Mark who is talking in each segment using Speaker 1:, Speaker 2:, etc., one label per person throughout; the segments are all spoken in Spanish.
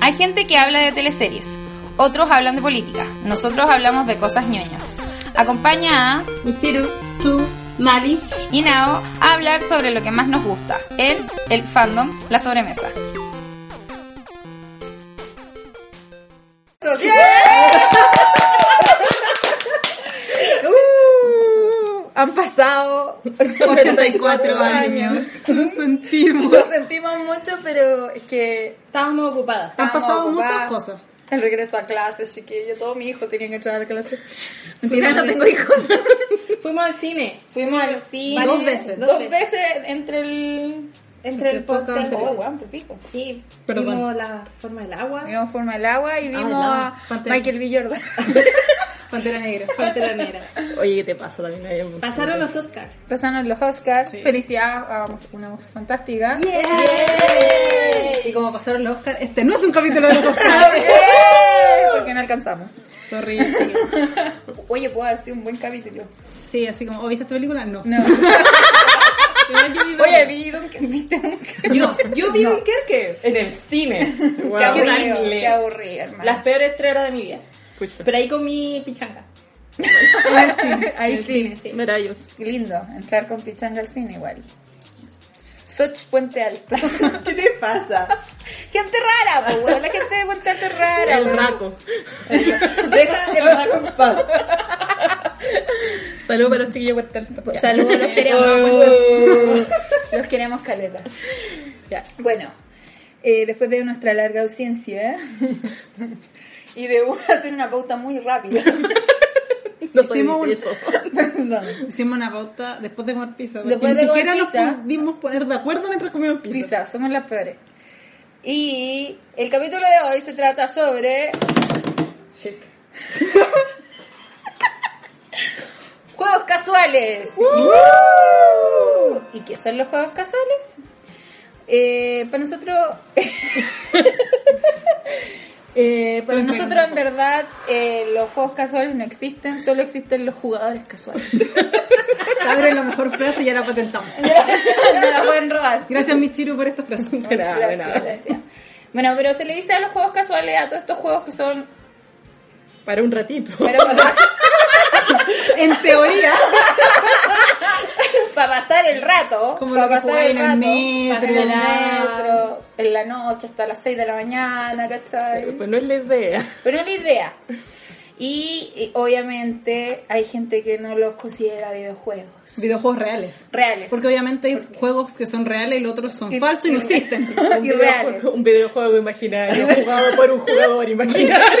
Speaker 1: Hay gente que habla de teleseries, otros hablan de política, nosotros hablamos de cosas ñoñas. Acompaña a
Speaker 2: Michiru, Su, Mavis.
Speaker 1: y Nao a hablar sobre lo que más nos gusta, el, el fandom, la sobremesa.
Speaker 3: Uh, han pasado
Speaker 2: 84 años. sentimos.
Speaker 3: Lo sentimos mucho, pero es que
Speaker 2: Estábamos ocupadas. Han
Speaker 3: Estábamos
Speaker 2: pasado
Speaker 3: ocupadas.
Speaker 2: muchas cosas.
Speaker 3: el regreso a clases, chiquillo, todo mi hijo tenía que entrar a clases. Mentira, no tengo hijos.
Speaker 2: Fuimos al cine.
Speaker 1: Fuimos al cine
Speaker 2: Dos veces.
Speaker 3: Dos veces entre el...
Speaker 2: Entre el podcast
Speaker 3: Oh,
Speaker 2: anterior.
Speaker 3: weón, te pico.
Speaker 2: Sí.
Speaker 3: Perdón.
Speaker 2: Vimos la forma del agua.
Speaker 3: Vimos Forma del Agua y vimos
Speaker 2: no.
Speaker 3: a
Speaker 2: Pantera.
Speaker 3: Michael B. Jordan. Pantera Negra.
Speaker 2: Pantera negra.
Speaker 4: Oye, ¿qué te pasa también? Hay un-
Speaker 2: Pasaron los Oscars.
Speaker 3: Pasaron los Oscars. Felicidad a una mujer fantástica.
Speaker 4: Y como pasaron los Oscars, este no es un capítulo de los Oscars.
Speaker 3: ¡Eh! Porque no alcanzamos.
Speaker 4: Sorry.
Speaker 3: Oye, puede haber sido un buen capítulo.
Speaker 4: Sí, así como, ¿o viste esta película? No.
Speaker 3: No.
Speaker 4: Igual yo vi
Speaker 3: Oye,
Speaker 4: varias.
Speaker 3: vi Dunker- ¿viste Dunker?
Speaker 2: Yo, yo vi Dunkerque en el cine.
Speaker 3: Qué
Speaker 4: Wow.
Speaker 3: aburrido,
Speaker 2: horrible.
Speaker 3: qué aburrido, hermano.
Speaker 2: Las peores tres horas de mi vida.
Speaker 4: Pucha.
Speaker 2: Pero ahí con mi pichanga.
Speaker 3: Ahí
Speaker 2: En el
Speaker 3: sí.
Speaker 2: cine, sí.
Speaker 4: Merayos.
Speaker 3: Lindo, entrar con pichanga al cine igual. Soch Puente Alto.
Speaker 2: ¿Qué te pasa?
Speaker 3: gente rara, po, weón. La gente de Puente Alto es rara.
Speaker 4: El
Speaker 3: weón.
Speaker 4: raco.
Speaker 2: Deja el raco en paz.
Speaker 4: Saludos para los chiquillos de Puerto Alto.
Speaker 3: Saludos, los queremos.
Speaker 2: Oh.
Speaker 3: Los queremos, Caleta.
Speaker 4: Ya.
Speaker 3: Bueno, eh, después de nuestra larga ausencia ¿eh? y de una- hacer una pauta muy rápida.
Speaker 4: No
Speaker 3: Hicimos
Speaker 4: Hicimos
Speaker 3: un-
Speaker 4: eso.
Speaker 3: Perdón.
Speaker 4: Hicimos una pauta después de comer pizza. Después
Speaker 3: Después de
Speaker 4: ni
Speaker 3: comer
Speaker 4: siquiera nos
Speaker 3: pizza.
Speaker 4: pudimos poner de acuerdo mientras comíamos pizza.
Speaker 3: Pizza, somos las peores. Y el capítulo de hoy se trata sobre
Speaker 2: Shit.
Speaker 3: juegos casuales. ¿Y qué son los juegos casuales? Eh, para nosotros, Eh, para nosotros en verdad eh, los juegos casuales no existen, solo existen los jugadores casuales.
Speaker 4: Abre la mejor frase y ya la patentamos.
Speaker 3: no la pueden robar.
Speaker 4: Gracias, Michiru, por esta frase.
Speaker 3: Gracias, gracias. Bueno, pero se le dice a los juegos casuales, a todos estos juegos que son...
Speaker 4: Para un ratito.
Speaker 3: Pero
Speaker 4: En teoría.
Speaker 3: para pasar el rato,
Speaker 4: Como
Speaker 3: para
Speaker 4: lo que
Speaker 3: pasar
Speaker 4: juegan
Speaker 3: el
Speaker 4: en el
Speaker 3: rato,
Speaker 4: metro,
Speaker 3: en el
Speaker 4: la-
Speaker 3: metro, en la noche hasta las 6 de la mañana, ¿cachai?
Speaker 4: Pues no es la idea.
Speaker 3: Pero es la idea. Y, y obviamente hay gente que no los considera videojuegos
Speaker 4: Videojuegos reales.
Speaker 3: reales.
Speaker 4: Porque obviamente hay juegos que son reales y los otros son
Speaker 3: Y-
Speaker 4: falsos y no
Speaker 3: y-
Speaker 4: existen.
Speaker 3: y reales.
Speaker 4: Un videojuego imaginario, jugado por un jugador imaginario.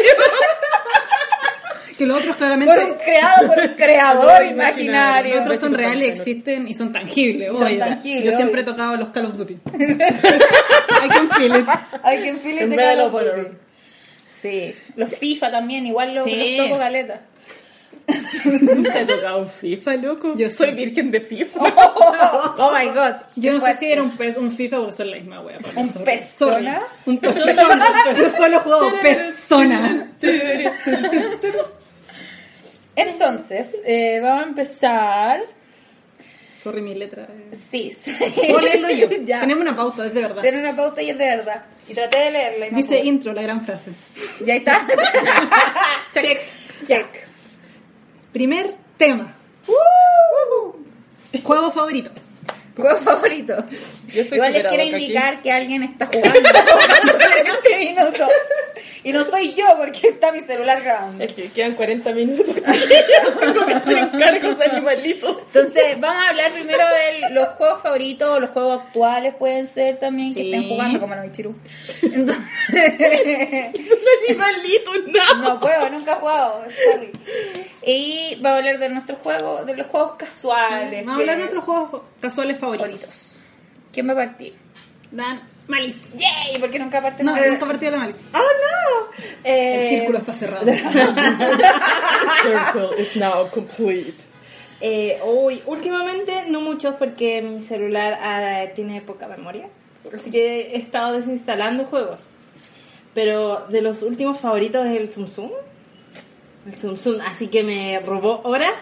Speaker 4: que los otros
Speaker 3: por un
Speaker 4: claramente...
Speaker 3: creado por un creador imaginario.
Speaker 4: Los otros son reales, existen y son tangibles.
Speaker 3: Y son
Speaker 4: obvio.
Speaker 3: tangibles,
Speaker 4: Yo siempre he
Speaker 3: obvio.
Speaker 4: tocado los Call of Duty. I can feel it.
Speaker 3: Hay que feel it
Speaker 4: En
Speaker 3: de
Speaker 4: vez de
Speaker 3: Call of
Speaker 4: los
Speaker 3: Duty.
Speaker 4: Valorant.
Speaker 3: Sí, los FIFA también, igual los,
Speaker 4: Sí.
Speaker 3: los toco caleta.
Speaker 5: Nunca he tocado un FIFA, loco.
Speaker 4: Yo
Speaker 5: soy
Speaker 4: sí.
Speaker 5: virgen de FIFA.
Speaker 2: Oh my god.
Speaker 4: Yo no sé
Speaker 3: fuerte.
Speaker 4: si era un PES o un FIFA porque son la misma wea. para mí,
Speaker 3: Un
Speaker 4: sorry.
Speaker 3: persona.
Speaker 4: Sorry. Un persona. Yo solo he jugado persona.
Speaker 3: Entonces, eh, vamos a empezar.
Speaker 4: Sorry, mi letra. eh.
Speaker 3: Sí, sí.
Speaker 4: Puedo leerlo yo.
Speaker 3: Ya.
Speaker 4: Tenemos una pauta, es de verdad.
Speaker 3: Tiene una pauta y es de verdad.
Speaker 2: Y traté de leerla y no
Speaker 4: Dice
Speaker 2: pude.
Speaker 4: intro, la gran frase.
Speaker 3: Y ahí está.
Speaker 2: Check.
Speaker 3: Check.
Speaker 4: Primer tema.
Speaker 6: ¡Uh!
Speaker 4: Juego favorito.
Speaker 3: Juego favorito.
Speaker 5: Yo estoy
Speaker 3: Igual les
Speaker 5: superada,
Speaker 3: quiero
Speaker 5: Kaki.
Speaker 3: indicar que alguien está jugando hace 20 minutos. Y no soy yo porque está mi celular grabando.
Speaker 5: Es que quedan 40 minutos. Estoy en cargos de animalitos.
Speaker 3: Entonces, vamos a hablar primero de los juegos favoritos, los juegos actuales pueden ser también que
Speaker 4: Sí.
Speaker 3: estén jugando como Noichiru. Entonces,
Speaker 5: Animalitos, no.
Speaker 3: no puedo, nunca he jugado, sorry. Y vamos a hablar de nuestros juegos, de los juegos casuales.
Speaker 4: Vamos a
Speaker 3: que-
Speaker 4: hablar de otros juegos casuales favoritos.
Speaker 3: favoritos. ¿Quién va a partir?
Speaker 4: Dan Malice.
Speaker 3: ¡Yay! Porque nunca parte
Speaker 6: Eh,
Speaker 4: No, eh,
Speaker 3: más.
Speaker 4: hemos compartido la Malice.
Speaker 6: ¡Ah,
Speaker 4: El
Speaker 2: Eh,
Speaker 4: círculo está cerrado.
Speaker 5: Circle is now complete.
Speaker 2: Eh, uy, últimamente no muchos porque mi celular ah, tiene poca memoria. Así que he estado desinstalando juegos. Pero de los últimos favoritos es el Zum Zum. El Zum Zum, así que me robó horas,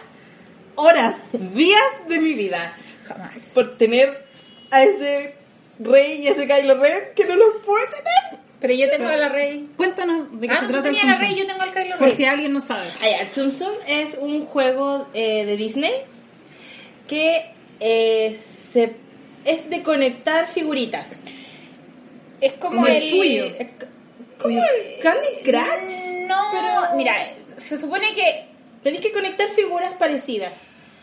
Speaker 2: horas, días de mi vida.
Speaker 3: Jamás.
Speaker 2: Por tener a ese rey y a ese Kylo Ren que no los puedo tener.
Speaker 6: Pero yo tengo a la rey.
Speaker 4: Cuéntanos de qué
Speaker 6: Ah,
Speaker 4: se
Speaker 6: no, tú
Speaker 4: trata el
Speaker 6: tenías la
Speaker 4: Zoom
Speaker 6: rey,
Speaker 4: Zoom.
Speaker 6: yo tengo al Kylo
Speaker 4: Por
Speaker 6: Ren.
Speaker 4: si alguien no sabe.
Speaker 2: Ah, ya, el Tsum Tsum es un juego eh, de Disney que eh, se, es de conectar figuritas.
Speaker 6: Es como
Speaker 2: Sí,
Speaker 6: el... Eh,
Speaker 2: Puyo. Es c- ¿Cómo el Candy Crush?
Speaker 6: No, mira, se supone que
Speaker 2: Tenéis que conectar figuras parecidas.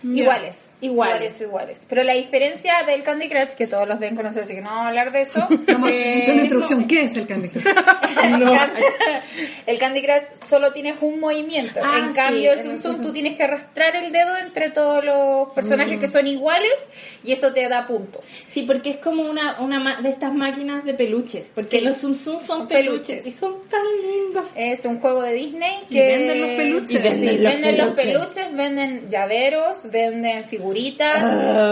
Speaker 6: Iguales.
Speaker 2: Iguales.
Speaker 6: Iguales, iguales. Pero la diferencia del Candy Crush, que todos los deben conocer, así que no vamos a hablar de eso.
Speaker 4: Vamos,
Speaker 6: eh,
Speaker 4: dame una introducción. ¿Qué es el Candy Crush? No.
Speaker 6: el Candy Crush solo tienes un movimiento.
Speaker 2: Ah,
Speaker 6: en
Speaker 2: sí,
Speaker 6: cambio, el
Speaker 2: en
Speaker 6: Zoom
Speaker 2: el
Speaker 6: Zoom
Speaker 2: Zoom
Speaker 6: tú tienes que arrastrar el dedo entre todos los personajes que son iguales y eso te da puntos.
Speaker 2: Sí, porque es como una, una ma- de estas máquinas de peluches. Porque
Speaker 6: Sí.
Speaker 2: los Tsum Tsum son
Speaker 6: Son
Speaker 2: peluches.
Speaker 6: peluches.
Speaker 2: Y son tan lindos.
Speaker 6: Es un juego de Disney
Speaker 4: Y
Speaker 6: que...
Speaker 4: venden los peluches.
Speaker 6: Sí,
Speaker 4: Y
Speaker 6: venden,
Speaker 4: venden
Speaker 2: los
Speaker 6: los
Speaker 2: peluches.
Speaker 6: peluches, venden llaveros, venden figuritas.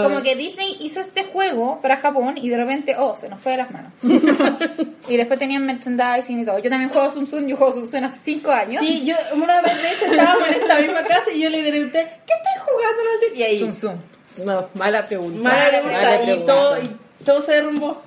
Speaker 6: Como que Disney hizo este juego para Japón y de repente, oh, se nos fue de las manos. y después tenían merchandising y todo. Yo también juego Sun Sun, yo juego Sun Sun hace 5 años.
Speaker 2: Sí, yo una vez de hecho estábamos en esta misma casa y yo le diré a usted, ¿qué estáis jugando? No sé. Y ahí,
Speaker 6: Sun Sun.
Speaker 5: No, mala pregunta.
Speaker 2: mala pregunta.
Speaker 5: Mala
Speaker 2: Y,
Speaker 5: pregunta.
Speaker 2: todo, y todo se derrumbó.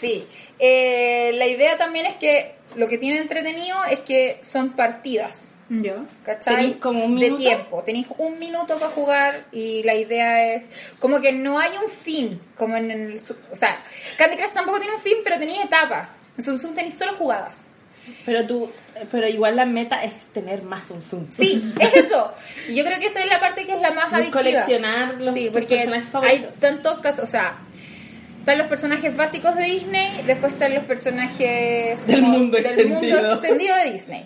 Speaker 6: Sí. Eh, la idea también es que lo que tiene entretenido es que son partidas.
Speaker 4: Ya.
Speaker 6: ¿Cachai?
Speaker 2: ¿Tenéis como un
Speaker 6: de
Speaker 2: minuto?
Speaker 6: tiempo. Tenéis un minuto para jugar y la idea es como que no hay un fin, como en el... su- O sea, Candy Crush tampoco tiene un fin, pero tenéis etapas. En Sun Sun tenéis solo jugadas.
Speaker 2: Pero tú, pero igual la meta es tener más Tsum Tsum.
Speaker 6: Sí, es eso. Y yo creo que esa es la parte que es la más
Speaker 2: De
Speaker 6: adictiva.
Speaker 2: coleccionar los- tus personajes
Speaker 6: hay
Speaker 2: favoritos.
Speaker 6: tantos casos, o sea... Están los personajes básicos de Disney, después están los personajes
Speaker 2: Del mundo
Speaker 6: del
Speaker 2: extendido.
Speaker 6: mundo extendido de Disney.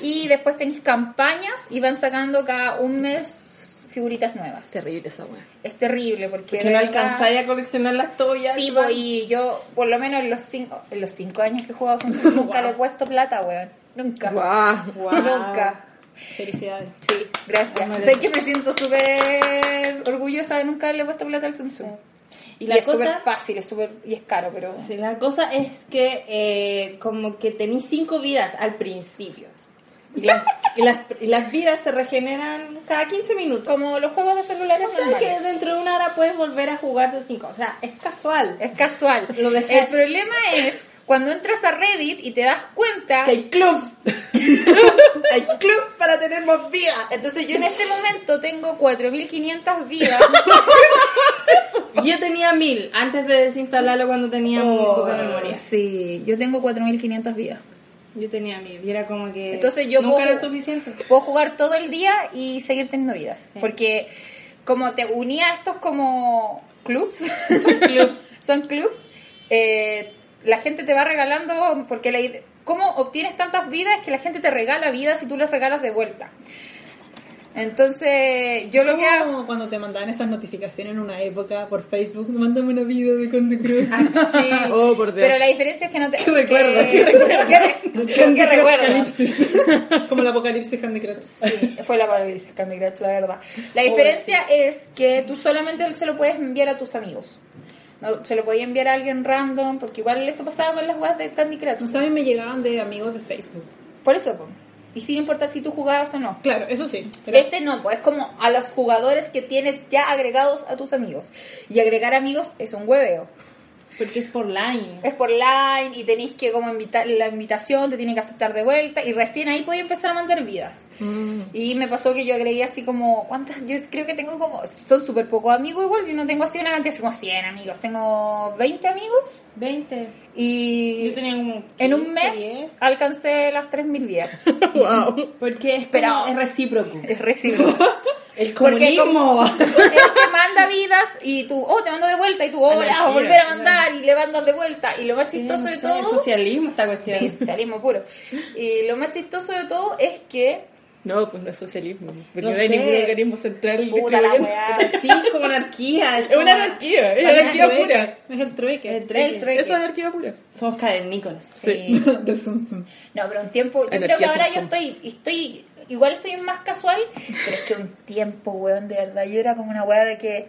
Speaker 6: Y después tenéis campañas y van sacando cada un mes figuritas nuevas.
Speaker 5: Terrible esa weá.
Speaker 6: es terrible porque,
Speaker 2: Que
Speaker 6: de
Speaker 2: no
Speaker 6: verdad-
Speaker 2: alcanzáis a coleccionar las toallas.
Speaker 6: Sí, po, y yo por lo menos en los cinco, en los cinco años que he jugado Sun Tzu, nunca le he puesto plata, weón. Nunca.
Speaker 5: Guau.
Speaker 6: Nunca.
Speaker 4: Felicidades.
Speaker 6: Sí, gracias. Sé que me siento súper orgullosa de nunca le he puesto plata al Samsung.
Speaker 2: Y
Speaker 6: Y,
Speaker 2: la
Speaker 6: es
Speaker 2: cosa-
Speaker 6: súper fácil, es súper y es caro, pero
Speaker 2: Sí, la cosa es que eh, como que tenéis cinco vidas al principio. Y las, y las, y las vidas se regeneran cada 15 minutos.
Speaker 6: como los juegos de celulares
Speaker 2: O sea
Speaker 6: normales.
Speaker 2: que dentro de una hora puedes volver a jugar tus cinco. O sea, es casual.
Speaker 6: Es casual.
Speaker 2: Lo dejé-
Speaker 6: El problema es cuando entras a Reddit y te das cuenta
Speaker 2: Que Hay clubs. Hay clubs para tener más vidas.
Speaker 6: entonces yo en este momento tengo 4.500 vidas
Speaker 2: Yo tenía mil antes de desinstalarlo cuando tenía muy
Speaker 6: Oh.
Speaker 2: poca memoria.
Speaker 6: Sí, yo tengo 4500 vidas.
Speaker 2: Yo tenía mil y era como que
Speaker 6: Entonces yo
Speaker 2: nunca
Speaker 6: puedo-
Speaker 2: era suficiente.
Speaker 6: Puedo jugar todo el día y seguir teniendo vidas. Porque como te unía a estos como clubs, son clubs, eh, la gente te va regalando, porque la ide- ¿cómo obtienes tantas vidas? Es que la gente te regala vidas y tú las regalas de vuelta. Entonces, yo lo que hago...
Speaker 4: Como cuando te mandaban esas notificaciones en una época por Facebook, mándame una vida de Candy Crush.
Speaker 2: Sí.
Speaker 5: Oh, por Dios.
Speaker 6: Pero la diferencia es que no te...
Speaker 2: recuerdo,
Speaker 6: que-
Speaker 2: qué
Speaker 6: que-
Speaker 4: Candy
Speaker 6: que
Speaker 4: Crush
Speaker 6: recuerdo.
Speaker 4: Apocalipsis. Como el apocalipsis Candy Crush.
Speaker 6: Sí, fue la parálisis Candy Crush, la verdad. La
Speaker 2: Oh,
Speaker 6: diferencia es que tú solamente se lo puedes enviar a tus amigos. No, se lo podía enviar a alguien random, porque igual eso pasaba con las weas de Candy
Speaker 4: No
Speaker 6: Crush.
Speaker 4: saben, me llegaban de amigos de Facebook.
Speaker 6: Por eso, po. y sin importar si tú jugabas o no.
Speaker 4: Claro, eso sí. pero-
Speaker 6: Este no, pues es como a los jugadores que tienes ya agregados a tus amigos. Y agregar amigos es un hueveo.
Speaker 2: Porque es por line.
Speaker 6: Es por line y tenéis que como invitar la invitación, te tienen que aceptar de vuelta y recién ahí podía empezar a mandar vidas.
Speaker 2: Mm.
Speaker 6: Y me pasó que yo agregué así como, ¿cuántas? Yo creo que tengo como, son súper pocos amigos igual, yo no tengo así una cantidad, así como 100 amigos, tengo 20 amigos
Speaker 2: 20.
Speaker 6: y
Speaker 2: Yo tenía como
Speaker 6: en un
Speaker 2: 15,
Speaker 6: mes
Speaker 2: 10.
Speaker 6: alcancé las 3.000 vidas.
Speaker 2: Porque es,
Speaker 6: Pero-
Speaker 2: como- es recíproco.
Speaker 6: es recíproco.
Speaker 2: El
Speaker 6: Porque como-
Speaker 2: comunismo.
Speaker 6: Él este te manda vidas y tú, oh, te mando de vuelta y tú, oh, la vas a volver a mandar y le mandas de vuelta. Y lo más chistoso de
Speaker 2: Sí, no sé,
Speaker 6: todo...
Speaker 2: El socialismo, esta cuestión.
Speaker 6: Sí, socialismo puro. Y lo más chistoso de todo es que.
Speaker 5: No, pues no es socialismo. Porque
Speaker 2: No
Speaker 5: no, hay
Speaker 2: sé.
Speaker 5: ningún organismo central.
Speaker 6: Puta la
Speaker 5: distribuyente.
Speaker 6: weá.
Speaker 2: Ah, Sí, es como anarquía.
Speaker 5: Es una anarquía, es
Speaker 6: Hay
Speaker 5: anarquía
Speaker 6: trueque.
Speaker 5: pura.
Speaker 4: Es el trueque.
Speaker 2: El trueque.
Speaker 6: El trueque.
Speaker 5: Eso es anarquía pura.
Speaker 2: Somos cavernícolas.
Speaker 6: Sí.
Speaker 4: De Zoom Zoom.
Speaker 6: Eh, No, pero un tiempo. Yo creo que
Speaker 5: Energía
Speaker 6: ahora yo
Speaker 5: Samsung.
Speaker 6: estoy. estoy Igual estoy más casual, pero es que un tiempo, weón, de verdad. Yo era como una weá de que.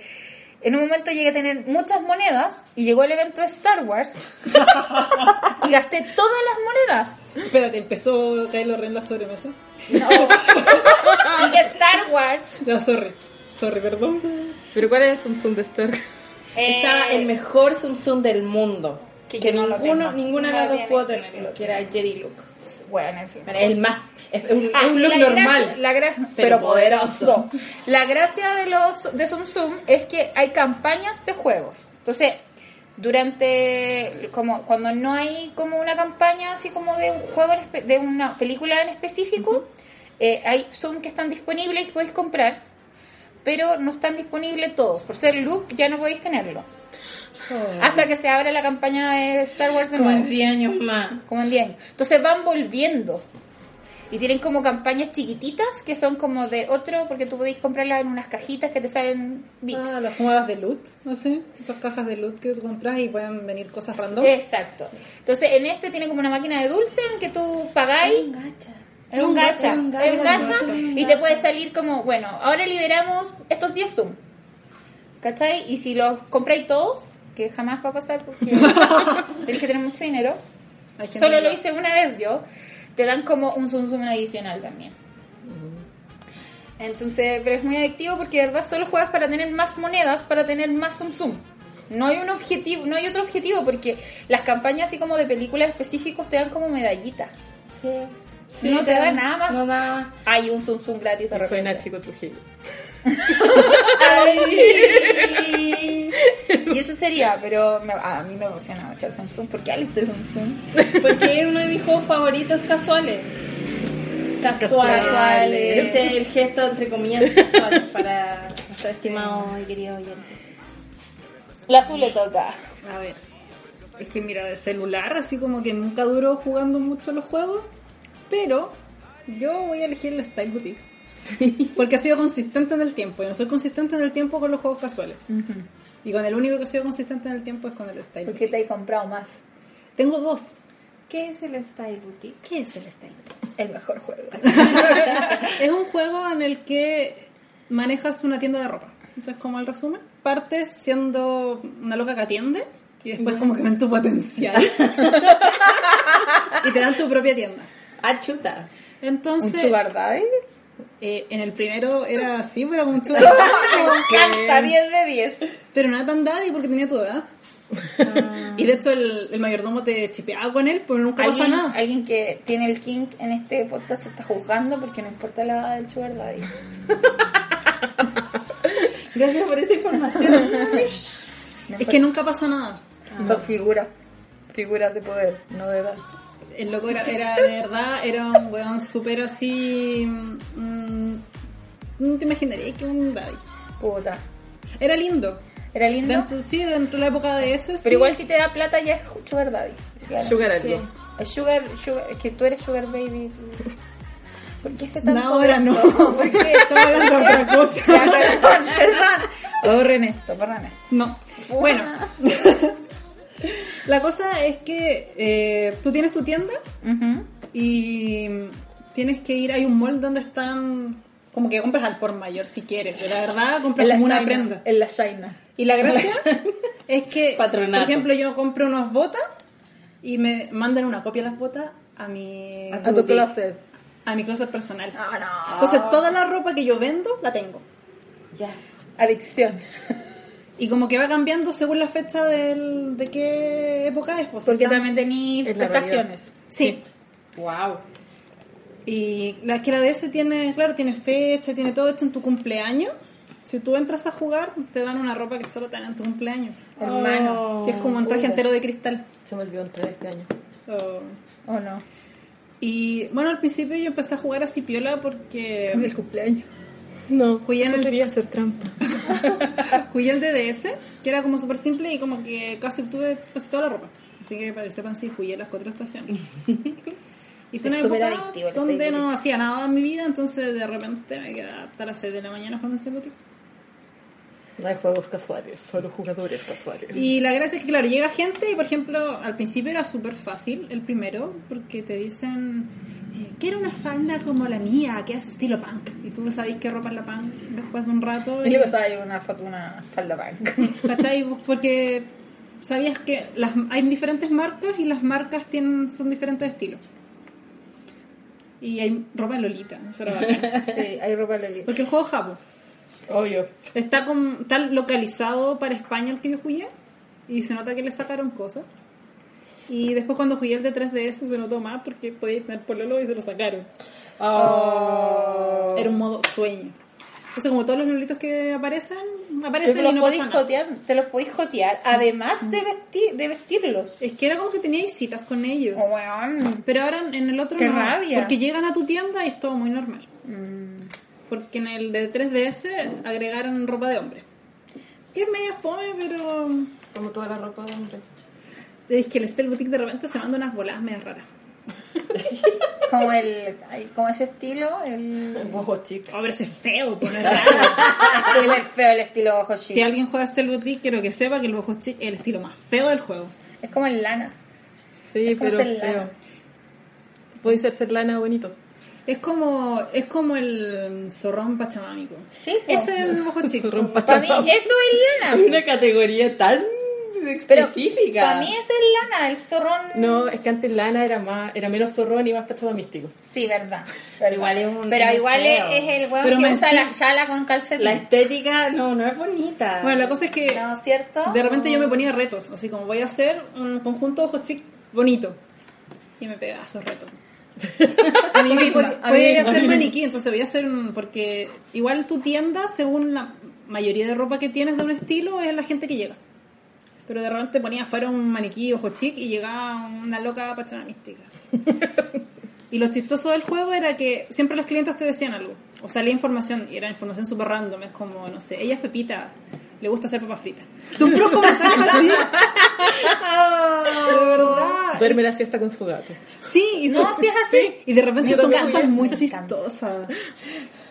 Speaker 6: En un momento llegué a tener muchas monedas y llegó el evento de Star Wars y gasté todas las monedas.
Speaker 4: Espérate, empezó Kylo Ren la sobremesa.
Speaker 6: Y que Star Wars.
Speaker 4: La sorry. Sorry, perdón.
Speaker 5: Pero ¿cuál es el Samsung de Star?
Speaker 6: eh,
Speaker 2: Estaba el mejor Zoom Zoom del mundo. Que,
Speaker 3: yo no lo
Speaker 2: ninguno,
Speaker 3: tengo.
Speaker 2: ninguna de
Speaker 3: No
Speaker 2: las dos
Speaker 3: tiene
Speaker 2: puedo
Speaker 3: que-
Speaker 2: tenerlo, que era el Jedi look.
Speaker 3: Bueno, eso.
Speaker 2: Bueno, es el más, es es un,
Speaker 3: Ah,
Speaker 2: es un look
Speaker 3: la gracia-
Speaker 2: normal.
Speaker 3: la gra- pero, poderoso. La gracia de los de Zoom Zoom es que hay campañas de juegos. Entonces, durante como cuando no hay como una campaña así como de un juego en espe- de una película en específico, eh, hay Zoom que están disponibles y que podéis comprar, pero no están disponibles todos. Por ser look ya no podéis tenerlo. Hasta que se abra la campaña de Star Wars de
Speaker 2: Oh. Como
Speaker 3: nuevo
Speaker 2: en 10 años más.
Speaker 3: como en 10 años. Entonces van volviendo. Y tienen como campañas chiquititas que son como de otro, porque tú podéis comprarlas en unas cajitas que te salen bits.
Speaker 4: Ah, las modas de loot, no sé. Esas cajas de loot que tú compras y pueden venir cosas random.
Speaker 3: Exacto. Entonces en este tiene como una máquina de dulce en que tú pagáis. Es un gacha. Es un gacha. Y te puede salir como, bueno, ahora liberamos estos 10 Zoom. ¿Cachai? Y si los compráis todos, que jamás va a pasar porque tenéis que tener mucho dinero.
Speaker 4: Hay gente
Speaker 3: Solo
Speaker 4: que-
Speaker 3: lo hice una vez yo. Te dan como un zoom zoom adicional también.
Speaker 6: Mm. Entonces, pero es muy adictivo porque de verdad solo juegas para tener más monedas, para tener más zoom zoom. No hay un objetivo, no hay otro objetivo porque las campañas así como de películas específicos te dan como medallitas.
Speaker 2: Sí.
Speaker 6: No te da nada más.
Speaker 2: No nada más.
Speaker 6: Hay un zoom zoom gratis de repente.
Speaker 5: Suena chico Trujillo.
Speaker 2: Ay.
Speaker 6: Y eso sería, pero me- a mí me emociona mucho el zoom zoom porque Alex de zoom zoom.
Speaker 2: Porque es uno de mis juegos favoritos casuales. Casuales.
Speaker 6: Casuales.
Speaker 2: Ese es el gesto entre comillas casuales para nuestro estimado y querido oyente.
Speaker 6: La azul le toca.
Speaker 4: A ver. Es que mira, de celular, así como que nunca duró jugando mucho los juegos. Pero yo voy a elegir el Style Boutique. Porque ha sido consistente en el tiempo. Yo no soy consistente en el tiempo con los juegos casuales. Y con el único que ha sido consistente en el tiempo es con el Style
Speaker 3: Porque
Speaker 4: Boutique.
Speaker 3: te he comprado más.
Speaker 4: Tengo dos.
Speaker 2: ¿Qué es el Style Boutique?
Speaker 4: ¿Qué es el Style Boutique?
Speaker 3: El mejor juego.
Speaker 4: es un juego en el que manejas una tienda de ropa. Ese es como el resumen. Partes siendo una loca que atiende y después como que ven tu potencial. y te dan tu propia tienda.
Speaker 2: Ah, chuta.
Speaker 4: Entonces,
Speaker 6: Un sugar daddy.
Speaker 4: eh, en el primero era así, pero con un sugar daddy, como que-
Speaker 2: Está 10 de 10.
Speaker 4: Pero no era tan daddy porque tenía tu edad. Y de hecho el, el mayordomo te chipeaba con él, pero nunca pasa
Speaker 6: Ah. ¿Alguien,
Speaker 4: nada.
Speaker 6: alguien que tiene el kink en este podcast se está juzgando porque no importa la edad del sugar daddy.
Speaker 2: Gracias por esa información.
Speaker 4: Es que nunca pasa nada.
Speaker 6: Son figuras. Figuras de poder, no de edad.
Speaker 4: El loco era, era- de verdad, era un weón súper así. mm, no te imaginarías que un daddy.
Speaker 6: Puta.
Speaker 4: Era lindo.
Speaker 6: Era lindo.
Speaker 4: Dentro, sí, dentro de la época de eso. sí.
Speaker 6: Pero igual si te da plata ya es sugar daddy. Sugar,
Speaker 5: Sugar
Speaker 6: sí.
Speaker 5: algo.
Speaker 6: Es sugar, sugar- es que tú eres sugar baby. tú- ¿Por qué se tanto?
Speaker 4: No, ahora no.
Speaker 6: blanco? ¿Por qué?
Speaker 4: Estaba hablando de otra
Speaker 6: Ya,
Speaker 4: cosa.
Speaker 6: perdón, perdón. Borren esto, borren esto.
Speaker 4: No. Bueno. la cosa es que eh, tú tienes tu tienda y tienes que ir. Hay un mall donde están. Como que compras al por mayor si quieres. Pero la verdad, compras como una prenda.
Speaker 3: En la China.
Speaker 4: Y la gracia es que, por
Speaker 2: Patronato.
Speaker 4: ejemplo, yo compro unas botas y me mandan una copia de las botas a mi,
Speaker 3: A tu closet.
Speaker 4: a mi closet personal.
Speaker 3: Ah,
Speaker 4: Entonces, toda la ropa que yo vendo la tengo.
Speaker 2: ya.
Speaker 3: no. Adicción.
Speaker 4: Y como que va cambiando según la fecha del, de qué época es. pues,
Speaker 3: Porque
Speaker 4: está-
Speaker 3: también tenéis
Speaker 5: Es la
Speaker 3: prestaciones.
Speaker 4: Sí.
Speaker 2: Wow.
Speaker 4: Y la que la DS tiene, claro, tiene fecha, tiene todo esto en tu cumpleaños. Si tú entras a jugar, te dan una ropa que solo te dan en tu cumpleaños.
Speaker 2: Hermano.
Speaker 4: Que es como un traje entero de cristal.
Speaker 5: Se me olvidó entrar este año.
Speaker 4: Oh.
Speaker 3: ¿O no?
Speaker 4: Y bueno, al principio yo empecé a jugar así piola porque
Speaker 3: El cumpleaños.
Speaker 5: Pues No,
Speaker 4: Julián,
Speaker 5: eso
Speaker 4: el-
Speaker 5: sería hacer trampa.
Speaker 4: jugué el DDS, que era como súper simple y como que casi tuve casi toda la ropa. Así que para que sepan, sí, jugué las cuatro estaciones. Y fue
Speaker 6: Es
Speaker 4: una
Speaker 6: súper
Speaker 4: época
Speaker 6: adictivo el
Speaker 4: donde
Speaker 6: Stay
Speaker 4: no hacía nada en mi vida, entonces de repente me quedaba hasta las 6 de la mañana jugando en boutique.
Speaker 5: No hay juegos casuales, solo jugadores casuales.
Speaker 4: Y la gracia es que, claro, llega gente y, por ejemplo, al principio era súper fácil el primero, porque te dicen, eh, quiero una falda como la mía, que es estilo punk. Y tú sabes qué ropa es la punk después de un rato.
Speaker 3: Y le pasaba yo una foto, una falda banca.
Speaker 4: ¿Cachai? Vos Porque sabías que las, hay diferentes marcas y las marcas tienen, son diferentes estilos. Y hay ropa Lolita, eso era bacán.
Speaker 3: Sí, hay ropa lolita.
Speaker 4: Porque el juego Japo
Speaker 5: Obvio.
Speaker 4: está, con, está localizado para España el que yo jugué y se nota que le sacaron cosas. Y después cuando jugué el de 3DS se notó más porque podía tener pololo y se lo sacaron.
Speaker 3: Oh.
Speaker 4: Era un modo sueño. Entonces como todos los lolitos que aparecen,
Speaker 6: Te
Speaker 4: aparecen y
Speaker 6: los
Speaker 4: no
Speaker 6: podéis
Speaker 4: pasa nada.
Speaker 6: jotear, te los podéis jotear, además de, vestir, de vestirlos.
Speaker 4: Es que era como que teníais citas con ellos.
Speaker 6: Oh, weón.
Speaker 4: Pero ahora en el otro
Speaker 6: Qué
Speaker 4: no,
Speaker 6: rabia. Mm.
Speaker 4: porque llegan a tu tienda y es todo muy normal. Porque en el de 3DS agregaron ropa de hombre. Que es media fome, pero
Speaker 5: Como toda la ropa de hombre.
Speaker 4: es que el Style Boutique de repente se manda unas voladas medias raras.
Speaker 6: Como, el, ay, como ese estilo, el...
Speaker 5: Ojo, chica.
Speaker 4: Hombre, Oh, ese es feo, pues, no es raro.
Speaker 6: el el feo, el estilo ojo chico.
Speaker 4: Si alguien juega Style Boutique, quiero que sepa que el bojo chic es el estilo más feo del juego.
Speaker 6: Es como el lana.
Speaker 5: Sí,
Speaker 6: Es como
Speaker 5: pero
Speaker 6: celana.
Speaker 5: feo. Puede ser celana bonito.
Speaker 4: Es como, es como el zorrón pachamámico.
Speaker 6: Sí,
Speaker 4: Ese es el bojo chic.
Speaker 5: Zorrón
Speaker 6: para mí eso es
Speaker 5: Hay
Speaker 6: lana.
Speaker 5: una categoría tan
Speaker 6: Pero
Speaker 5: específica.
Speaker 6: para mí ese es lana, el zorrón.
Speaker 5: No, es que antes lana era más, era menos zorrón y más pachaba místico.
Speaker 6: Sí, verdad. Pero igual es,
Speaker 5: un-
Speaker 6: pero
Speaker 5: un
Speaker 6: igual es,
Speaker 5: feo.
Speaker 6: es el
Speaker 4: Pero
Speaker 6: weón que
Speaker 4: me
Speaker 6: usa
Speaker 4: sí-
Speaker 6: la chala con calcetín.
Speaker 5: La estética no, no es bonita.
Speaker 4: Bueno, la cosa es que
Speaker 6: ¿No es cierto? Mm.
Speaker 4: De repente yo me ponía retos, así como voy a hacer un conjunto de ojos chic bonito. Y me pegaba esos retos. a mí me
Speaker 6: misma, a mí
Speaker 4: podía
Speaker 6: misma.
Speaker 4: hacer maniquí, entonces voy a hacer un. Porque igual tu tienda, según la mayoría de ropa que tienes de un estilo, es la gente que llega. Pero de repente ponía afuera un maniquí ojo chic y llegaba una loca pachana mística. y lo chistoso del juego era que siempre los clientes te decían algo. O salía información, y era información súper random. Es como, no sé, ella es Pepita, le gusta hacer papas fritas. Son puros comentarios así.
Speaker 6: Oh,
Speaker 4: De verdad.
Speaker 5: Duerme la siesta con su gato.
Speaker 4: Sí, y
Speaker 6: No,
Speaker 4: son-
Speaker 6: sí es así.
Speaker 4: sí, Y de repente
Speaker 6: Me
Speaker 4: son
Speaker 6: encanta,
Speaker 4: cosas muy
Speaker 6: me encanta.
Speaker 4: chistosas.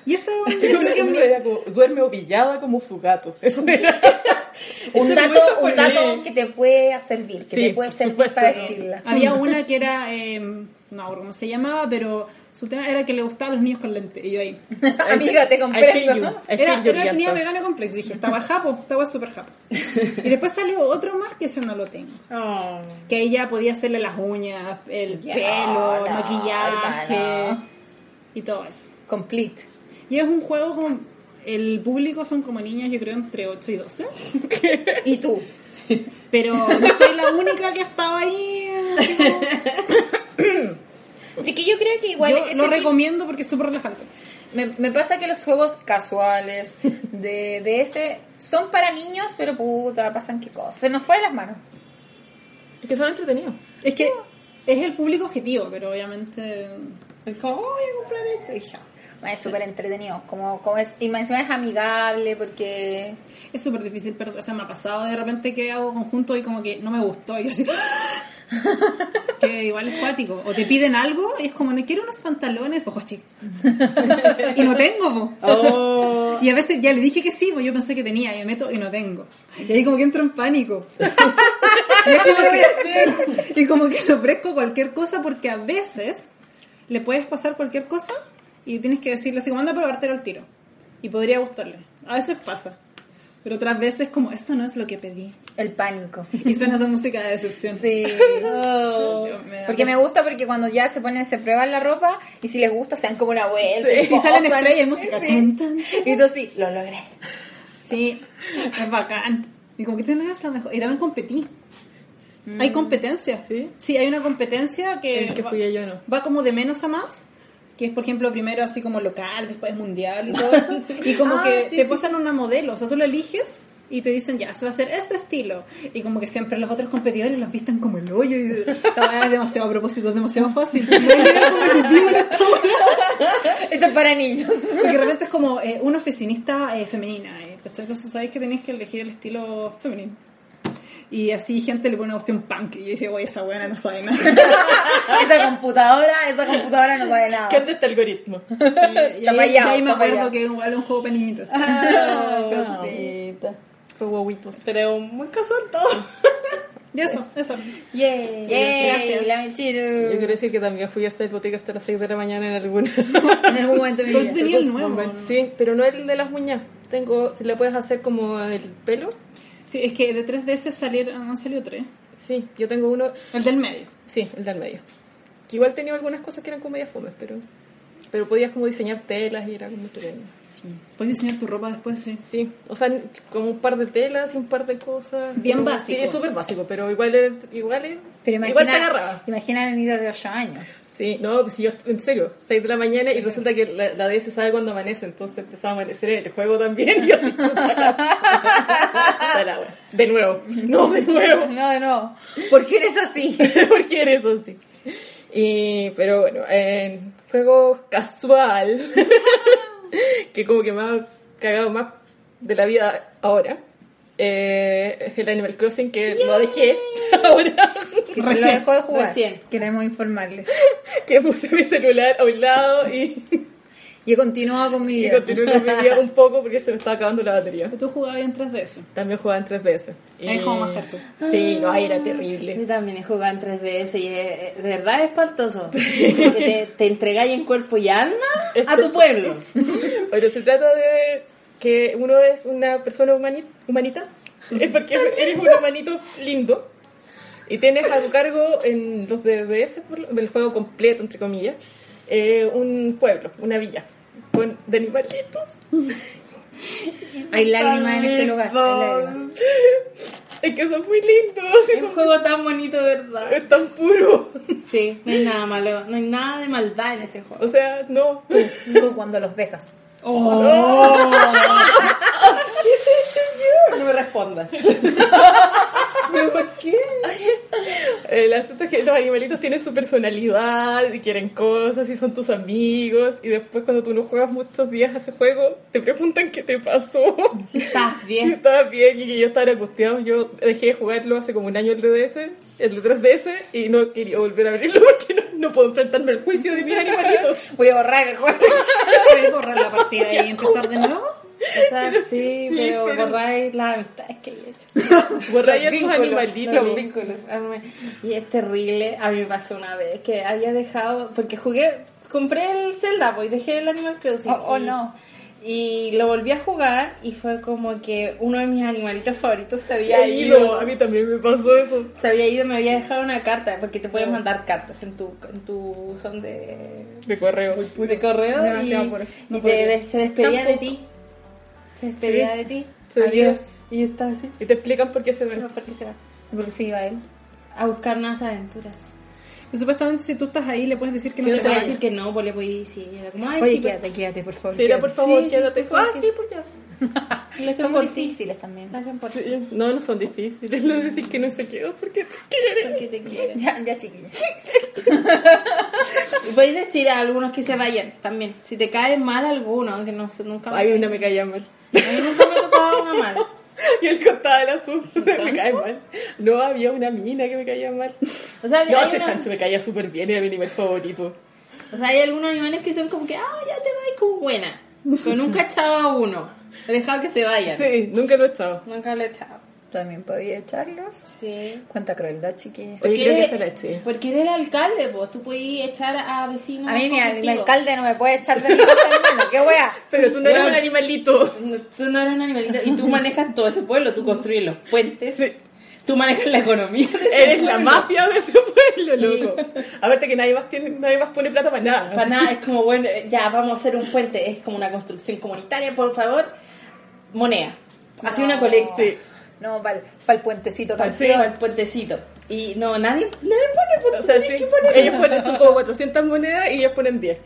Speaker 4: Y eso yo
Speaker 5: Era
Speaker 4: creo
Speaker 5: una-
Speaker 4: que es mi-
Speaker 5: era como, duerme ovillada como su gato. Eso era.
Speaker 6: un
Speaker 5: Ese
Speaker 6: dato,
Speaker 5: puesto
Speaker 6: un
Speaker 5: con
Speaker 6: dato
Speaker 5: él.
Speaker 6: que te puede servir, que
Speaker 5: Sí,
Speaker 6: te puede
Speaker 5: por
Speaker 6: servir
Speaker 5: supuesto.
Speaker 6: para vestirla.
Speaker 4: Había una que era, eh, no, me acuerdo cómo se llamaba, pero su tema era que le gustaban los niños con lente. Y yo ahí.
Speaker 6: Amiga, te
Speaker 5: I feel you.
Speaker 6: comprendo.
Speaker 5: I feel
Speaker 4: Era,
Speaker 5: you,
Speaker 4: era tenía
Speaker 5: gato.
Speaker 4: vegano complex. Dije, estaba japo, estaba súper japo. Y después salió otro más que ese no lo tengo.
Speaker 5: Oh.
Speaker 4: Que ella podía hacerle las uñas, el
Speaker 6: Ya,
Speaker 4: pelo, el
Speaker 6: no,
Speaker 4: maquillaje
Speaker 6: hermano.
Speaker 4: y todo eso.
Speaker 6: Complete.
Speaker 4: Y es un juego con. El público son como niñas, yo creo, entre 8 y 12.
Speaker 6: ¿Y tú?
Speaker 4: Pero no soy la única que estaba ahí. así como-
Speaker 6: De que yo creo que igual
Speaker 4: Yo
Speaker 6: ese
Speaker 4: lo
Speaker 6: tipo-
Speaker 4: recomiendo porque es súper relajante.
Speaker 6: me, me pasa que los juegos casuales de, de ese son para niños, pero puta, pasan qué cosas. Se nos fue de las manos.
Speaker 5: Es que son entretenidos.
Speaker 4: Es que es el público objetivo, pero obviamente.
Speaker 5: Es como, oh, voy a comprar esto y ya.
Speaker 6: Bueno, Es súper entretenido. Como, como es, y más encima es amigable porque
Speaker 4: Es súper difícil, pero o sea, me ha pasado de repente que hago conjunto y como que no me gustó. Y yo así. que igual es cuático. O te piden algo y es como, no quiero unos pantalones, ojos chicos. y no tengo. po. Y a veces ya le dije que sí, pues yo pensé que tenía, y me meto y no tengo. Y ahí como que entro en pánico. y, es como que, y como que le ofrezco cualquier cosa porque a veces le puedes pasar cualquier cosa y tienes que decirle así, como, anda a probártelo al tiro. Y podría gustarle. A veces pasa. Pero otras veces como, esto no es lo que pedí.
Speaker 6: el pánico.
Speaker 4: Y suena esa música de decepción. Oh.
Speaker 6: Sí. Porque me gusta porque cuando ya se ponen, se prueban la ropa y si les gusta se dan como una vuelta.
Speaker 4: Y
Speaker 6: y
Speaker 4: si salen
Speaker 6: gozan.
Speaker 4: estrellas y música.
Speaker 6: Sí.
Speaker 4: Tan, tan, tan.
Speaker 6: Y tú sí, lo logré.
Speaker 4: Sí, es bacán. Y como que te la mejor. Y también competí. Hay competencia.
Speaker 5: Mm. ¿Sí?
Speaker 4: hay una competencia que,
Speaker 5: El que
Speaker 4: va,
Speaker 5: fui yo no.
Speaker 4: va como de menos a más. Que es, por ejemplo, primero así como local, después mundial y todo eso. Y como
Speaker 5: Ah,
Speaker 4: que
Speaker 5: sí,
Speaker 4: te
Speaker 5: sí.
Speaker 4: pasan una modelo. O sea, tú la eliges y te dicen, ya, se va a hacer este estilo. Y como que siempre los otros competidores los vistan como el hoyo. Y esta weá es demasiado a propósito, es demasiado fácil.
Speaker 6: Esto es para niños.
Speaker 4: Porque de repente es como eh, una oficinista eh, femenina, eh, ¿cachai? Entonces sabéis que tenéis que elegir el estilo femenino. Y así gente le pone a usted un punk. Y yo decía, oye, esa buena no sabe nada.
Speaker 6: Esa computadora, esa computadora no sabe nada.
Speaker 5: ¿Qué anda este algoritmo?
Speaker 4: Sí, y
Speaker 6: Está
Speaker 4: ahí,
Speaker 6: fallado,
Speaker 4: y ahí me
Speaker 6: está
Speaker 4: acuerdo
Speaker 6: fallado.
Speaker 4: que igual es un juego para niñitos.
Speaker 5: Ah, cosita. Fue huevitos. Pero muy casual todo.
Speaker 4: Y eso, eso.
Speaker 2: eh,
Speaker 5: Yay.
Speaker 6: Yay,
Speaker 4: Gracias.
Speaker 6: la mentira.
Speaker 5: Yo quiero decir que también fui hasta el botica hasta las 6 de la mañana en alguna.
Speaker 6: En algún momento de mi
Speaker 4: Entonces
Speaker 6: vida.
Speaker 4: tenía el nuevo.
Speaker 5: Sí, pero no el de las uñas. Tengo, si le puedes hacer como el pelo.
Speaker 4: Sí, es que de 3DS salieron, han salido tres.
Speaker 5: Sí, yo tengo uno.
Speaker 4: El del medio.
Speaker 5: Sí, el del medio. Que igual tenía algunas cosas que eran como media fomes, pero. pero podías como diseñar telas y era como entretenido.
Speaker 4: Puedes diseñar tu ropa después, sí.
Speaker 5: Sí, o sea, como un par de telas y un par de cosas.
Speaker 4: Bien
Speaker 5: Como-
Speaker 4: básico.
Speaker 5: Sí, es súper básico, pero igual, era- igual, era-
Speaker 6: Pero
Speaker 5: igual te
Speaker 6: imagina,
Speaker 5: agarraba.
Speaker 6: imagina a la niña de 8 años.
Speaker 5: Sí, no, pues yo, en serio, 6 de la mañana y resulta que la, la DS sabe cuándo amanece, entonces empezaba a amanecer en el juego también y yo así, chuta la- chuta la wea. De nuevo, no, de nuevo.
Speaker 6: No, no. ¿Por qué eres así?
Speaker 5: ¿Por qué eres así? Y, pero bueno, en juego casual, que como que me ha cagado más de la vida ahora, eh, es el Animal Crossing que lo dejé ahora,
Speaker 6: Que te lo dejó de jugar.
Speaker 2: recién.
Speaker 6: Queremos informarles.
Speaker 5: que puse mi celular a un lado y,
Speaker 6: Yo continuaba con mi
Speaker 5: y
Speaker 6: vida.
Speaker 5: continué con mi día un poco porque se me estaba acabando la batería.
Speaker 4: Pero tú jugabas en 3DS.
Speaker 5: También jugaba en 3DS.
Speaker 4: Ahí
Speaker 5: Y-
Speaker 4: jugaba más hardcore.
Speaker 5: Sí, no, ahí era
Speaker 2: Yo
Speaker 5: terrible.
Speaker 2: también he jugado en 3DS y es, eh, de verdad es espantoso. Porque te, te entregáis en cuerpo y alma a tu pueblo.
Speaker 5: Pero se trata de que uno es una persona humani- humanita, es porque eres un humanito lindo y tienes a tu cargo en los DDS, por lo- el juego completo, entre comillas, eh, un pueblo, una villa, con, de animalitos.
Speaker 6: Hay lágrimas en este lugar. Hay lágrimas.
Speaker 5: Es que son muy lindos,
Speaker 2: Es un juego tan bonito, de ¿verdad?
Speaker 5: es tan puro.
Speaker 2: Sí, no hay nada malo, no hay nada de maldad en ese juego.
Speaker 5: O sea, no.
Speaker 6: Tú cuando los dejas.
Speaker 2: No me respondas.
Speaker 5: El asunto es que los animalitos tienen su personalidad y quieren cosas y son tus amigos y después cuando tú no juegas muchos días a ese juego te preguntan qué te pasó.
Speaker 2: Si estás
Speaker 5: Y
Speaker 2: bien.
Speaker 5: estaba bien y que yo estaba angustiado. Yo dejé de jugarlo hace como un año el DDS, el 3DS y no quería volver a abrirlo porque no, no puedo enfrentarme al juicio de mis animalitos.
Speaker 6: Voy a borrar el juego.
Speaker 4: Puedes borrar la partida y empezar de nuevo.
Speaker 2: O sea, sí, pero,
Speaker 5: pero-
Speaker 2: borráis las amistades que he hecho.
Speaker 5: Borrar a tus
Speaker 6: vínculos,
Speaker 5: animalitos.
Speaker 6: los
Speaker 2: vínculos. Y es terrible. A mí me pasó una vez que había dejado. Porque jugué. Compré el Zelda, pues y dejé el Animal Crossing.
Speaker 6: Oh, oh,
Speaker 2: Y-
Speaker 6: no.
Speaker 2: Y lo volví a jugar y fue como que uno de mis animalitos favoritos se había
Speaker 5: He
Speaker 2: ido.
Speaker 5: ido. A mí también me pasó eso.
Speaker 2: Se había ido, me había dejado una carta. Porque te pueden mandar cartas en tu, en tu son de,
Speaker 5: De correo.
Speaker 2: de correo.
Speaker 5: Demasiado
Speaker 2: y
Speaker 5: puro.
Speaker 2: y te- de- se despedía de ti. Se despedía
Speaker 5: Sí.
Speaker 2: de ti.
Speaker 5: Se despedía.
Speaker 2: Adiós. Y está así.
Speaker 5: Y te explican por qué se
Speaker 2: No,
Speaker 5: van.
Speaker 2: porque se va.
Speaker 6: Porque se iba él.
Speaker 2: A buscar nuevas aventuras.
Speaker 4: Y supuestamente si tú estás ahí le puedes decir que no se
Speaker 2: Yo le podía
Speaker 4: vaya.
Speaker 2: decir que no, pues le podía decir, era como, ay,
Speaker 6: Oye,
Speaker 2: sí, pero-
Speaker 6: quédate, quédate, por favor.
Speaker 5: Será por
Speaker 6: quédate.
Speaker 5: favor,
Speaker 2: Sí, sí,
Speaker 5: quédate.
Speaker 2: por
Speaker 5: ah,
Speaker 2: favor.
Speaker 5: sí, por qué.
Speaker 2: le hacen
Speaker 6: Son
Speaker 2: por ti,
Speaker 6: difíciles también.
Speaker 2: le hacen por ti,
Speaker 5: Sí, No, no son difíciles. No decir que no se quedó porque te quiere.
Speaker 2: porque te quieren.
Speaker 6: Ya, ya chiquilla.
Speaker 2: Y podéis decir a algunos que se vayan también. Si te cae mal alguno, que no sé, nunca me,
Speaker 5: Ay, una me caía mal.
Speaker 2: a mí nunca me tocaba una mala.
Speaker 5: Y el costado del azul me cae mal. No, había una mina que me caía mal.
Speaker 2: O sea,
Speaker 5: No,
Speaker 2: hay
Speaker 5: ese
Speaker 2: una-
Speaker 5: chancho me caía súper bien, era mi nivel favorito.
Speaker 2: o sea, hay algunos animales que son como que, ah, ya te vas con buena. Pero nunca echaba a uno. He dejado que se vayan.
Speaker 5: Sí, nunca lo he estado.
Speaker 2: Nunca lo he echado.
Speaker 6: También podía echarlos.
Speaker 2: Sí.
Speaker 6: Cuánta crueldad, chiquilla.
Speaker 5: Oye,
Speaker 2: Porque
Speaker 5: creo que
Speaker 2: eres-
Speaker 5: se la eché.
Speaker 2: Porque eres el alcalde, pues tú podías echar a vecinos.
Speaker 6: A mí mi, mi
Speaker 2: conflictivos.
Speaker 6: alcalde no me puede echar de mi casa, hermano. ¿Qué wea?
Speaker 5: Pero tú no eres un animalito.
Speaker 2: No, Tú no eres un animalito y tú manejas todo ese pueblo, tú construyes los puentes, tú manejas la economía. de ese
Speaker 5: Eres la
Speaker 2: pueblo.
Speaker 5: mafia de ese pueblo, loco. Aparte que nadie más, tiene, nadie más pone plata para nada.
Speaker 2: Para nada, es como, bueno, ya vamos a hacer un puente, es como una construcción comunitaria, por favor, moneda. Hace una colecta
Speaker 5: Sí.
Speaker 6: No, para el puentecito
Speaker 2: para
Speaker 6: calceo.
Speaker 2: el puentecito. Y no, nadie, nadie pone
Speaker 5: O
Speaker 2: puente.
Speaker 5: sea, sí, ellos ponen son como 400 monedas y ellos ponen 10.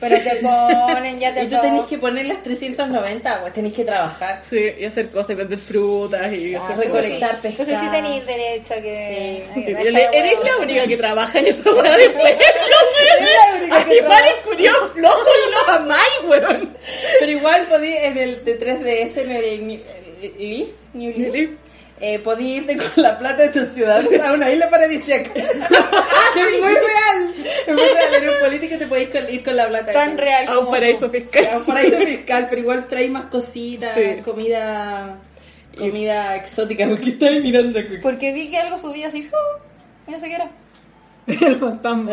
Speaker 6: Pero te ponen, ya te
Speaker 2: Y tú tenés
Speaker 6: ponen.
Speaker 2: que poner las 390, pues tenés que trabajar,
Speaker 5: Sí, y hacer cosas, y vender frutas y hacer cosas.
Speaker 2: recolectar pescado.
Speaker 6: Entonces sí tenéis derecho a que... a que
Speaker 5: Sí,
Speaker 6: me eche
Speaker 5: Eres
Speaker 6: de
Speaker 5: eres
Speaker 6: huevo.
Speaker 5: la única que trabaja en esa hueá de pueblo, weón. Animales curiosos flojos y los amáis, weón.
Speaker 2: Pero igual podí en el de 3DS, en el New, el Leaf, New Leaf,
Speaker 5: Leaf.
Speaker 2: eh, podí irte con la plata de tus ciudadanos a una isla paradisíaca. que es muy real. Es muy real. Eres un político te podéis con- ir con la plata.
Speaker 6: Tan real
Speaker 5: A
Speaker 6: como
Speaker 5: un paraíso
Speaker 2: A
Speaker 5: fiscal.
Speaker 2: un paraíso fiscal, pero igual traes más cositas,
Speaker 5: Sí.
Speaker 2: comida... Comida exótica, porque estáis mirando
Speaker 6: tú.
Speaker 2: que
Speaker 6: Porque vi que algo subía así... ¡uh! Y no sé qué era.
Speaker 4: El fantasma.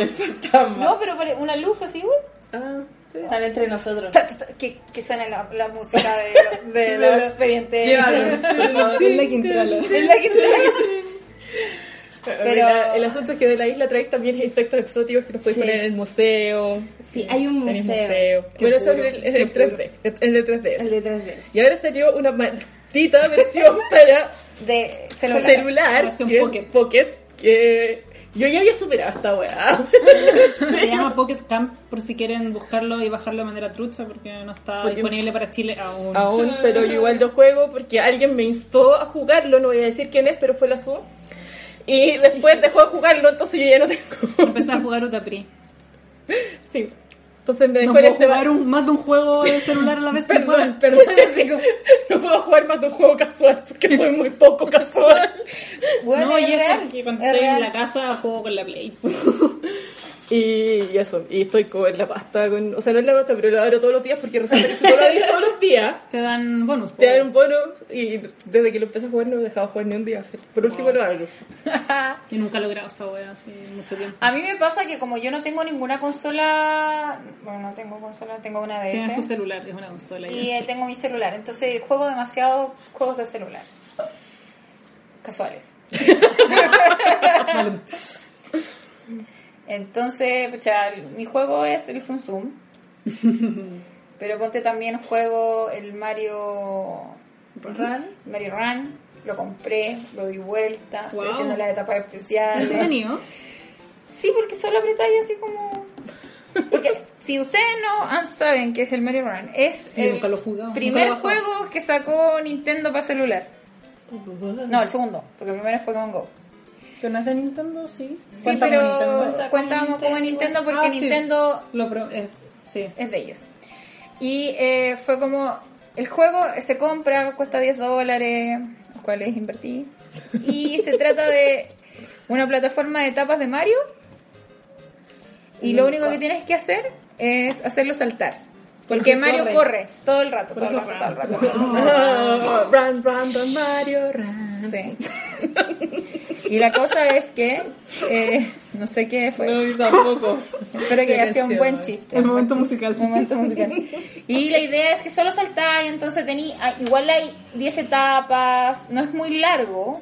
Speaker 2: tan mal.
Speaker 6: No, pero pare- una luz así... ¡uh!
Speaker 5: Ah, sí.
Speaker 2: Están entre nosotros.
Speaker 6: Ta, ta, ta, Que, que suena la, la música de, de los expedientes.
Speaker 2: Llévalos, por favor.
Speaker 4: Es la quintala.
Speaker 6: Es la que-
Speaker 5: Pero el asunto es que de la isla traes también insectos exóticos que nos puedes
Speaker 2: Sí.
Speaker 5: poner en el museo.
Speaker 2: Sí, hay un
Speaker 5: En el
Speaker 2: museo.
Speaker 5: museo.
Speaker 2: Qué
Speaker 5: Bueno, eso es
Speaker 2: puro,
Speaker 5: el, el
Speaker 2: qué
Speaker 5: 3D. El de 3D.
Speaker 2: El de 3D.
Speaker 5: Y ahora salió una maldita versión para
Speaker 6: de celular.
Speaker 5: celular,
Speaker 4: Versión
Speaker 5: que es
Speaker 4: Pocket.
Speaker 5: Pocket, que yo ya había superado esta weá.
Speaker 4: Se llama Pocket Camp por si quieren buscarlo y bajarlo de manera trucha porque no está
Speaker 5: Porque-
Speaker 4: disponible para Chile aún.
Speaker 5: Aún, pero yo igual lo juego porque alguien me instó a jugarlo, no voy a decir quién es, pero fue la SU. Y después dejó de jugarlo, entonces yo ya no tengo.
Speaker 4: Empecé a jugar Utapri.
Speaker 5: Sí. Entonces me
Speaker 4: No
Speaker 5: dejó en
Speaker 4: puedo
Speaker 5: este
Speaker 4: jugar
Speaker 5: ba-
Speaker 4: un- más de un juego de celular a la vez.
Speaker 3: Perdón, perdón. digo,
Speaker 5: No puedo jugar más de un juego casual porque soy muy poco casual.
Speaker 6: Bueno,
Speaker 4: no,
Speaker 6: es
Speaker 4: y es
Speaker 6: real.
Speaker 4: porque cuando
Speaker 6: es
Speaker 4: estoy en
Speaker 6: real.
Speaker 4: la casa juego con la Play.
Speaker 5: Y, y eso, y estoy con la pasta, con, o sea, no es la pasta, pero la abro todos los días porque resulta que si no la abres todos los días,
Speaker 4: Te dan bonus. po.
Speaker 5: te dan un bono y desde que lo empecé a jugar no he dejado jugar ni un día. Por último lo abro.
Speaker 4: Y nunca he logrado esa wea hace mucho tiempo.
Speaker 6: A mí me pasa que como yo no tengo ninguna consola, bueno, no tengo consola, tengo una
Speaker 4: Tienes tu
Speaker 6: DS
Speaker 4: celular, es una consola. ya.
Speaker 6: y eh, tengo mi celular, entonces juego demasiado juegos de celular. Casuales. entonces, pucha, mi juego es el Zoom Zoom. Pero ponte también juego el Mario
Speaker 2: Run.
Speaker 6: Mary Run, lo compré, lo di vuelta,
Speaker 4: Wow.
Speaker 6: estoy haciendo las etapas especiales.
Speaker 4: Entretenido.
Speaker 6: sí, porque solo apretáis así como... Porque si ustedes no han- saben que es el Mary Run, es
Speaker 4: Yo
Speaker 6: el
Speaker 4: nunca lo he jugado, nunca
Speaker 6: primer
Speaker 4: lo he bajado.
Speaker 6: juego que sacó Nintendo para celular. No, el segundo, porque el primero es Pokémon GO.
Speaker 4: ¿Pero no es de Nintendo? Sí.
Speaker 6: Sí,
Speaker 4: Cuenta con Nintendo.
Speaker 6: pero
Speaker 2: Cuenta como
Speaker 6: cuentábamos como
Speaker 2: Nintendo
Speaker 6: Nintendo porque
Speaker 4: Ah, sí.
Speaker 6: Nintendo
Speaker 4: Lo pro- eh, sí.
Speaker 6: es de ellos. Y eh, fue como, el juego se compra, cuesta 10 dólares, los cuales invertí. Y se trata de una plataforma de etapas de Mario. Y lo único que tienes que hacer es hacerlo saltar. Porque Mario corre, todo el rato, todo el rato, todo el rato.
Speaker 5: Ah, run, run, run, Mario, run.
Speaker 6: Sí. Y la cosa es que, eh, no sé qué fue.
Speaker 5: tampoco.
Speaker 6: Espero que haya sido un buen chiste.
Speaker 4: El momento musical.
Speaker 6: Momento musical. Y la idea es que solo saltáis, entonces tení, ah, igual hay 10 etapas, no es muy largo,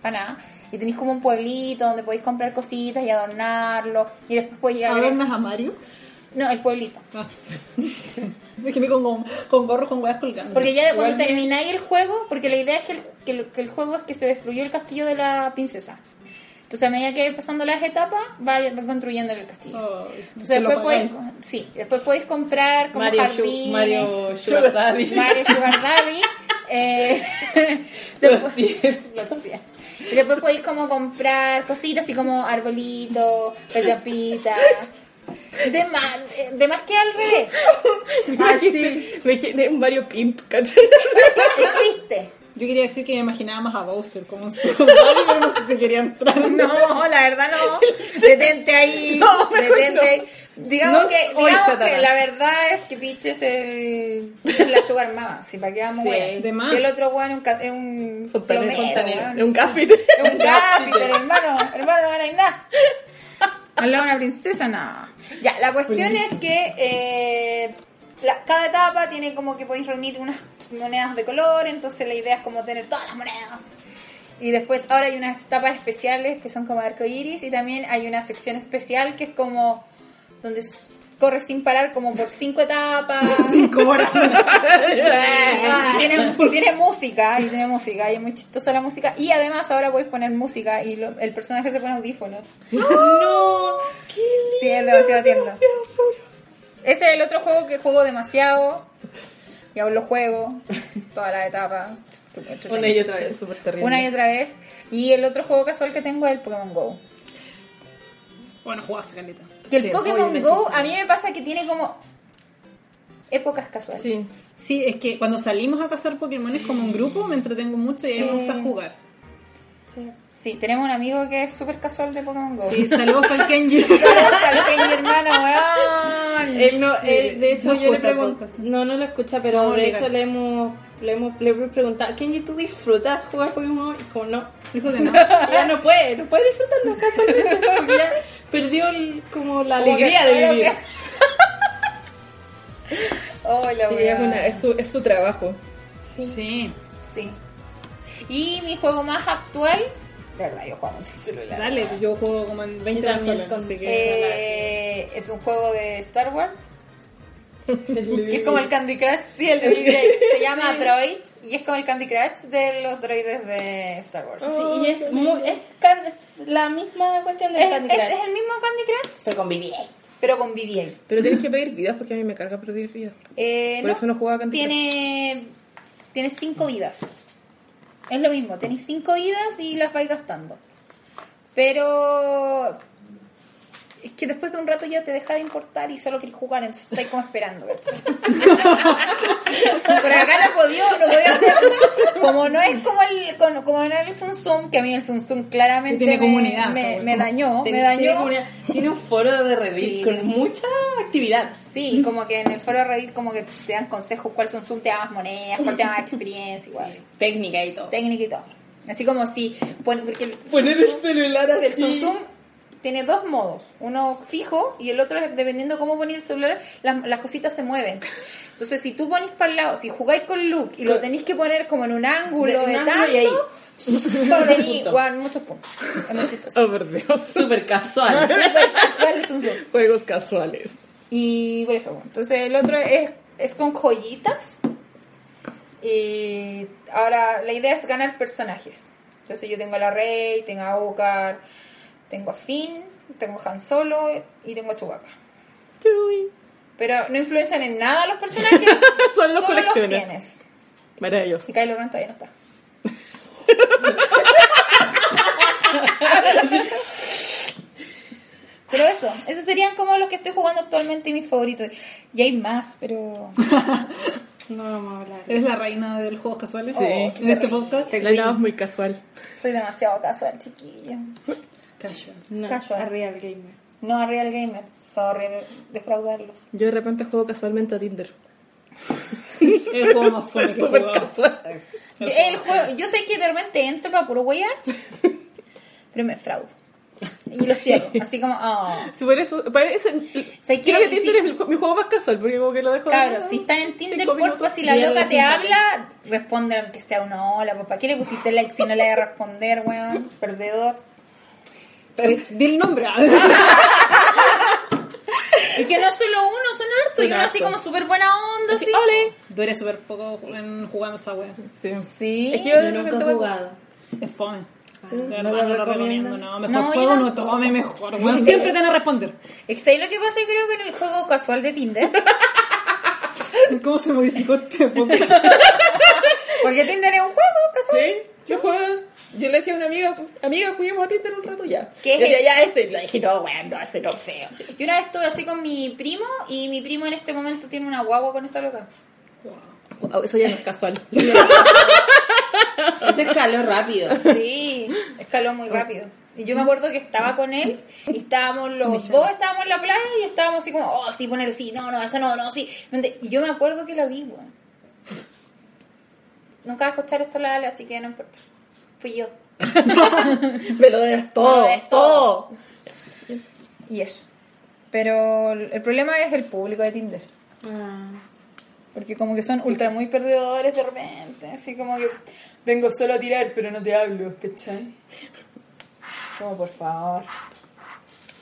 Speaker 6: para nada. Y tenéis como un pueblito donde podéis comprar cositas y adornarlo. Y después podéis agregar...
Speaker 4: ¿Adornas a Mario?
Speaker 6: No, el pueblito.
Speaker 4: Ah. Déjeme con, con, con gorro, con weas colgando.
Speaker 6: Porque ya de cuando
Speaker 5: Igual bien.
Speaker 6: termináis el juego, porque la idea es que el, que el- que el juego es que se destruyó el castillo de la princesa. Entonces a medida que vais pasando las etapas, vais vais construyendo el castillo.
Speaker 4: Oh,
Speaker 6: Entonces
Speaker 4: se lo
Speaker 6: después podéis,
Speaker 4: pagáis.
Speaker 6: pues, sí, después podéis comprar como
Speaker 5: Mario, Shu-
Speaker 6: jardines.
Speaker 5: Mario, Sugar Daddy.
Speaker 6: Mario Sugar Daddy. eh, después, lo siento. Y después podéis como comprar cositas así como arbolitos, pechapitas. De más, eh, de más que al revés.
Speaker 5: Ah, sí. Me imaginé un Mario Pimp, ¿cachai?
Speaker 6: Existe.
Speaker 4: Yo quería decir que me imaginaba más a Bowser como un Super Mario, pero no sé si quería entrar.
Speaker 6: No, la verdad no. Detente ahí. detente ahí. Digamos
Speaker 5: No
Speaker 6: que,
Speaker 5: hoy,
Speaker 6: digamos
Speaker 5: Satanás.
Speaker 6: que la verdad es que Peach es el es la sugar mama, si para que vamos
Speaker 5: Sí,
Speaker 6: weas.
Speaker 4: de más.
Speaker 6: Si el otro weón es un ca- es un
Speaker 5: Fontanero,
Speaker 6: plomero,
Speaker 5: fontanero.
Speaker 6: weón,
Speaker 5: Es un
Speaker 6: sí.
Speaker 5: gaffiter.
Speaker 6: Es un gaffiter, hermano, hermano, no ganáis nada. Al lado de una princesa, nada. Ya, la cuestión es que eh, la- cada etapa tiene como que podéis reunir unas monedas de color, entonces la idea es como tener todas las monedas. Y después ahora hay unas etapas especiales que son como arco iris y también hay una sección especial que es como donde s- corres sin parar como por cinco etapas. Y tiene, y tiene música, y tiene música, y es muy chistosa la música. Y además ahora podéis poner música y lo- el personaje se pone audífonos. ¡No! Sí, es demasiado tierno. Ese es el otro juego que juego demasiado. Y aún lo juego. Toda la etapa.
Speaker 5: Una y otra vez, súper terrible.
Speaker 6: Una y otra vez. Y el otro juego casual que tengo es el Pokémon GO.
Speaker 4: Bueno, jugás, caleta.
Speaker 6: Que el
Speaker 5: Sí,
Speaker 6: Pokémon
Speaker 5: obvio,
Speaker 6: GO a mí me pasa que tiene como épocas casuales.
Speaker 5: Sí.
Speaker 4: Sí, es que cuando salimos a cazar Pokémones como un grupo me entretengo mucho y a mí me gusta jugar.
Speaker 6: Sí. Sí, tenemos un amigo que es súper casual de Pokémon GO.
Speaker 4: Sí, saludos para el Kenji.
Speaker 6: mi hermano, weón.
Speaker 2: Él no, él, de hecho,
Speaker 4: No
Speaker 2: yo le
Speaker 4: escucha el
Speaker 2: pregunto.
Speaker 4: podcast.
Speaker 2: No, no lo escucha, pero
Speaker 4: No,
Speaker 2: de
Speaker 4: mira.
Speaker 2: hecho le hemos, le hemos, le hemos preguntado: Kenji, ¿tú disfrutas jugar Pokémon? Y como no.
Speaker 4: Dijo que no.
Speaker 2: Ya no puede, no puede disfrutarlo casualmente porque ya perdió el- como la
Speaker 6: Como que
Speaker 2: alegría de
Speaker 6: solo
Speaker 2: vivir.
Speaker 6: Hola, Oh,
Speaker 5: Sí, es,
Speaker 6: weón.
Speaker 5: una- es su, es su trabajo.
Speaker 4: Sí.
Speaker 6: Sí. Y mi juego más actual De verdad, yo juego mucho en celular.
Speaker 4: Dale, pues yo juego como en 20
Speaker 2: Yo
Speaker 4: horas
Speaker 2: también
Speaker 4: sola,
Speaker 2: con-
Speaker 4: así que...
Speaker 6: Eh, es un juego de Star Wars. que es como el Candy Crush, sí, el de Bill Gates. Se llama Droids y es como el Candy Crush de los droides de Star
Speaker 5: Oh,
Speaker 6: Wars.
Speaker 2: Sí, y es, mu- es, can- es la misma cuestión del
Speaker 6: Es,
Speaker 2: Candy
Speaker 6: es-
Speaker 2: Crush.
Speaker 6: es el mismo Candy Crush,
Speaker 2: Pero con BB-8.
Speaker 6: pero con BB-8.
Speaker 5: Pero tienes que pedir vidas porque a mí me carga pedir vidas.
Speaker 6: Eh,
Speaker 5: Por eso no jugaba Candy
Speaker 6: tiene, tiene cinco vidas. Es lo mismo, tenéis cinco vidas y las vais gastando. Pero es que después de un rato ya te deja de importar y solo queréis jugar, entonces estáis como esperando. ¿cachai? Por acá no podía, no podía hacer. Como no es como el como, como en el Sun Zoom, que a mí el Sun Zoom claramente
Speaker 4: Tiene
Speaker 6: me,
Speaker 4: comunidad,
Speaker 6: me,
Speaker 4: sobre
Speaker 6: me
Speaker 4: todo.
Speaker 6: dañó, me
Speaker 2: Tiene-
Speaker 6: dañó.
Speaker 2: Tiene, como una- tiene un foro de Reddit
Speaker 6: Sí.
Speaker 2: con mucha actividad.
Speaker 6: Sí, como que en el foro de Reddit como que te dan consejos cuál son zoom te da más monedas, cuál te da más experiencia, igual.
Speaker 2: Técnica y todo.
Speaker 6: Técnica y todo. Así como si pon- porque el,
Speaker 2: Poner el celular
Speaker 6: el
Speaker 2: así.
Speaker 6: zoom zoom tiene dos modos, uno fijo y el otro es dependiendo cómo poner el celular, las, las cositas se mueven. Entonces, si tú pones para el lado, si jugáis con Luke y lo tenéis que poner como en un ángulo
Speaker 2: De-
Speaker 6: de,
Speaker 2: un
Speaker 6: tanto,
Speaker 2: ángulo y ahí.
Speaker 6: tenéis,
Speaker 2: Punto.
Speaker 6: weón, muchos puntos. Es muy chistoso.
Speaker 5: Oh, por Dios.
Speaker 2: Súper casual.
Speaker 6: Súper casual el zoom zoom.
Speaker 5: Juegos casuales.
Speaker 6: Y por eso. Entonces el otro es, es con joyitas. Y ahora la idea es ganar personajes. Entonces yo tengo a la Rey, tengo a Ocar, tengo a Finn, tengo a Han Solo y tengo a Chewbacca. Pero no influencian en nada los personajes.
Speaker 5: Solo los
Speaker 6: Solo los
Speaker 5: coleccionas.
Speaker 6: tienes.
Speaker 5: Maravilloso.
Speaker 6: Si Kylo Ren todavía no está. Pero eso, esos serían como los que estoy jugando actualmente y mis favoritos. Y hay más, pero.
Speaker 2: No vamos a hablar.
Speaker 4: ¿Eres la reina de los juegos casuales?
Speaker 6: Sí.
Speaker 4: ¿En este podcast?
Speaker 5: La nada es muy casual.
Speaker 6: Soy demasiado casual, chiquilla.
Speaker 2: No,
Speaker 6: Casual.
Speaker 2: a Real Gamer.
Speaker 6: No a Real Gamer. Sorry de defraudarlos.
Speaker 5: Yo de repente juego casualmente a Tinder.
Speaker 4: El juego más fome que he
Speaker 5: Súper
Speaker 4: jugado.
Speaker 5: casual.
Speaker 6: Yo, el juego, yo sé que de repente entro para puro weas, pero me fraudo. Y lo cierro. Así como, oh.
Speaker 5: Si por eso, parece,
Speaker 6: sea,
Speaker 5: creo
Speaker 6: quiero
Speaker 5: que
Speaker 6: que
Speaker 5: Tinder
Speaker 6: sí.
Speaker 5: es mi, ju- mi juego más casual, porque como que lo dejo...
Speaker 6: Claro, si estás en Tinder,
Speaker 5: Cinco
Speaker 6: porfa,
Speaker 5: minutos.
Speaker 6: si la
Speaker 2: Diez
Speaker 6: loca
Speaker 2: de
Speaker 6: te
Speaker 2: cinco.
Speaker 6: habla, responde aunque sea una hola, papá. ¿Para qué le pusiste like si no le de responder, weón? Perdedor.
Speaker 4: Pero, Di el nombre.
Speaker 6: Y que no es solo uno, son hartos. Y uno así como súper buena onda, así.
Speaker 5: ¡Ole!
Speaker 4: Duré súper poco en- jugando esa wea.
Speaker 5: Sí.
Speaker 6: Sí.
Speaker 5: Es que yo,
Speaker 2: Yo nunca he jugado.
Speaker 4: Es fome. De verdad,
Speaker 2: no
Speaker 4: no
Speaker 2: lo
Speaker 4: lo
Speaker 2: recomiendo.
Speaker 4: recomiendo. No, mejor
Speaker 6: No,
Speaker 4: juego
Speaker 6: yo
Speaker 4: no
Speaker 6: tampoco.
Speaker 4: tome mejor. weón. Siempre te van a responder.
Speaker 6: Es que ahí lo que pasa, yo creo que en el juego casual de Tinder.
Speaker 4: ¿Cómo se modificó este podcast?
Speaker 6: Porque Tinder es un juego casual.
Speaker 5: Sí, yo juego. Yo le decía a una amiga, amiga, juguemos a Tinder un rato ya.
Speaker 6: ¿Qué
Speaker 5: Y ella,
Speaker 6: es?
Speaker 5: ya ese. Y le dije, no, weón, no, ese no feo.
Speaker 6: Yo una vez estuve así con mi primo y mi primo en este momento tiene una guagua con esa loca.
Speaker 5: Wow, eso ya no es casual.
Speaker 2: Ese escaló rápido.
Speaker 6: Sí, escaló muy rápido. Y yo me acuerdo que estaba con él y estábamos los dos, estábamos en la playa y estábamos así como, oh, sí, poner sí, no, no, eso no, no, sí. Y yo me acuerdo que lo vi, weón. Nunca va a escuchar esto la Ale, así que no importa. Fui yo.
Speaker 5: Me lo debes todo,
Speaker 6: Me lo debes todo.
Speaker 5: todo.
Speaker 6: Y eso. Pero el problema es el público de Tinder. Porque como que son ultra muy perdedores de repente. Así como que vengo solo a tirar, pero no te hablo, ¿cachai? Como por favor.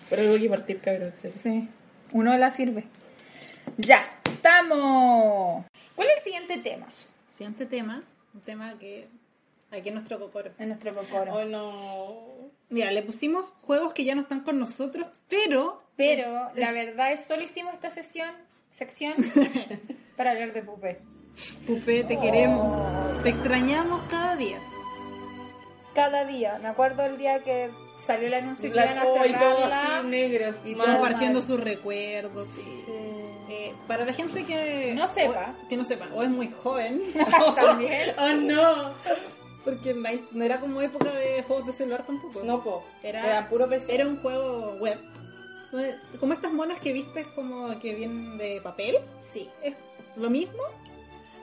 Speaker 5: Pero luego hay que partir, cabrón. sí.
Speaker 6: Sí, uno la sirve. Ya, estamos. ¿Cuál es el siguiente tema
Speaker 4: Siguiente tema. Un tema que aquí en nuestro cocoro.
Speaker 6: en nuestro cocoro?
Speaker 2: Oh, no.
Speaker 4: Mira, le pusimos juegos que ya no están con nosotros, pero
Speaker 6: Pero la verdad es solo hicimos esta sesión, sección para hablar de Pupé.
Speaker 4: Pupé, te queremos. Te extrañamos cada día.
Speaker 6: Cada día, me acuerdo el día que salió el anuncio que iban a
Speaker 2: oh, y todo
Speaker 6: cerrarla.
Speaker 2: así, negros.
Speaker 6: y
Speaker 2: Mal.
Speaker 6: todo
Speaker 4: Compartiendo
Speaker 6: mal.
Speaker 4: sus recuerdos. Eh, para la gente que
Speaker 6: No sepa.
Speaker 4: o- que no sepa, o es muy joven,
Speaker 6: También.
Speaker 4: o no, porque no hay- no era como época de juegos de celular tampoco.
Speaker 2: No, po.
Speaker 4: Era-
Speaker 2: Era, puro PC.
Speaker 4: Era un juego web. Como estas monas que viste como que vienen de papel,
Speaker 6: Sí.
Speaker 4: es lo mismo,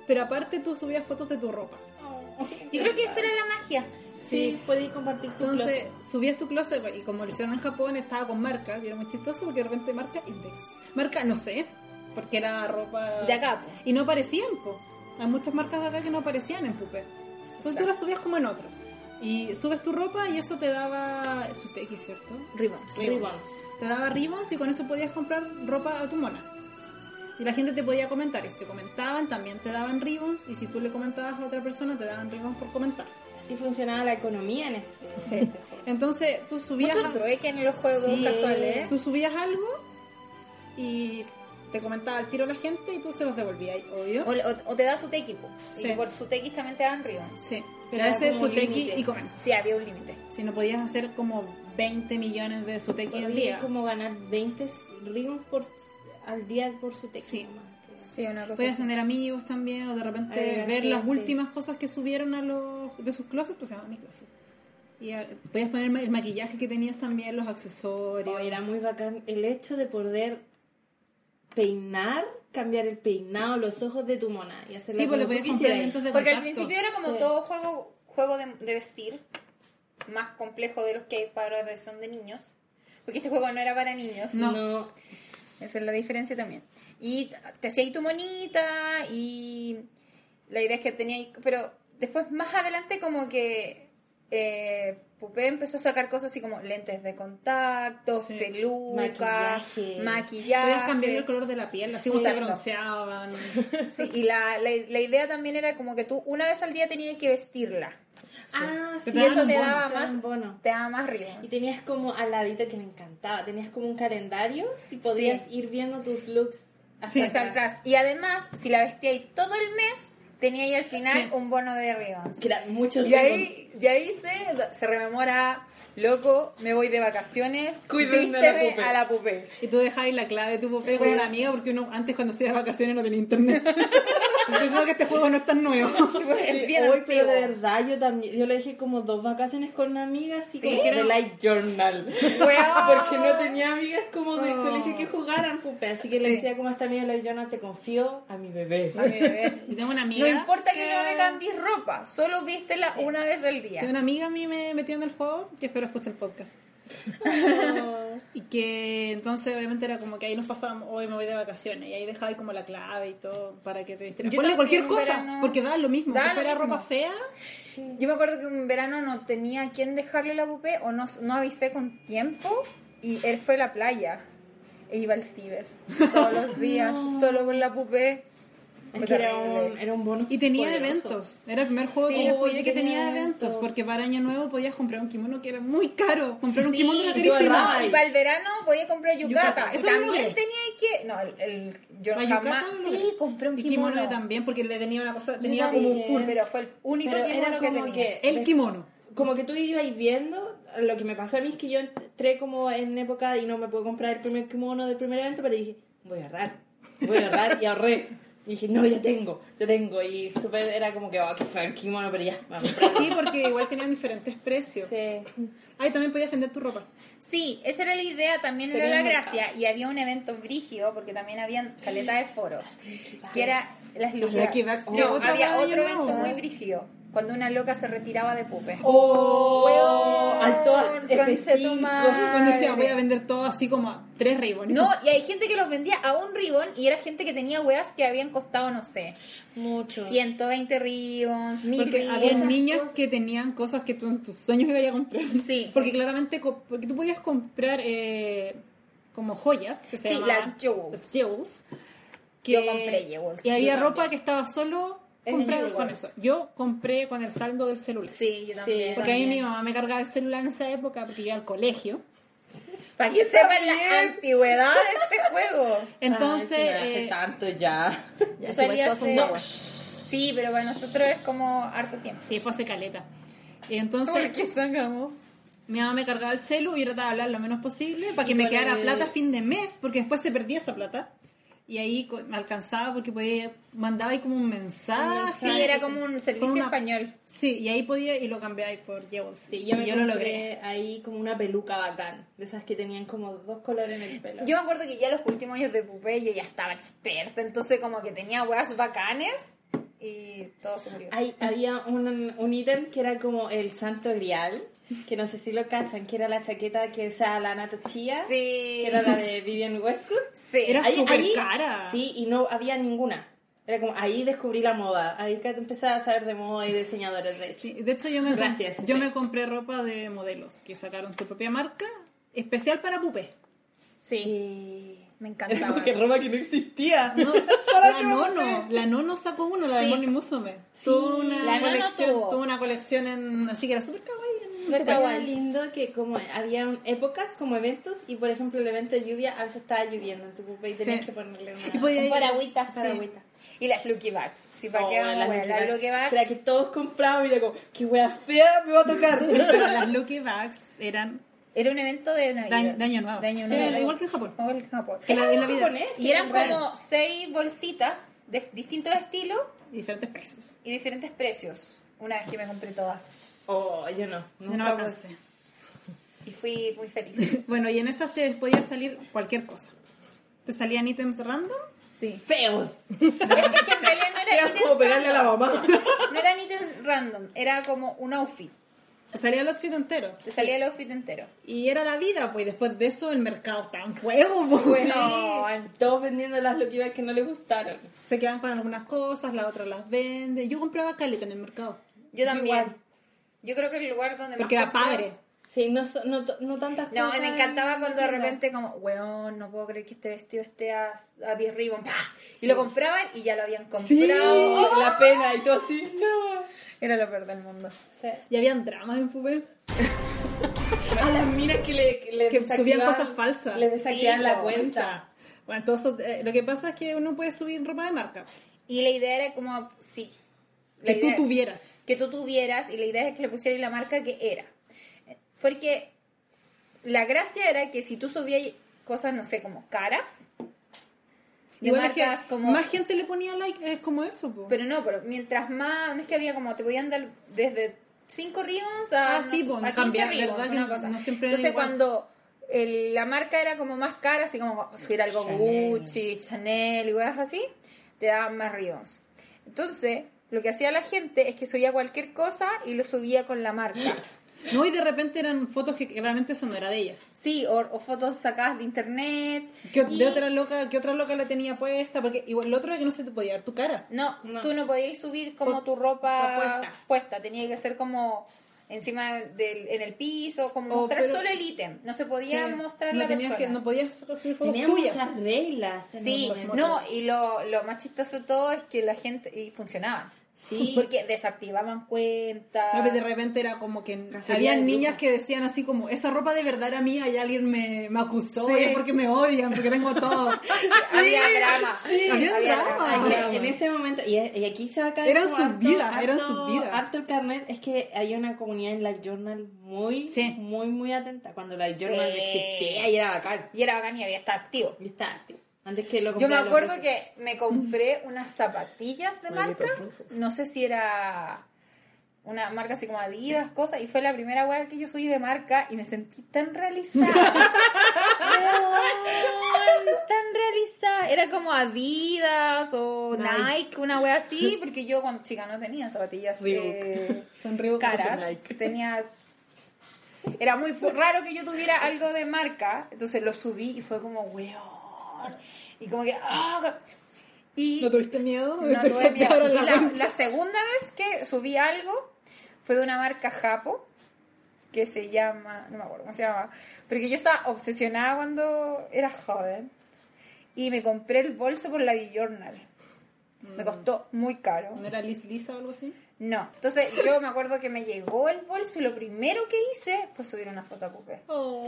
Speaker 4: pero aparte tú subías fotos de tu ropa.
Speaker 6: Yo creo que eso era la magia.
Speaker 2: Sí, podéis compartir tu
Speaker 4: Entonces subías tu closet y como lo hicieron en Japón estaba con marcas y era muy chistoso porque de repente marca Index. Marca, no sé, porque era ropa...
Speaker 6: De acá, po.
Speaker 4: Y no aparecían, po. Hay muchas marcas de acá que no aparecían en Pupé. Entonces tú las subías como en otros. Y subes tu ropa y eso te daba su TX, ¿cierto?
Speaker 3: Ribbons.
Speaker 2: Ribbons.
Speaker 4: Te daba ribbons y con eso podías comprar ropa a tu mona. Y la gente te podía comentar. Y si te comentaban, también te daban ribbons. Y si tú le comentabas a otra persona, te daban ribbons por comentar.
Speaker 2: Así funcionaba la economía en este, en este juego.
Speaker 4: Entonces, tú subías...
Speaker 6: Mucho
Speaker 4: a-
Speaker 6: trueque en los juegos
Speaker 2: Sí.
Speaker 6: casuales. ¿eh?
Speaker 4: Tú subías algo y te comentaba al tiro a la gente y tú se los devolvías, obvio.
Speaker 6: O, o- o te da su tequipo.
Speaker 4: Sí.
Speaker 6: Y por su tequis también te dan ribbons.
Speaker 4: Sí.
Speaker 2: Pero
Speaker 4: Pero a veces
Speaker 2: era como un
Speaker 4: Suteki
Speaker 2: límite.
Speaker 4: y comentas.
Speaker 6: Sí, había un límite.
Speaker 4: Si no podías hacer como 20 millones de Suteki al
Speaker 2: Podría
Speaker 4: día.
Speaker 2: como ganar 20 ribbons por, al día por
Speaker 4: Sí.
Speaker 2: su tequila.
Speaker 6: Sí, una cosa
Speaker 4: Puedes
Speaker 6: así.
Speaker 4: tener amigos también o de repente
Speaker 2: Agregar
Speaker 4: ver las
Speaker 2: gente.
Speaker 4: últimas cosas que subieron a los, de sus closets, pues se llama mi closet. Y a- podías poner el maquillaje que tenías también, los accesorios.
Speaker 2: era muy bacán el hecho de poder peinar, cambiar el peinado, los ojos de tu mona y hacerla
Speaker 4: sí, pues le
Speaker 2: como
Speaker 4: podías comprar
Speaker 2: tú quisieras.
Speaker 4: eventos de
Speaker 6: Porque al
Speaker 4: contacto.
Speaker 6: principio era como
Speaker 2: Sí.
Speaker 6: todo juego, juego de, de vestir, más complejo de los que hay para la son de niños. Porque este juego no era para niños.
Speaker 4: No.
Speaker 2: No,
Speaker 6: Esa es la diferencia también. Y t- te hacía ahí tu monita y la idea es que tenía ahí- Pero después, más adelante, como que eh, Pupé empezó a sacar cosas así como lentes de contacto,
Speaker 4: Sí.
Speaker 6: pelucas,
Speaker 2: Maquillaje.
Speaker 6: maquillaje.
Speaker 4: Podías cambiar el color de la piel, así como se
Speaker 6: Exacto.
Speaker 4: bronceaban.
Speaker 6: Sí, y la, la, la idea también era como que tú una vez al día tenías que vestirla.
Speaker 2: Ah,
Speaker 4: Te
Speaker 2: sí,
Speaker 6: Y
Speaker 4: daban
Speaker 6: eso
Speaker 4: un
Speaker 6: te
Speaker 4: bono,
Speaker 6: daba
Speaker 2: te daban
Speaker 6: más,
Speaker 2: bono.
Speaker 6: te daba más riesgos.
Speaker 2: Y tenías como al ladito que me encantaba, tenías como un calendario y podías ir viendo tus looks hasta
Speaker 6: Sí, hasta atrás. Y además, si la vestía ahí todo el mes, tenía ahí al final
Speaker 4: Sí.
Speaker 6: un bono de ribbons.
Speaker 2: Que eran muchos
Speaker 6: Y ahí, y ahí se, se rememora, loco, me voy de vacaciones,
Speaker 5: Cuiden de la
Speaker 6: vísteme
Speaker 5: Pupé".
Speaker 6: a la pupé.
Speaker 4: Y tú dejáis la clave de tu bufé con una amiga porque uno antes cuando hacías vacaciones no tenía internet. Entonces que este juego no es tan nuevo.
Speaker 6: Es bien
Speaker 2: Hoy,
Speaker 6: antiguo.
Speaker 2: pero de verdad, yo también, yo le dije como dos vacaciones con una amiga, así
Speaker 6: ¿Sí?
Speaker 2: como que de Life Journal.
Speaker 6: Weón.
Speaker 2: Porque no tenía amigas como del
Speaker 4: Oh.
Speaker 2: colegio que jugaran, pupe. Así que le
Speaker 6: Sí.
Speaker 2: decía como a esta amiga de Life Journal, te confío a mi bebé.
Speaker 6: A mi bebé.
Speaker 4: Y tengo una amiga.
Speaker 6: No importa que yo le cambies ropa, solo vístela una vez al día.
Speaker 4: Sí, una amiga a mí me metió en el juego, que espero escuche el podcast. y que entonces obviamente era como que ahí nos pasábamos, hoy me voy de vacaciones, y ahí dejaba como la clave y todo para que te vistieras.
Speaker 6: Yo también
Speaker 4: Ponle cualquier
Speaker 6: en
Speaker 4: cosa,
Speaker 6: verano-
Speaker 4: porque da lo mismo,
Speaker 6: Da
Speaker 4: que
Speaker 6: lo
Speaker 4: fuera
Speaker 6: mismo.
Speaker 4: ropa fea.
Speaker 6: Yo me acuerdo que un verano no tenía a quién dejarle la pupé o no, no avisé con tiempo y él fue a la playa e iba al ciber todos los días solo por la pupé.
Speaker 2: Es que era un, era un bono.
Speaker 4: Y tenía
Speaker 2: poderoso.
Speaker 4: eventos, era el primer juego
Speaker 6: Sí,
Speaker 4: que
Speaker 6: el
Speaker 4: yo
Speaker 2: juego
Speaker 4: jugué que tenía eventos, porque para Año Nuevo podías comprar un kimono que era muy caro. Comprar un kimono era
Speaker 6: Sí,
Speaker 2: tú
Speaker 4: carísimo.
Speaker 2: ahorrabas.
Speaker 6: no, y para el verano podía comprar
Speaker 4: Yucata,
Speaker 6: yucata. Y
Speaker 4: eso no lo
Speaker 6: también
Speaker 4: vi.
Speaker 6: tenía que. No, el, el- yo
Speaker 4: La
Speaker 6: jamás.
Speaker 4: yucata, ¿no?
Speaker 6: Sí, compré un
Speaker 4: Y
Speaker 6: kimono.
Speaker 4: kimono también, porque le tenía una cosa,
Speaker 6: Tenía
Speaker 4: tenía
Speaker 6: como un
Speaker 4: como
Speaker 6: full, pero fue el único
Speaker 2: Pero
Speaker 6: kimono
Speaker 2: era
Speaker 6: que
Speaker 2: como
Speaker 6: tenía.
Speaker 2: que. eh,
Speaker 4: el kimono.
Speaker 2: Como que tú ibas viendo, lo que me pasó a mí es que yo entré como en época y no me pude comprar el primer kimono del primer evento, pero dije, voy a ahorrar, voy a ahorrar y ahorré. Y dije, no, ya tengo, ya tengo. Y súper era como que, oh, que fue el kimono, pero ya, vamos.
Speaker 4: Sí, porque igual tenían diferentes precios.
Speaker 2: Sí.
Speaker 4: Ah, y también podías vender tu ropa.
Speaker 6: Sí, esa era la idea, también era
Speaker 2: Tenía
Speaker 6: la
Speaker 2: un mercado.
Speaker 6: gracia. Y había un evento brígido, porque también habían caleta de foros. Que era las lucas.
Speaker 4: Lucky Bucks, que
Speaker 6: No,
Speaker 4: otra
Speaker 6: había
Speaker 4: vez,
Speaker 6: otro
Speaker 4: no.
Speaker 6: evento muy brígido. Cuando una loca se retiraba de pupe.
Speaker 2: ¡Oh!
Speaker 6: Weón,
Speaker 2: Al todas
Speaker 6: conche
Speaker 2: F5.
Speaker 6: tu madre.
Speaker 4: Cuando decía, voy a vender todo así como a tres ribbons.
Speaker 6: No, y hay gente que los vendía a un ribbon y era gente que tenía weas que habían costado, no sé,
Speaker 2: Mucho.
Speaker 6: 120 ribbons, 1000
Speaker 4: Porque
Speaker 6: ribbons.
Speaker 4: había niñas que tenían cosas que tú en tus sueños ibas a comprar.
Speaker 6: Sí.
Speaker 4: Porque claramente co- porque tú podías comprar eh, como joyas, que se
Speaker 6: Sí,
Speaker 4: llamaban-
Speaker 6: las jewels.
Speaker 4: las jewels, que-
Speaker 6: Yo compré jewels.
Speaker 4: Y había
Speaker 6: Yo
Speaker 4: ropa
Speaker 6: también.
Speaker 4: que estaba solo
Speaker 2: En
Speaker 4: comprada
Speaker 2: jewels.
Speaker 4: con eso. Yo compré con el saldo del celular.
Speaker 6: Sí, yo también.
Speaker 2: Sí.
Speaker 4: Porque a mí mi mamá me cargaba el celular en esa época porque yo iba al colegio.
Speaker 6: Ah, Para que sepan la antigüedad de este juego.
Speaker 4: Entonces,
Speaker 2: hace
Speaker 4: eh,
Speaker 2: tanto ya.
Speaker 6: Yo salía
Speaker 3: supuesto,
Speaker 6: hace...
Speaker 3: no.
Speaker 6: Sí, pero para nosotros es como harto tiempo.
Speaker 4: sí, fue hace caleta. Y entonces,
Speaker 6: sacamos?
Speaker 4: mi mamá me cargaba el celu y yo trataba de hablar lo menos posible para que
Speaker 6: Y
Speaker 4: me
Speaker 6: con
Speaker 4: quedara
Speaker 6: el-
Speaker 4: plata a fin de mes, porque después se perdía esa plata. Y ahí co- me alcanzaba porque podía, mandaba ahí como un mensaje.
Speaker 6: Sí, era como un servicio
Speaker 4: Con una-
Speaker 6: español.
Speaker 4: Sí, y ahí podía y lo cambiaba ahí por Jewels.
Speaker 2: Sí, yo me
Speaker 4: Y yo lo logré.
Speaker 2: ahí como una peluca bacán, de esas que tenían como dos colores en el pelo.
Speaker 6: Yo me acuerdo que ya los últimos años de Pupé yo ya estaba experta, entonces como que tenía weas bacanes y todo se murió.
Speaker 2: Hay- había un, un ítem que era como el santo grial, que no sé si lo cachan, que era la chaqueta que usaba la natachía,
Speaker 6: Sí.
Speaker 2: que Ah, era la de Vivian Westwood.
Speaker 6: Sí.
Speaker 4: Era
Speaker 2: Ahí-
Speaker 4: súper
Speaker 2: ahí-
Speaker 4: cara.
Speaker 2: Sí, y no había ninguna. Era como, ahí descubrí la moda. Ahí que empezaba a saber de moda y diseñadores de eso.
Speaker 4: Sí, de hecho yo me,
Speaker 2: Gracias,
Speaker 4: yo
Speaker 2: Pupé.
Speaker 4: me compré ropa de modelos que sacaron su propia marca especial para Pupé.
Speaker 6: Sí,
Speaker 2: Y-
Speaker 6: me
Speaker 2: Era
Speaker 6: encantaba.
Speaker 2: como que ropa que no existía.
Speaker 4: No, la Nono, la Nono sacó uno, la de
Speaker 6: Sí.
Speaker 4: Moni Musume. Tuvo una
Speaker 6: la Nono
Speaker 4: colección,
Speaker 6: tuvo.
Speaker 4: tuvo una colección en, así que era súper kawaii. en-
Speaker 6: Súper
Speaker 2: Pero era
Speaker 6: kawaii.
Speaker 2: lindo que como había épocas como eventos y por ejemplo el evento de lluvia a veces estaba lloviendo en tu pupa y tenías
Speaker 4: Sí.
Speaker 2: que ponerle una
Speaker 4: Y podía
Speaker 6: Un
Speaker 4: ir-
Speaker 6: paragüita,
Speaker 2: una
Speaker 6: sí.
Speaker 2: paragüita.
Speaker 6: Y las Lucky Bags. Sí, para
Speaker 2: Oh,
Speaker 6: que
Speaker 2: las
Speaker 6: bueno, las
Speaker 2: Lucky
Speaker 6: Lucky
Speaker 2: Bags.
Speaker 6: Bags.
Speaker 2: Era que todos compramos y era como, qué wea fea me va a tocar.
Speaker 4: Pero las Lucky Bags eran
Speaker 6: Era un evento de
Speaker 4: de año,
Speaker 6: Navidad.
Speaker 4: de año nuevo.
Speaker 6: De año
Speaker 4: Sí,
Speaker 6: nuevo.
Speaker 4: era igual que en Japón.
Speaker 6: Igual que en Japón.
Speaker 4: En la, en la vida.
Speaker 2: japonés?
Speaker 6: Y eran
Speaker 2: Bueno.
Speaker 6: como seis bolsitas de distintos estilos
Speaker 4: Y diferentes países.
Speaker 6: y diferentes precios. Una vez que me compré todas.
Speaker 2: Oh, yo no.
Speaker 4: Yo no
Speaker 2: nunca
Speaker 4: me alcancé.
Speaker 6: Y fui muy feliz.
Speaker 4: Bueno, y en esas te podía salir cualquier cosa. Te salían ítems random.
Speaker 6: Sí.
Speaker 2: Feos.
Speaker 6: Pero es que en realidad no era
Speaker 2: Feos
Speaker 6: ítem
Speaker 2: como pegarle a la mamá.
Speaker 6: No era ni tan random, era como un outfit.
Speaker 4: Te salía el outfit entero.
Speaker 6: Te salía el outfit entero.
Speaker 4: Y era la vida, pues. Después de eso, el mercado estaba en fuego, pues.
Speaker 2: Todos vendiendo las Lucky Bags que no le gustaron.
Speaker 4: Se quedan con algunas cosas, las otras las venden. Yo compraba caleta en el mercado.
Speaker 6: Yo también.
Speaker 2: Igual.
Speaker 6: Yo creo que el lugar donde
Speaker 4: Porque
Speaker 6: más
Speaker 4: era
Speaker 6: compré-
Speaker 4: padre.
Speaker 2: Sí, no, so- no, to- no tantas
Speaker 6: No,
Speaker 2: cosas.
Speaker 6: me encantaba
Speaker 2: en
Speaker 6: cuando de
Speaker 2: tienda.
Speaker 6: repente como, weón, no puedo creer que este vestido esté a, a 10 ribbon. ¡pah! Y lo compraban y ya lo habían comprado.
Speaker 2: Sí, la pena y todo así. No.
Speaker 6: Era lo peor del mundo.
Speaker 2: Sí.
Speaker 4: Y habían dramas en Pupé.
Speaker 2: A las minas que le, que le
Speaker 4: Que subían
Speaker 2: desactivaban-
Speaker 4: cosas falsas.
Speaker 2: Le desactivaban
Speaker 6: Sí,
Speaker 2: la
Speaker 6: po.
Speaker 2: cuenta.
Speaker 4: Bueno, entonces, eh, lo que pasa es que uno puede subir ropa de marca.
Speaker 6: Y la idea era como, sí. la
Speaker 4: Que tú
Speaker 6: idea-
Speaker 4: tuvieras.
Speaker 6: que tú tuvieras y la idea es que le pusieras la marca que era. Porque la gracia era que si tú subías cosas, no sé, como caras, de
Speaker 4: Igual es que
Speaker 6: marcas como...
Speaker 4: más gente le ponía like, es como eso, pues.
Speaker 6: Pero no, pero mientras más, no es que había como, te podían dar desde 5 ribbons a,
Speaker 4: Ah, sí,
Speaker 6: no sé,
Speaker 4: pues,
Speaker 6: a 15
Speaker 4: cambia,
Speaker 6: ribbons,
Speaker 4: verdad que
Speaker 6: una
Speaker 4: no-
Speaker 6: cosa.
Speaker 4: no siempre era
Speaker 6: Entonces
Speaker 4: igual.
Speaker 6: cuando el- la marca era como más cara, así como subir algo Gucci, Chanel y weas así, te daban más ribbons. Entonces, lo que hacía la gente es que subía cualquier cosa y lo subía con la marca.
Speaker 4: No, y de repente eran fotos que realmente eso no era de ella.
Speaker 6: Sí, o, o fotos sacadas de internet.
Speaker 4: ¿Qué,
Speaker 6: y-
Speaker 4: de otra loca, ¿Qué otra loca la tenía puesta? Porque igual, lo otro era que no se te podía ver tu cara.
Speaker 6: No,
Speaker 2: No.
Speaker 6: tú no podías subir como
Speaker 4: Por-
Speaker 6: tu ropa
Speaker 4: la puesta.
Speaker 6: puesta. Tenía que ser como encima del en el piso, como
Speaker 4: Oh,
Speaker 6: mostrar
Speaker 4: pero-
Speaker 6: solo el ítem. No se podía
Speaker 4: Sí.
Speaker 6: mostrar
Speaker 4: no
Speaker 6: la
Speaker 4: tenías
Speaker 6: persona.
Speaker 4: Que, no podías recibir fotos
Speaker 2: Tenía
Speaker 4: tuyas.
Speaker 2: muchas reglas. en
Speaker 6: Sí,
Speaker 4: muchas,
Speaker 6: no,
Speaker 4: muchas.
Speaker 6: y lo, lo más chistoso de todo es que la gente y funcionaba.
Speaker 2: Sí.
Speaker 6: Porque desactivaban cuentas.
Speaker 4: No, Ah, pero de repente era como que
Speaker 2: Cacería
Speaker 4: había
Speaker 2: de
Speaker 4: niñas
Speaker 2: brujas.
Speaker 4: que decían así como, esa ropa de verdad era mía y alguien me, me acusó
Speaker 6: Sí.
Speaker 4: y es porque me odian, porque tengo todo.
Speaker 6: había drama.
Speaker 4: había drama.
Speaker 2: Es que en ese momento, y, y aquí se va a caer.
Speaker 4: Eran
Speaker 2: como
Speaker 4: sus
Speaker 2: harto-
Speaker 4: vidas, eran
Speaker 2: harto-
Speaker 4: sus vidas.
Speaker 2: Harto el carnet, es que había una comunidad en Live Journal muy,
Speaker 4: Sí.
Speaker 2: muy, muy atenta. Cuando Live Journal
Speaker 6: Sí.
Speaker 2: existía y era bacán.
Speaker 6: Y era bacán y había estado activo.
Speaker 2: Y está, tío. Antes que lo
Speaker 6: Yo me
Speaker 2: comprara los
Speaker 6: acuerdo
Speaker 2: rusos.
Speaker 6: que me compré unas zapatillas de marca. No sé si era una marca así como Adidas, cosas. Y fue la primera web que yo subí de marca y me sentí tan realizada. Weón, tan realizada. Era como Adidas o Nike, una web así. Porque yo cuando chica no tenía zapatillas eh,
Speaker 4: Son re bocas de
Speaker 6: caras.
Speaker 4: Nike.
Speaker 6: Tenía... Era muy fu- raro que yo tuviera algo de marca. Entonces lo subí y fue como, weón. Y como que... ah, y
Speaker 4: ¿No tuviste miedo?
Speaker 6: no
Speaker 4: Te
Speaker 6: tuve miedo.
Speaker 4: sacaron
Speaker 6: Y
Speaker 4: la
Speaker 6: la,
Speaker 4: cuenta.
Speaker 6: la segunda vez que subí algo fue de una marca Japo que se llama, no me acuerdo cómo se llama, porque yo estaba obsesionada cuando era joven y me compré el bolso por la Journal.
Speaker 4: Mm.
Speaker 6: Me costó muy caro.
Speaker 4: ¿No era Liz Lisa o algo así?
Speaker 6: No. Entonces yo me acuerdo que me llegó el bolso y lo primero que hice fue subir una foto a Coupé.
Speaker 4: Oh.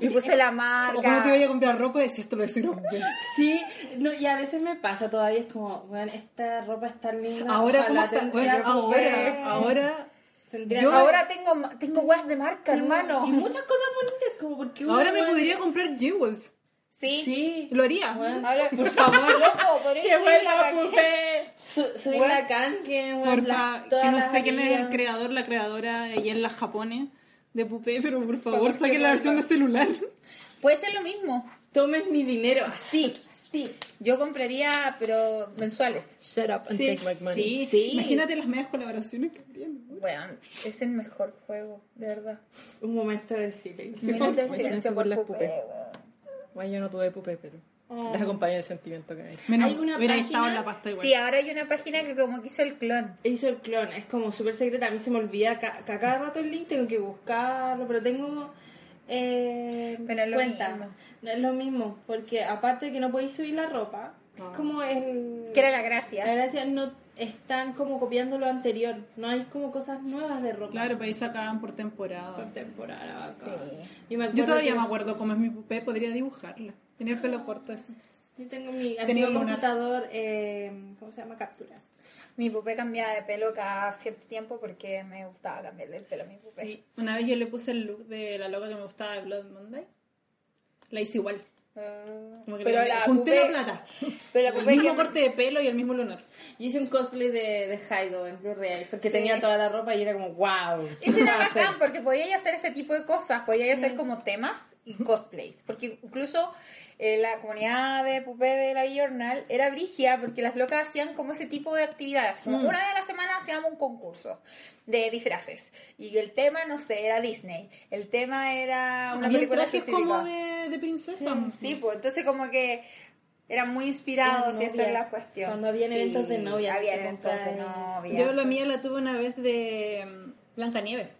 Speaker 6: Y puse la
Speaker 4: O cuando te
Speaker 6: marca.
Speaker 4: vaya a comprar ropa decías, esto lo hicieron bien.
Speaker 2: Sí, no, y a veces me pasa todavía, es como, bueno, esta ropa es tan linda.
Speaker 4: Ahora, ¿cómo
Speaker 2: ojalá
Speaker 4: está?
Speaker 2: tendría
Speaker 4: Bueno,
Speaker 2: que ver.
Speaker 4: ahora, ahora...
Speaker 2: Tendría
Speaker 4: yo-
Speaker 2: que ver.
Speaker 6: Ahora tengo, ma- tengo weas de marca,
Speaker 2: Y
Speaker 6: hermano.
Speaker 2: muchas cosas bonitas, como porque uno
Speaker 4: Ahora me
Speaker 2: puede-
Speaker 4: podría comprar jewels.
Speaker 2: Sí.
Speaker 4: Lo haría.
Speaker 6: Ahora, por favor, loco, por eso
Speaker 2: ¡Qué buena,
Speaker 6: la raqué.
Speaker 2: Pupé! Su- Soy
Speaker 6: Bueno.
Speaker 2: la can, que
Speaker 4: Porfa,
Speaker 2: la-
Speaker 4: que
Speaker 2: todas
Speaker 4: no
Speaker 2: las
Speaker 4: sé quién es el
Speaker 2: amigas.
Speaker 4: creador, la creadora, ella es la japonés de Pupé, pero por favor
Speaker 6: favor,
Speaker 4: saquen la
Speaker 6: que
Speaker 4: versión de
Speaker 6: vuelva.
Speaker 4: celular.
Speaker 6: Puede ser lo mismo.
Speaker 2: Tomes mi dinero, así, así.
Speaker 6: Yo compraría, pero mensuales.
Speaker 5: Shut up and take my money.
Speaker 4: Sí,
Speaker 2: Sí.
Speaker 4: Imagínate las medias colaboraciones que habrían. ¿no?
Speaker 6: Bueno, es el mejor juego, de verdad.
Speaker 2: Un momento de silencio.
Speaker 6: Minuto de
Speaker 5: me
Speaker 6: silencio
Speaker 5: silencio
Speaker 6: por
Speaker 5: por las
Speaker 6: Pupé,
Speaker 5: Pupé.
Speaker 6: weón.
Speaker 5: Bueno, yo no tuve pupé, pero. Les acompaña el sentimiento que hay.
Speaker 4: Menos,
Speaker 2: Hay una
Speaker 4: hubiera
Speaker 2: página-
Speaker 4: estado en la pasta igual.
Speaker 6: Sí, ahora hay una página que como que hizo el clon.
Speaker 2: hizo el clon, es como súper secreta, a mí se me olvida ca- que a cada rato el link tengo que buscarlo, pero tengo eh,
Speaker 6: Pero es lo
Speaker 2: cuenta.
Speaker 6: mismo.
Speaker 2: No es lo mismo, porque aparte de que no podéis subir la ropa, es como el...
Speaker 6: Ah. Que era la
Speaker 2: La
Speaker 6: gracia.
Speaker 2: gracia no están como copiando lo anterior, no hay como cosas nuevas de ropa.
Speaker 4: Claro, pero ahí sacaban por temporada.
Speaker 2: Por temporada, bacán.
Speaker 6: Sí.
Speaker 2: Yo, me
Speaker 4: Yo todavía
Speaker 2: que
Speaker 4: me acuerdo cómo es mi pupé, podría dibujarla. Tenía el pelo corto así.
Speaker 2: Yo tengo mi
Speaker 4: Tenía
Speaker 2: antiguo
Speaker 4: como una-
Speaker 2: computador, eh, ¿cómo se llama? Capturas.
Speaker 6: Mi pupé cambiaba de pelo cada cierto tiempo porque me gustaba cambiarle el pelo a mi pupé.
Speaker 4: Sí, una vez yo le puse el look de la loca que me gustaba de Blood Monday. La hice igual.
Speaker 6: Ah,
Speaker 4: Como que
Speaker 6: pero
Speaker 4: le-
Speaker 6: la
Speaker 4: junté
Speaker 6: pupé,
Speaker 4: la plata.
Speaker 6: Pero la
Speaker 4: el
Speaker 6: pupé
Speaker 4: mismo
Speaker 6: que-
Speaker 4: corte de pelo y el mismo lunar.
Speaker 2: Yo hice un cosplay de, de Haido en Blu-ray porque
Speaker 6: Sí.
Speaker 2: tenía toda la ropa y era como, wow.
Speaker 6: Ese era bacán porque podíais hacer ese tipo de cosas, podíais hacer como temas y cosplays, porque incluso eh, la comunidad de Pupé de la Journal era brigia porque las locas hacían como ese tipo de actividades,
Speaker 4: Mm.
Speaker 6: como una vez a la semana hacíamos un concurso de disfraces y el tema, no sé, era Disney, el tema era una
Speaker 4: Había
Speaker 6: película
Speaker 4: trajes
Speaker 6: específica.
Speaker 4: Ah, como de, de princesa.
Speaker 6: Sí, pues entonces como que eran muy inspirados
Speaker 2: Las
Speaker 6: y esa es
Speaker 2: novias.
Speaker 6: la cuestión.
Speaker 2: Cuando habían eventos de novias,
Speaker 6: Había
Speaker 2: se
Speaker 6: eventos de
Speaker 2: compraba
Speaker 6: novias.
Speaker 4: Yo la mía la tuve una vez de mm, Blancanieves.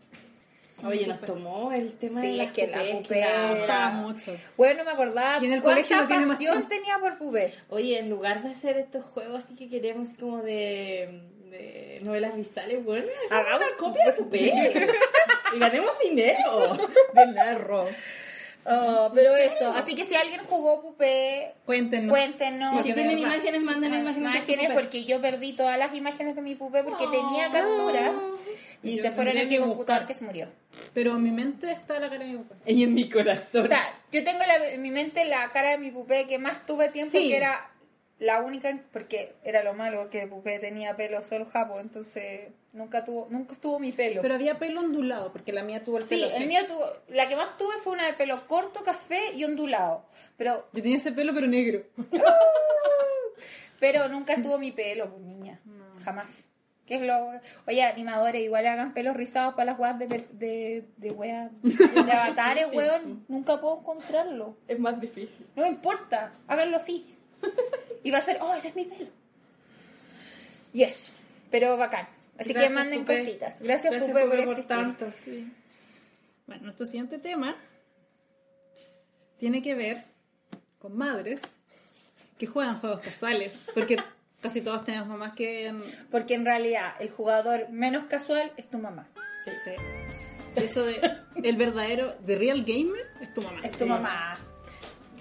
Speaker 2: Oye, nos tomó el tema
Speaker 6: Sí,
Speaker 2: de las
Speaker 6: es que la
Speaker 2: pupés,
Speaker 6: pupé
Speaker 2: nada,
Speaker 6: era-
Speaker 4: Gustaba
Speaker 2: estaba muy-
Speaker 4: mucho.
Speaker 6: Bueno, me acordaba
Speaker 4: Y en el
Speaker 6: cuánta
Speaker 4: colegio no tiene más
Speaker 6: pasión
Speaker 4: tiempo.
Speaker 6: tenía por Pupé.
Speaker 2: Oye, en lugar de hacer estos juegos así que queremos como de, de novelas visuales, bueno, hagamos una copia de pupé y ganemos dinero.
Speaker 5: Del narro.
Speaker 6: Oh, pero eso, así que si alguien jugó Pupé,
Speaker 4: Cuéntenos.
Speaker 6: cuéntenos.
Speaker 2: Y si tienen imágenes, manden
Speaker 6: Manden
Speaker 2: imágenes. de
Speaker 6: Ah, imágenes
Speaker 2: pupé.
Speaker 6: porque yo perdí todas las imágenes de mi Pupé porque
Speaker 4: Oh,
Speaker 6: tenía capturas y
Speaker 4: Ah. Yo
Speaker 6: se fueron
Speaker 4: tendría
Speaker 6: en
Speaker 4: que
Speaker 6: mi computador
Speaker 4: buscar.
Speaker 6: que se murió.
Speaker 4: Pero en mi mente está la cara de mi pupé.
Speaker 2: Y en mi corazón.
Speaker 6: O sea, yo tengo la- en mi mente la cara de mi Pupé que más tuve tiempo
Speaker 4: Sí.
Speaker 6: que era la única porque era lo malo que Pupé tenía pelo solo japo, entonces nunca tuvo nunca estuvo mi pelo.
Speaker 4: Pero había pelo ondulado, porque la mía tuvo el
Speaker 6: Sí,
Speaker 4: pelo
Speaker 6: el
Speaker 4: seco.
Speaker 6: mío tuvo, la que más tuve fue una de pelo corto, café y ondulado. Pero,
Speaker 4: Yo tenía ese pelo, pero negro.
Speaker 6: pero nunca estuvo mi pelo, pues, niña. Jamás. ¿Qué es lo... Oye, animadores, igual hagan pelos rizados para las weas de, per- de, de weas. De avatares, weón. Nunca puedo encontrarlo.
Speaker 5: Es más difícil.
Speaker 6: No me importa. Háganlo así. Y va a ser, oh, ese es mi pelo. Y eso. Pero bacán. Así que
Speaker 2: Gracias,
Speaker 6: manden
Speaker 2: Pupé.
Speaker 6: cositas. Gracias,
Speaker 2: Gracias,
Speaker 6: Pupé, por
Speaker 2: Pupé,
Speaker 6: existir.
Speaker 2: tanto.
Speaker 4: Bueno, nuestro siguiente tema tiene que ver con madres que juegan juegos casuales, porque casi todos tenemos mamás que... en-
Speaker 6: Porque en realidad el jugador menos casual es tu mamá.
Speaker 4: sí. Eso de el verdadero, the real gamer, es tu mamá.
Speaker 6: Es tu mamá.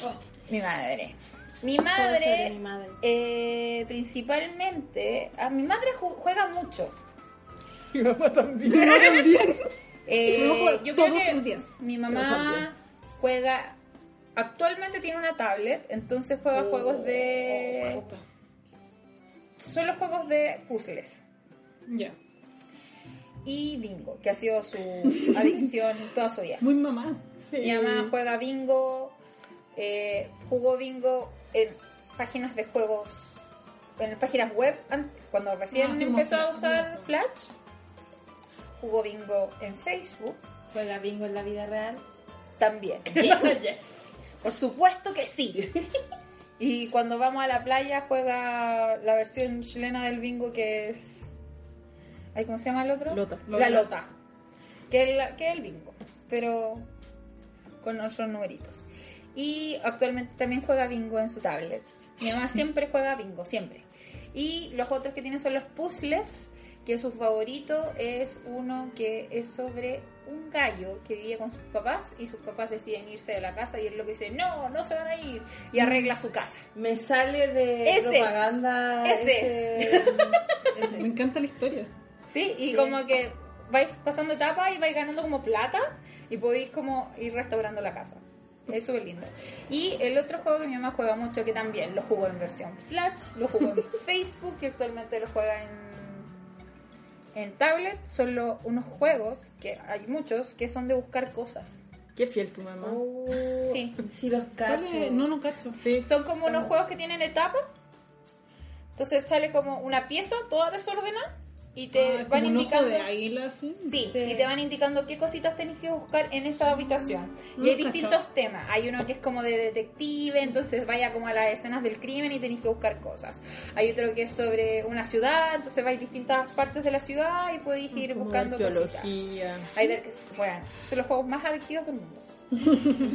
Speaker 4: Oh,
Speaker 6: mi madre. Mi
Speaker 2: sobre
Speaker 6: madre,
Speaker 2: mi madre.
Speaker 6: eh, principalmente, a mi madre ju- juega mucho.
Speaker 5: Mi mamá también.
Speaker 6: Eh,
Speaker 4: Mi mamá juega
Speaker 6: yo
Speaker 4: todos
Speaker 6: creo que
Speaker 4: los días.
Speaker 6: Mi mamá juega, actualmente tiene una tablet, entonces juega
Speaker 4: Oh,
Speaker 6: juegos de... Solo juegos de puzzles.
Speaker 4: Ya,
Speaker 6: Y bingo, que ha sido su adicción toda su vida.
Speaker 4: muy mamá.
Speaker 6: Mi
Speaker 4: Eh.
Speaker 6: mamá juega bingo, eh, jugó bingo en páginas de juegos, en páginas web, an- cuando recién
Speaker 4: Ah, sí, como
Speaker 6: empezó a
Speaker 4: Flash,
Speaker 6: usar
Speaker 4: sí.
Speaker 6: Flash. Jugó bingo en Facebook
Speaker 2: Juega bingo en la vida real.
Speaker 6: también. Por supuesto que sí. Y cuando vamos a la playa juega la versión chilena del bingo que es... ay, ¿Cómo se llama el otro?
Speaker 5: Lota.
Speaker 6: La lota. Que es, la- que es el bingo. Pero con otros numeritos. Y actualmente también juega bingo en su tablet. Mi mamá siempre juega bingo, siempre. Y los otros que tiene son los puzzles, que su favorito es uno que es sobre un gallo que vive con sus papás y sus papás deciden irse de la casa y él lo que dice, no, no se van a ir. Y arregla su casa.
Speaker 2: Me sale de
Speaker 6: Ese.
Speaker 2: propaganda.
Speaker 6: Ese
Speaker 2: ese- ese.
Speaker 4: Me encanta la historia.
Speaker 6: Sí, y como que vais pasando etapas y vais ganando como plata y podéis como ir restaurando la casa. Es súper lindo. Y el otro juego que mi mamá juega mucho, que también lo jugó en versión Flash, lo jugó en Facebook, que actualmente lo juega en, en tablet, son lo- unos juegos, que hay muchos, que son de buscar cosas.
Speaker 5: Qué fiel tu mamá.
Speaker 2: Oh,
Speaker 6: Sí.
Speaker 2: Sí, los
Speaker 4: ¿Cuál
Speaker 2: cachos.
Speaker 4: es? No, no cacho.
Speaker 6: Son como unos juegos que tienen etapas. Entonces sale como una pieza toda desordenada y te
Speaker 4: Ah,
Speaker 6: van
Speaker 4: como un ojo
Speaker 6: indicando
Speaker 4: de águila, sí.
Speaker 6: Sí,
Speaker 2: Sí.
Speaker 6: y te van indicando qué cositas tenés que buscar en esa habitación.
Speaker 4: Mm,
Speaker 6: y hay
Speaker 4: cacho.
Speaker 6: distintos temas. Hay uno que es como de detective, entonces vaya como a las escenas del crimen y tenés que buscar cosas. Hay otro que es sobre una ciudad, entonces vais a distintas partes de la ciudad y podéis ir
Speaker 5: Como
Speaker 6: buscando cositas.
Speaker 5: arqueología.
Speaker 6: Hay ver que bueno, son los juegos más adictivos del mundo.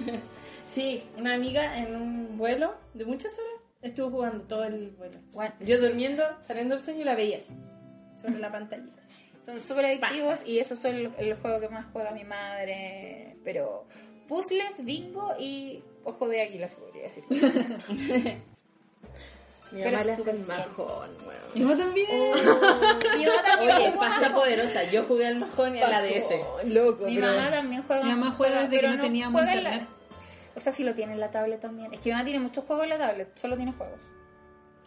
Speaker 2: Sí, una amiga en un vuelo de muchas horas estuvo jugando todo el vuelo.
Speaker 6: Bueno,
Speaker 2: Yo durmiendo, saliendo del sueño y la veía así, sobre la pantallita.
Speaker 6: Son súper adictivos y esos son los, los juegos que más juega mi madre. Pero puzzles, bingo y ojo de águila, se podría decir.
Speaker 5: Mi
Speaker 6: Pero
Speaker 5: mamá
Speaker 6: es
Speaker 5: la hace
Speaker 6: súper
Speaker 5: el majón, weón.
Speaker 4: Yo también.
Speaker 6: mi mamá también
Speaker 2: Oye,
Speaker 6: jugó
Speaker 2: pasta
Speaker 6: Mahjong.
Speaker 2: poderosa, yo jugué al majón y a la DS.
Speaker 5: Majón, Loco,
Speaker 6: Mi
Speaker 5: pero-
Speaker 6: mamá también juega.
Speaker 4: Mi mamá juega desde
Speaker 6: Oh, pero
Speaker 4: que no teníamos
Speaker 6: juega en
Speaker 4: internet.
Speaker 6: O sea, sí lo tiene en la tablet también. Es que mi mamá tiene muchos juegos en la tablet, solo tiene juegos.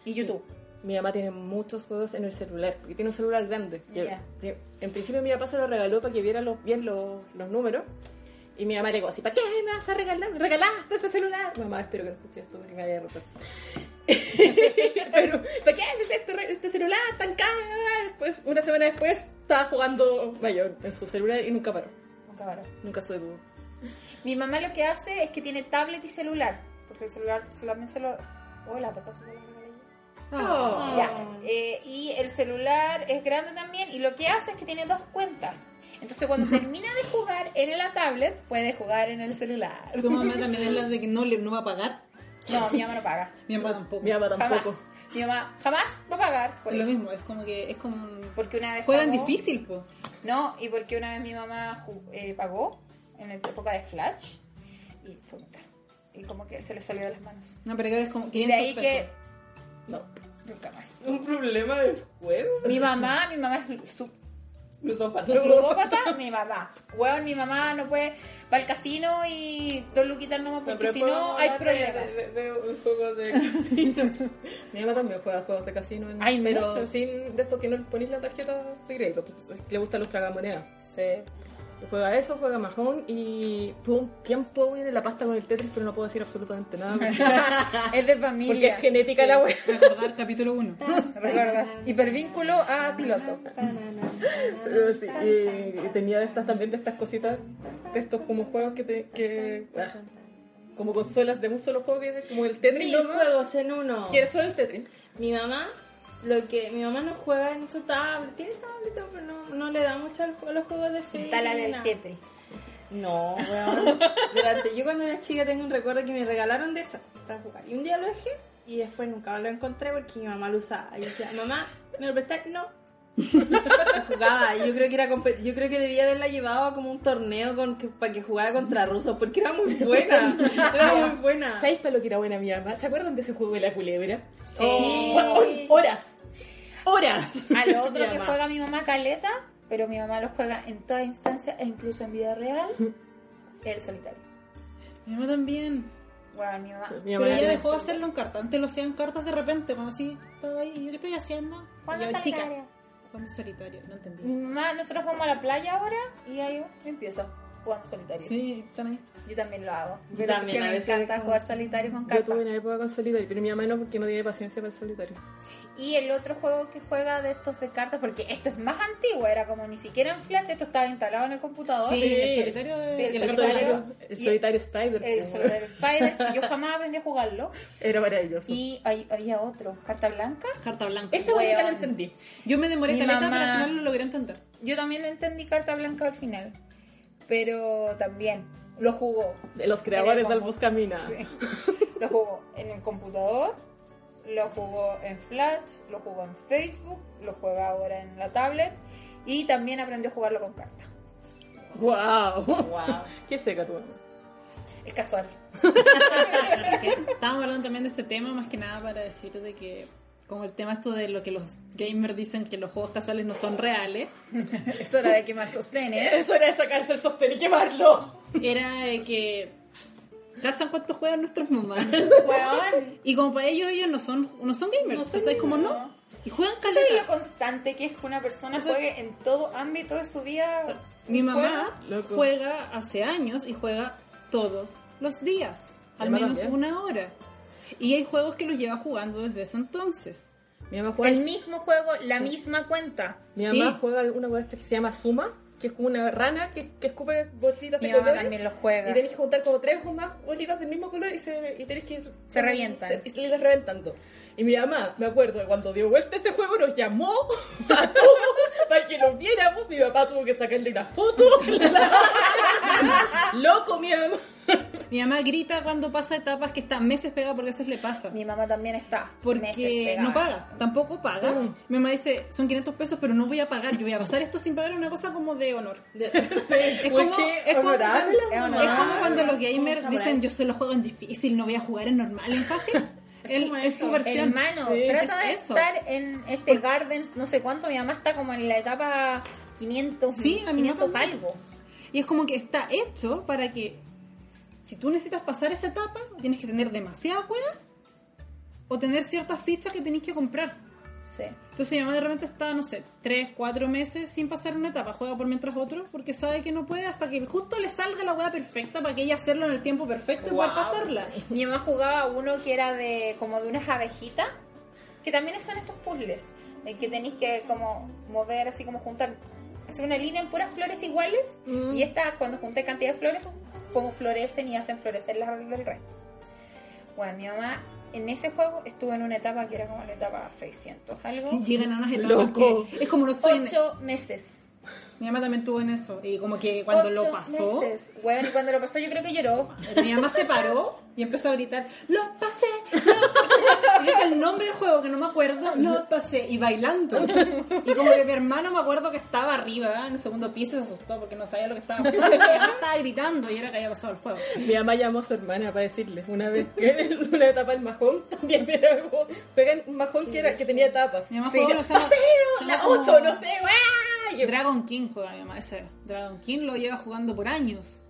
Speaker 6: Y YouTube.
Speaker 5: Mi mamá tiene muchos juegos en el celular, porque tiene un celular grande. Y el-
Speaker 6: Ya.
Speaker 5: pri- En principio mi papá se lo regaló para que viera los, bien los, los números. Y mi mamá le dijo así, ¿para qué me vas a regalar? ¿Me regalaste este celular? Mamá, espero que no escuches esto, porque me vaya a rotar. Pero, ¿para qué me hiciste este, re- este celular tan caro? Después, una semana después, estaba jugando mayor en su celular y nunca paró.
Speaker 6: Nunca paró.
Speaker 5: Nunca se detuvo.
Speaker 6: Mi mamá lo que hace es que tiene tablet y celular. Porque el celular solamente se lo. Hola, papá, se lo regalé yo.
Speaker 4: Ah.
Speaker 6: Ya. Eh, y el celular es grande también y lo que hace es que tiene dos cuentas. Entonces cuando termina de jugar en la tablet, puede jugar en el celular.
Speaker 4: Tu mamá también es la de que no, le, no va a pagar.
Speaker 6: No, mi mamá no paga.
Speaker 4: Mi mamá tampoco.
Speaker 5: Mi mamá
Speaker 6: Jamás.
Speaker 5: tampoco.
Speaker 6: Mi mamá jamás va a pagar por
Speaker 4: es lo
Speaker 6: eso.
Speaker 4: mismo, es como que es como un-
Speaker 6: Porque una vez
Speaker 4: juegan
Speaker 6: pagó-
Speaker 4: difícil, pues.
Speaker 6: No, y porque una vez mi mamá ju- eh, pagó en la época de Flash y fue muy caro. Y como que se le salió de las manos.
Speaker 4: No, pero es como 500
Speaker 6: Y de ahí
Speaker 4: pesos.
Speaker 5: No.
Speaker 6: que nunca más.
Speaker 2: ¿Un problema del juego?
Speaker 6: Mi mamá, mi mamá es su ludópata, mi mamá. Weón, mi mamá no puede. Va al casino y dos luquitas nomás porque si no hay problemas.
Speaker 2: un juego de...
Speaker 5: Mi mamá también juega juegos de casino, en-
Speaker 6: Hay
Speaker 5: pero
Speaker 6: muchos.
Speaker 5: sin de esto que no le ponéis la tarjeta de crédito, porque le gustan los tragamonedas.
Speaker 6: Sí.
Speaker 5: Juega eso, juega majón y tuvo un tiempo güey, en la pasta con el Tetris, pero no puedo decir absolutamente nada. güey,
Speaker 6: es de
Speaker 5: Porque es
Speaker 6: familia.
Speaker 5: genética la wea.
Speaker 4: Recordar capítulo 1.
Speaker 6: Recuerda. Hipervínculo a piloto.
Speaker 5: Pero sí, y, y tenía de estas también de estas cositas, de estos como juegos que te, que ah, como consolas de un solo juego que es como el Tetris,
Speaker 2: Mil
Speaker 5: ¿no?
Speaker 2: juegos en uno.
Speaker 5: ¿Quieres solo el Tetris?
Speaker 2: Mi mamá, lo que mi mamá no juega en su tablet, tiene tablet, pero no, no le da mucho al ju- a los juegos de Facebook.
Speaker 6: Instalar
Speaker 2: ni
Speaker 6: el
Speaker 2: nada.
Speaker 6: Tetris.
Speaker 2: No, weón. Durante, yo cuando era chica tengo un recuerdo que me regalaron de eso para jugar. Y un día lo dejé y después nunca lo encontré porque mi mamá lo usaba. Y yo decía, mamá, ¿me lo prestáis? No. Y jugaba. y Yo creo que era compe- yo creo que debía haberla llevado a como un torneo con que, para que jugara contra rusos porque era muy buena. Era muy buena.
Speaker 5: ¿Sabéis para lo que era buena mi mamá? ¿Se acuerdan de ese juego de la culebra?
Speaker 6: Sí.
Speaker 5: Hon- ¡Horas! ¡Horas!
Speaker 6: Al Ah, otro
Speaker 5: Mi
Speaker 6: que
Speaker 5: mamá.
Speaker 6: juega mi mamá caleta, pero mi mamá lo juega en toda instancia e incluso en vida real, el solitario.
Speaker 4: Mi mamá también.
Speaker 6: Guau, mi mamá.
Speaker 5: Mi
Speaker 4: Pero
Speaker 5: mamá
Speaker 4: ella
Speaker 5: era-
Speaker 4: dejó de hacerlo en cartas. Antes lo hacían en cartas de repente, como así estaba ahí. ¿Y yo qué estoy haciendo?
Speaker 6: ¿Cuándo
Speaker 4: Y yo,
Speaker 6: es solitario? Mm.
Speaker 4: ¿Cuándo es solitario? No
Speaker 6: Mi
Speaker 4: entendí.
Speaker 6: mamá, nosotros vamos a la playa ahora y ahí empieza jugando solitario.
Speaker 4: Sí, están ahí.
Speaker 6: Yo también lo hago.
Speaker 2: Yo
Speaker 6: Pero
Speaker 2: también,
Speaker 6: porque
Speaker 2: a
Speaker 6: me
Speaker 2: veces
Speaker 6: encanta
Speaker 2: como-
Speaker 6: jugar solitario con
Speaker 5: Yo
Speaker 6: cartas.
Speaker 5: tuve una época con solitario, pero mi mamá no porque no tiene paciencia para el solitario.
Speaker 6: Y el otro juego que juega de estos de cartas, porque esto es más antiguo, era como ni siquiera en Flash, esto estaba instalado en el computador.
Speaker 5: Sí,
Speaker 4: el solitario es-
Speaker 6: Sí, el
Speaker 5: El
Speaker 6: solitario.
Speaker 5: solitario, el solitario Spider.
Speaker 6: El solitario Spider, que yo jamás aprendí a jugarlo.
Speaker 5: Era maravilloso.
Speaker 6: Y hay- había otro, Carta Blanca.
Speaker 4: Carta blanca.
Speaker 5: Esa hueá nunca la
Speaker 6: Weón.
Speaker 5: entendí.
Speaker 4: Yo me demoré
Speaker 6: Mi
Speaker 4: caleta,
Speaker 6: mamá-
Speaker 4: pero al final lo logré entender.
Speaker 6: Yo también entendí Carta Blanca al final, pero también lo jugó.
Speaker 5: De los creadores
Speaker 6: Era
Speaker 5: del
Speaker 6: como-
Speaker 5: Buscamina.
Speaker 6: Sí. Lo jugó en el computador, lo jugó en Flash, lo jugó en Facebook, lo juega ahora en la tablet y también aprendió a jugarlo con cartas.
Speaker 5: Wow. Qué seca tu mamá.
Speaker 6: Es casual.
Speaker 4: Estábamos hablando también de este tema, más que nada para decir de que, como el tema esto de lo que los gamers dicen que los juegos casuales no son reales,
Speaker 6: Es hora de quemar sostenes.
Speaker 5: Eso era de sacarse el sostén y quemarlo.
Speaker 4: era de que. ¿Cachan cuánto juegan nuestras mamás?
Speaker 6: Weón.
Speaker 4: Y como para ellos, ellos no son, no son gamers. entonces, como no. Y juegan
Speaker 6: ¿Sabes lo
Speaker 4: caleta.
Speaker 6: constante que es que una persona
Speaker 4: O sea,
Speaker 6: juegue en todo ámbito de su vida?
Speaker 4: Mi mamá
Speaker 5: Juega, loco.
Speaker 4: juega hace años y juega todos los días, al
Speaker 5: Mi mamá
Speaker 4: menos
Speaker 5: también.
Speaker 4: una hora. Y hay juegos que los lleva jugando desde ese entonces.
Speaker 5: Mi mamá juega,
Speaker 6: El mismo juego, la misma cuenta.
Speaker 5: mi
Speaker 4: Sí.
Speaker 5: mamá juega alguna cosa que se llama Suma, que es como una rana que, que escupe bolitas
Speaker 6: Mi
Speaker 5: de
Speaker 6: mamá
Speaker 5: colores.
Speaker 6: también lo
Speaker 5: Y
Speaker 6: juega.
Speaker 5: tenés que juntar como tres o más bolitas del mismo color y, se, y tenés que ir.
Speaker 6: Se revientan.
Speaker 5: se- y las reventando. Y mi mamá, me acuerdo, cuando dio vuelta ese juego nos llamó a todos para que lo viéramos. Mi papá tuvo que sacarle una foto. Loco, mi mamá.
Speaker 4: Mi mamá grita cuando pasa etapas que está meses pegada porque a veces le pasa.
Speaker 6: Mi mamá también está. meses
Speaker 4: Porque
Speaker 6: pegada.
Speaker 4: no paga, tampoco paga. Mi mamá dice, son 500 pesos, pero no voy a pagar, yo voy a pasar esto sin pagar, una cosa como de honor. Es como, es como,
Speaker 5: honorable la
Speaker 4: es
Speaker 6: mamá.
Speaker 4: como cuando los
Speaker 2: Como
Speaker 4: gamers
Speaker 2: samurái.
Speaker 4: dicen, yo solo juego en difícil, no voy a jugar en normal, en fácil. Él,
Speaker 2: como
Speaker 4: es su
Speaker 2: eso.
Speaker 4: versión.
Speaker 6: Hermano,
Speaker 4: Sí,
Speaker 6: trata de
Speaker 4: es eso.
Speaker 6: estar en este Gardens, no sé cuánto. Mi mamá está como en la etapa 500,
Speaker 4: Sí, a mi mamá
Speaker 6: 500
Speaker 4: también.
Speaker 6: algo.
Speaker 4: Y es como que está hecho para que si tú necesitas pasar esa etapa, tienes que tener demasiada juega o tener ciertas fichas que tenés que comprar.
Speaker 6: Sí.
Speaker 4: Entonces mi mamá de repente está, no sé, tres, cuatro meses sin pasar una etapa, juega por mientras otro, porque sabe que no puede hasta que justo le salga la hueá perfecta para que ella hacerlo en el tiempo perfecto y poder pasarla.
Speaker 6: Mi mamá jugaba uno que era de como de unas abejitas, que también son estos puzzles, en que tenéis que como mover, así como juntar, hacer una línea en puras flores iguales,
Speaker 4: Mm.
Speaker 6: y esta cuando junté cantidad de flores, como florecen y hacen florecer las del resto. Bueno, mi mamá en ese juego estuvo en una etapa que era como la etapa 600, algo.
Speaker 4: Si llegan a unas etapas
Speaker 5: Loco.
Speaker 4: que es como no estoy en-
Speaker 6: Ocho meses.
Speaker 4: Mi mamá también tuvo en eso, y como que cuando lo
Speaker 6: Ocho
Speaker 4: pasó,
Speaker 6: meses. Bueno, y cuando lo pasó yo creo que lloró.
Speaker 4: mi mamá se paró y empezó a gritar, lo pasé, lo pasé. Y es el nombre del juego que no me acuerdo, lo pasé, y bailando. Y como que mi hermano me acuerdo que estaba arriba, en el segundo piso, y se asustó porque no sabía lo que estaba pasando. Mi mamá estaba gritando y era que había pasado el juego.
Speaker 5: Mi mamá llamó a su hermana para decirle una vez que en una etapa del majón también era como juegan un majón que, era, que tenía etapas.
Speaker 4: Mi mamá
Speaker 5: Sí.
Speaker 4: jugaba los sábados-
Speaker 5: Paseo, la
Speaker 4: sábados
Speaker 5: 8,
Speaker 4: como-
Speaker 5: no sé, ¡guau! Y yo,
Speaker 4: Dragon King juega mi mamá, ese. Dragon King lo lleva jugando por años.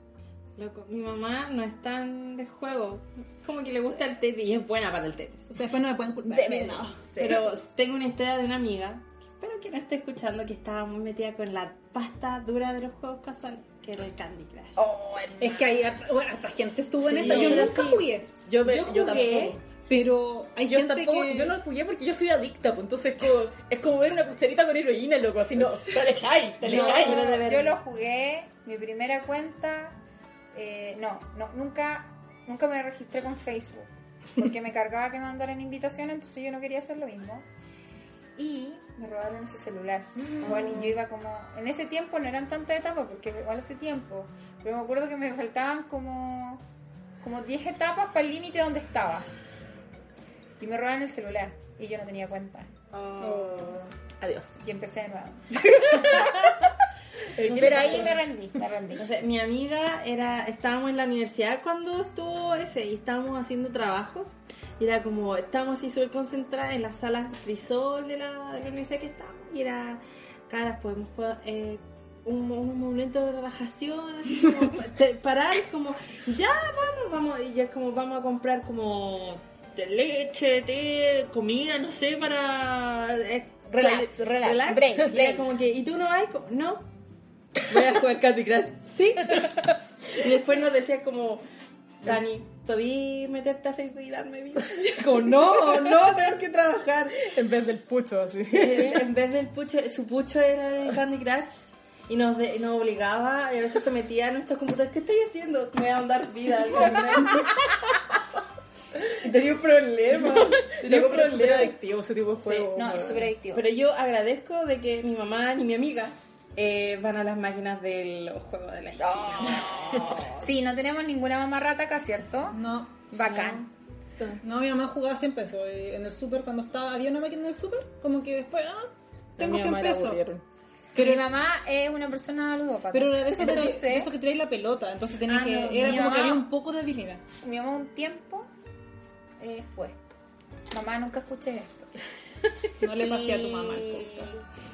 Speaker 2: Loco, mi mamá no es tan de juego. Como que le gusta el Tetris y es buena para el Tetris.
Speaker 4: O sea, después no me pueden culpar. No.
Speaker 2: Pero tengo una historia de una amiga, que espero que no esté escuchando, que estaba muy metida con la pasta dura de los juegos casuales, que era el Candy Crush.
Speaker 4: Es que hay hart- bueno, hasta gente estuvo en
Speaker 5: Sí,
Speaker 4: esa. Yo
Speaker 5: pero
Speaker 4: nunca
Speaker 5: sí.
Speaker 4: jugué.
Speaker 5: yo, me,
Speaker 2: Yo
Speaker 5: yo
Speaker 2: jugué.
Speaker 5: tampoco.
Speaker 4: Pero hay
Speaker 5: yo
Speaker 4: gente
Speaker 5: tampoco,
Speaker 4: que.
Speaker 5: yo no jugué porque yo soy adicta, pues entonces como, es como ver una cucharita con heroína, loco, así no, te alejáis, te
Speaker 6: Yo,
Speaker 5: alejáis.
Speaker 2: pero de verdad.
Speaker 6: yo lo jugué, mi primera cuenta. eh, no, no, nunca, nunca me registré con Facebook. Porque me cargaba que me mandaran invitación, entonces yo no quería hacer lo mismo. Y me robaron ese celular. Bueno, y yo iba como. En ese tiempo no eran tantas etapas, porque igual hace tiempo. Pero me acuerdo que me faltaban como. Como 10 etapas para el límite donde estaba. Y me robaron el celular. Y yo no tenía cuenta.
Speaker 5: Adiós.
Speaker 6: Y empecé de nuevo.
Speaker 5: Eh,
Speaker 6: Pero ahí me rendí, me rendí.
Speaker 2: No sé, mi amiga era, estábamos en la universidad cuando estuvo ese y estábamos haciendo trabajos. Y era como, estábamos así súper concentradas en las salas frisol de la, de la universidad que estábamos. Y era, caras, podemos jugar, eh, un, un momento de relajación, así como pa- te- parar, es como, ya vamos, vamos, y ya es como, vamos a comprar como de leche, té, comida, no sé, para... eh,
Speaker 6: Relax,
Speaker 2: sale-
Speaker 6: relax, break,
Speaker 2: Y era
Speaker 6: break.
Speaker 2: como que, ¿y tú no hay? Como, no. Voy a jugar Candy Crush. Sí. Y después nos decía como, Dani, ¿podí meterte a Facebook y darme vida? Y yo como, no, no, tengo que trabajar.
Speaker 5: en vez del pucho, así.
Speaker 2: El- en vez del pucho, su pucho era el Candy Crush. Y nos, de- nos obligaba, y a veces se metía a nuestros computadores. ¿Qué estáis haciendo? Me voy a dar vida. al Candy Crush.
Speaker 5: Y tenía un problema, tenía un problema adictivo ese tipo de juego.
Speaker 6: No, es súper adictivo.
Speaker 2: Pero yo agradezco de que mi mamá ni mi amiga eh, van a las máquinas del juego de la esquina.
Speaker 6: Sí, no tenemos ninguna mamá rata acá, ¿cierto?
Speaker 4: No.
Speaker 6: Bacán.
Speaker 4: No, mi mamá jugaba 100 pesos. eh, En el súper, cuando estaba, había una máquina en el súper, como que después, ah, tengo
Speaker 5: Mi
Speaker 4: 100
Speaker 5: mamá la
Speaker 4: pesos.
Speaker 5: aburrieron.
Speaker 6: Pero mi mamá es una persona ludópata.
Speaker 4: Pero era de esos, de-
Speaker 6: Entonces,
Speaker 4: de esos que trae la pelota, entonces tenía
Speaker 6: Ah,
Speaker 4: que.
Speaker 6: no,
Speaker 4: era
Speaker 6: mi
Speaker 4: como
Speaker 6: mamá-
Speaker 4: que había un poco de habilidad.
Speaker 6: mi mamá un tiempo eh, fue. Mamá, nunca escuché esto.
Speaker 4: No le pasé a tu
Speaker 6: Y
Speaker 4: mamá el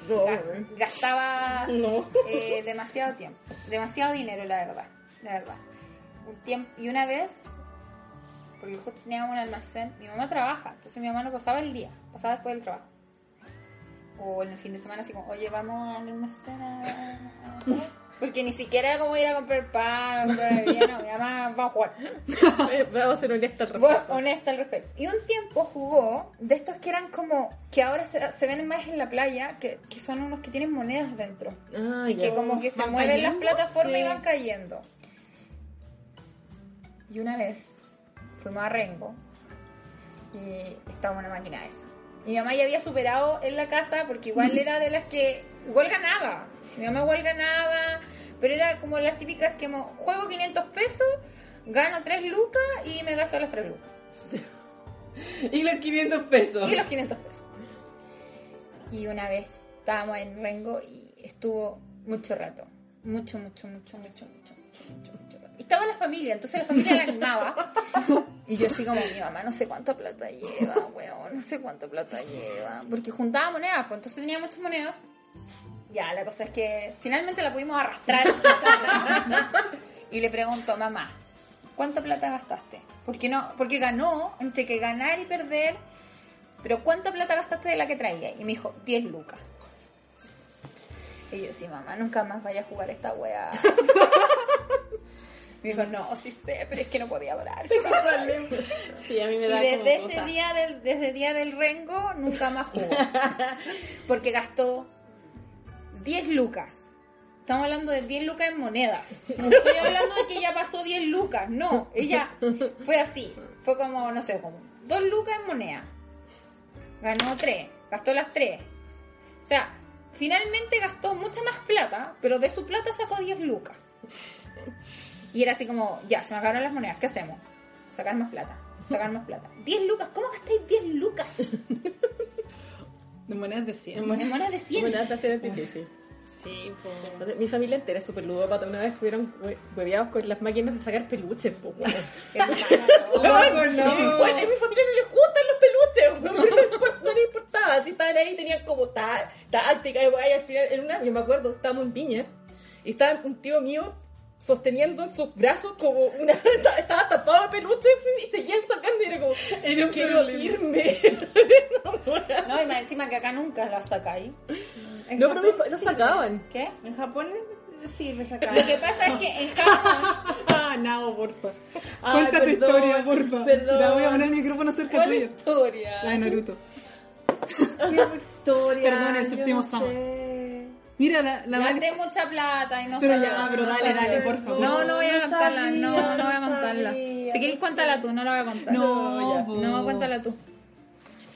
Speaker 4: punto.
Speaker 6: ga- Gastaba
Speaker 5: No.
Speaker 6: eh, demasiado tiempo, demasiado dinero, la verdad. La verdad. Un tiempo, y una vez, porque justo teníamos un almacén, mi mamá trabaja, entonces mi mamá no pasaba el día, pasaba después del trabajo. O en el fin de semana, así como, oye, vamos al almacén. a- a- a- Porque ni siquiera como ir a comprar pan, o comprar bebida, no, mi mamá va a jugar.
Speaker 5: Eh, Vamos a ser honestas al
Speaker 6: Voy
Speaker 5: respecto.
Speaker 6: honesta al respecto. Y un tiempo jugó de estos que eran como, que ahora se, se ven más en la playa, que, que son unos que tienen monedas dentro.
Speaker 5: Ah,
Speaker 6: Y que
Speaker 5: ya.
Speaker 6: como que se
Speaker 4: ¿Van
Speaker 6: mueven las
Speaker 4: cayendo?
Speaker 6: plataformas y
Speaker 4: Sí.
Speaker 6: van cayendo. Y una vez fuimos a Rengo y estaba una máquina esa. Y mi mamá ya había superado en la casa porque igual era de las que igual ganaba. Mi mamá igual ganaba, pero era como las típicas que mo- juego 500 pesos, gano 3 lucas y me gasto las 3 lucas.
Speaker 5: Y los 500 pesos.
Speaker 6: Y los 500 pesos. Y una vez estábamos en Rengo y estuvo mucho rato. Mucho, mucho, mucho, mucho, mucho, mucho, mucho, mucho rato. Y estaba la familia, entonces la familia la animaba. Y yo así como, mi mamá no sé cuánta plata lleva, weón, no sé cuánta plata lleva. Porque juntaba monedas, pues entonces tenía muchas monedas. Ya, la cosa es que finalmente la pudimos arrastrar. y le pregunto, mamá, ¿cuánta plata gastaste? Porque no, porque ganó, entre que ganar y perder, pero ¿cuánta plata gastaste de la que traía? Y me dijo, 10 lucas. Y yo, sí, mamá, nunca más vaya a jugar esta weá. me dijo, no, sí sé, pero es que no podía hablar.
Speaker 2: Sí, a mí me
Speaker 6: Y
Speaker 2: da como
Speaker 6: desde ese
Speaker 2: cosa.
Speaker 6: día, del, desde el día del rengo, nunca más jugó. Porque gastó 10 lucas. Estamos hablando de 10 lucas en monedas. No estoy hablando de que ya pasó 10 lucas. No, ella fue así. Fue como, no sé, como 2 lucas en moneda. Ganó 3. Gastó las 3. O sea, finalmente gastó mucha más plata, pero de su plata sacó 10 lucas. Y era así como, ya, se me acabaron las monedas, ¿qué hacemos? Sacar más plata, sacar más plata. 10 lucas, ¿cómo gastáis 10 lucas?
Speaker 4: De monedas de 100.
Speaker 6: En monedas de 100.
Speaker 5: Bueno, hasta ser difícil.
Speaker 4: Sí, po.
Speaker 5: Entonces, Mi familia entera es súper ludópata. Una vez estuvieron hue- hueveados con las máquinas de sacar peluches, po, weón.
Speaker 2: Oh,
Speaker 5: Weón, y bueno, a mi familia no les gustan los peluches, weón, pero no, les import- no les importaba. Si estaban ahí, tenían como tá- táctica y weón, y al final, en una, yo me acuerdo, estábamos en Viña y estaba un tío mío sosteniendo en sus brazos como una. estaba tapado de peluches y seguían sacando y era como, quiero irme.
Speaker 6: No, y más encima que acá nunca las sacáis.
Speaker 5: no, pero mis pa- los sacaban.
Speaker 6: ¿Qué?
Speaker 2: En Japón eh, sí me sacaban.
Speaker 6: Lo que pasa es que en Japón,
Speaker 4: Ah, no, porfa.
Speaker 5: Ay,
Speaker 4: Cuenta tu
Speaker 5: perdón,
Speaker 4: historia, porfa.
Speaker 5: perdón.
Speaker 4: La voy a poner el micrófono cerca tuyo. La de Naruto.
Speaker 2: Qué historia.
Speaker 4: Perdón, el
Speaker 2: yo
Speaker 4: séptimo
Speaker 2: no
Speaker 4: sama.
Speaker 2: sé.
Speaker 4: Mira, la, la Vale-
Speaker 6: gasté mucha plata y no
Speaker 4: Pero
Speaker 6: salió.
Speaker 4: ya, pero dale, dale, por favor.
Speaker 6: No, no voy a
Speaker 2: No
Speaker 6: contarla, no,
Speaker 2: sabía,
Speaker 6: no voy a
Speaker 2: no
Speaker 6: contarla.
Speaker 2: sabía,
Speaker 6: Si quieres,
Speaker 2: no
Speaker 6: cuéntala tú, no la voy a contar.
Speaker 4: No, po.
Speaker 6: no, cuéntala tú.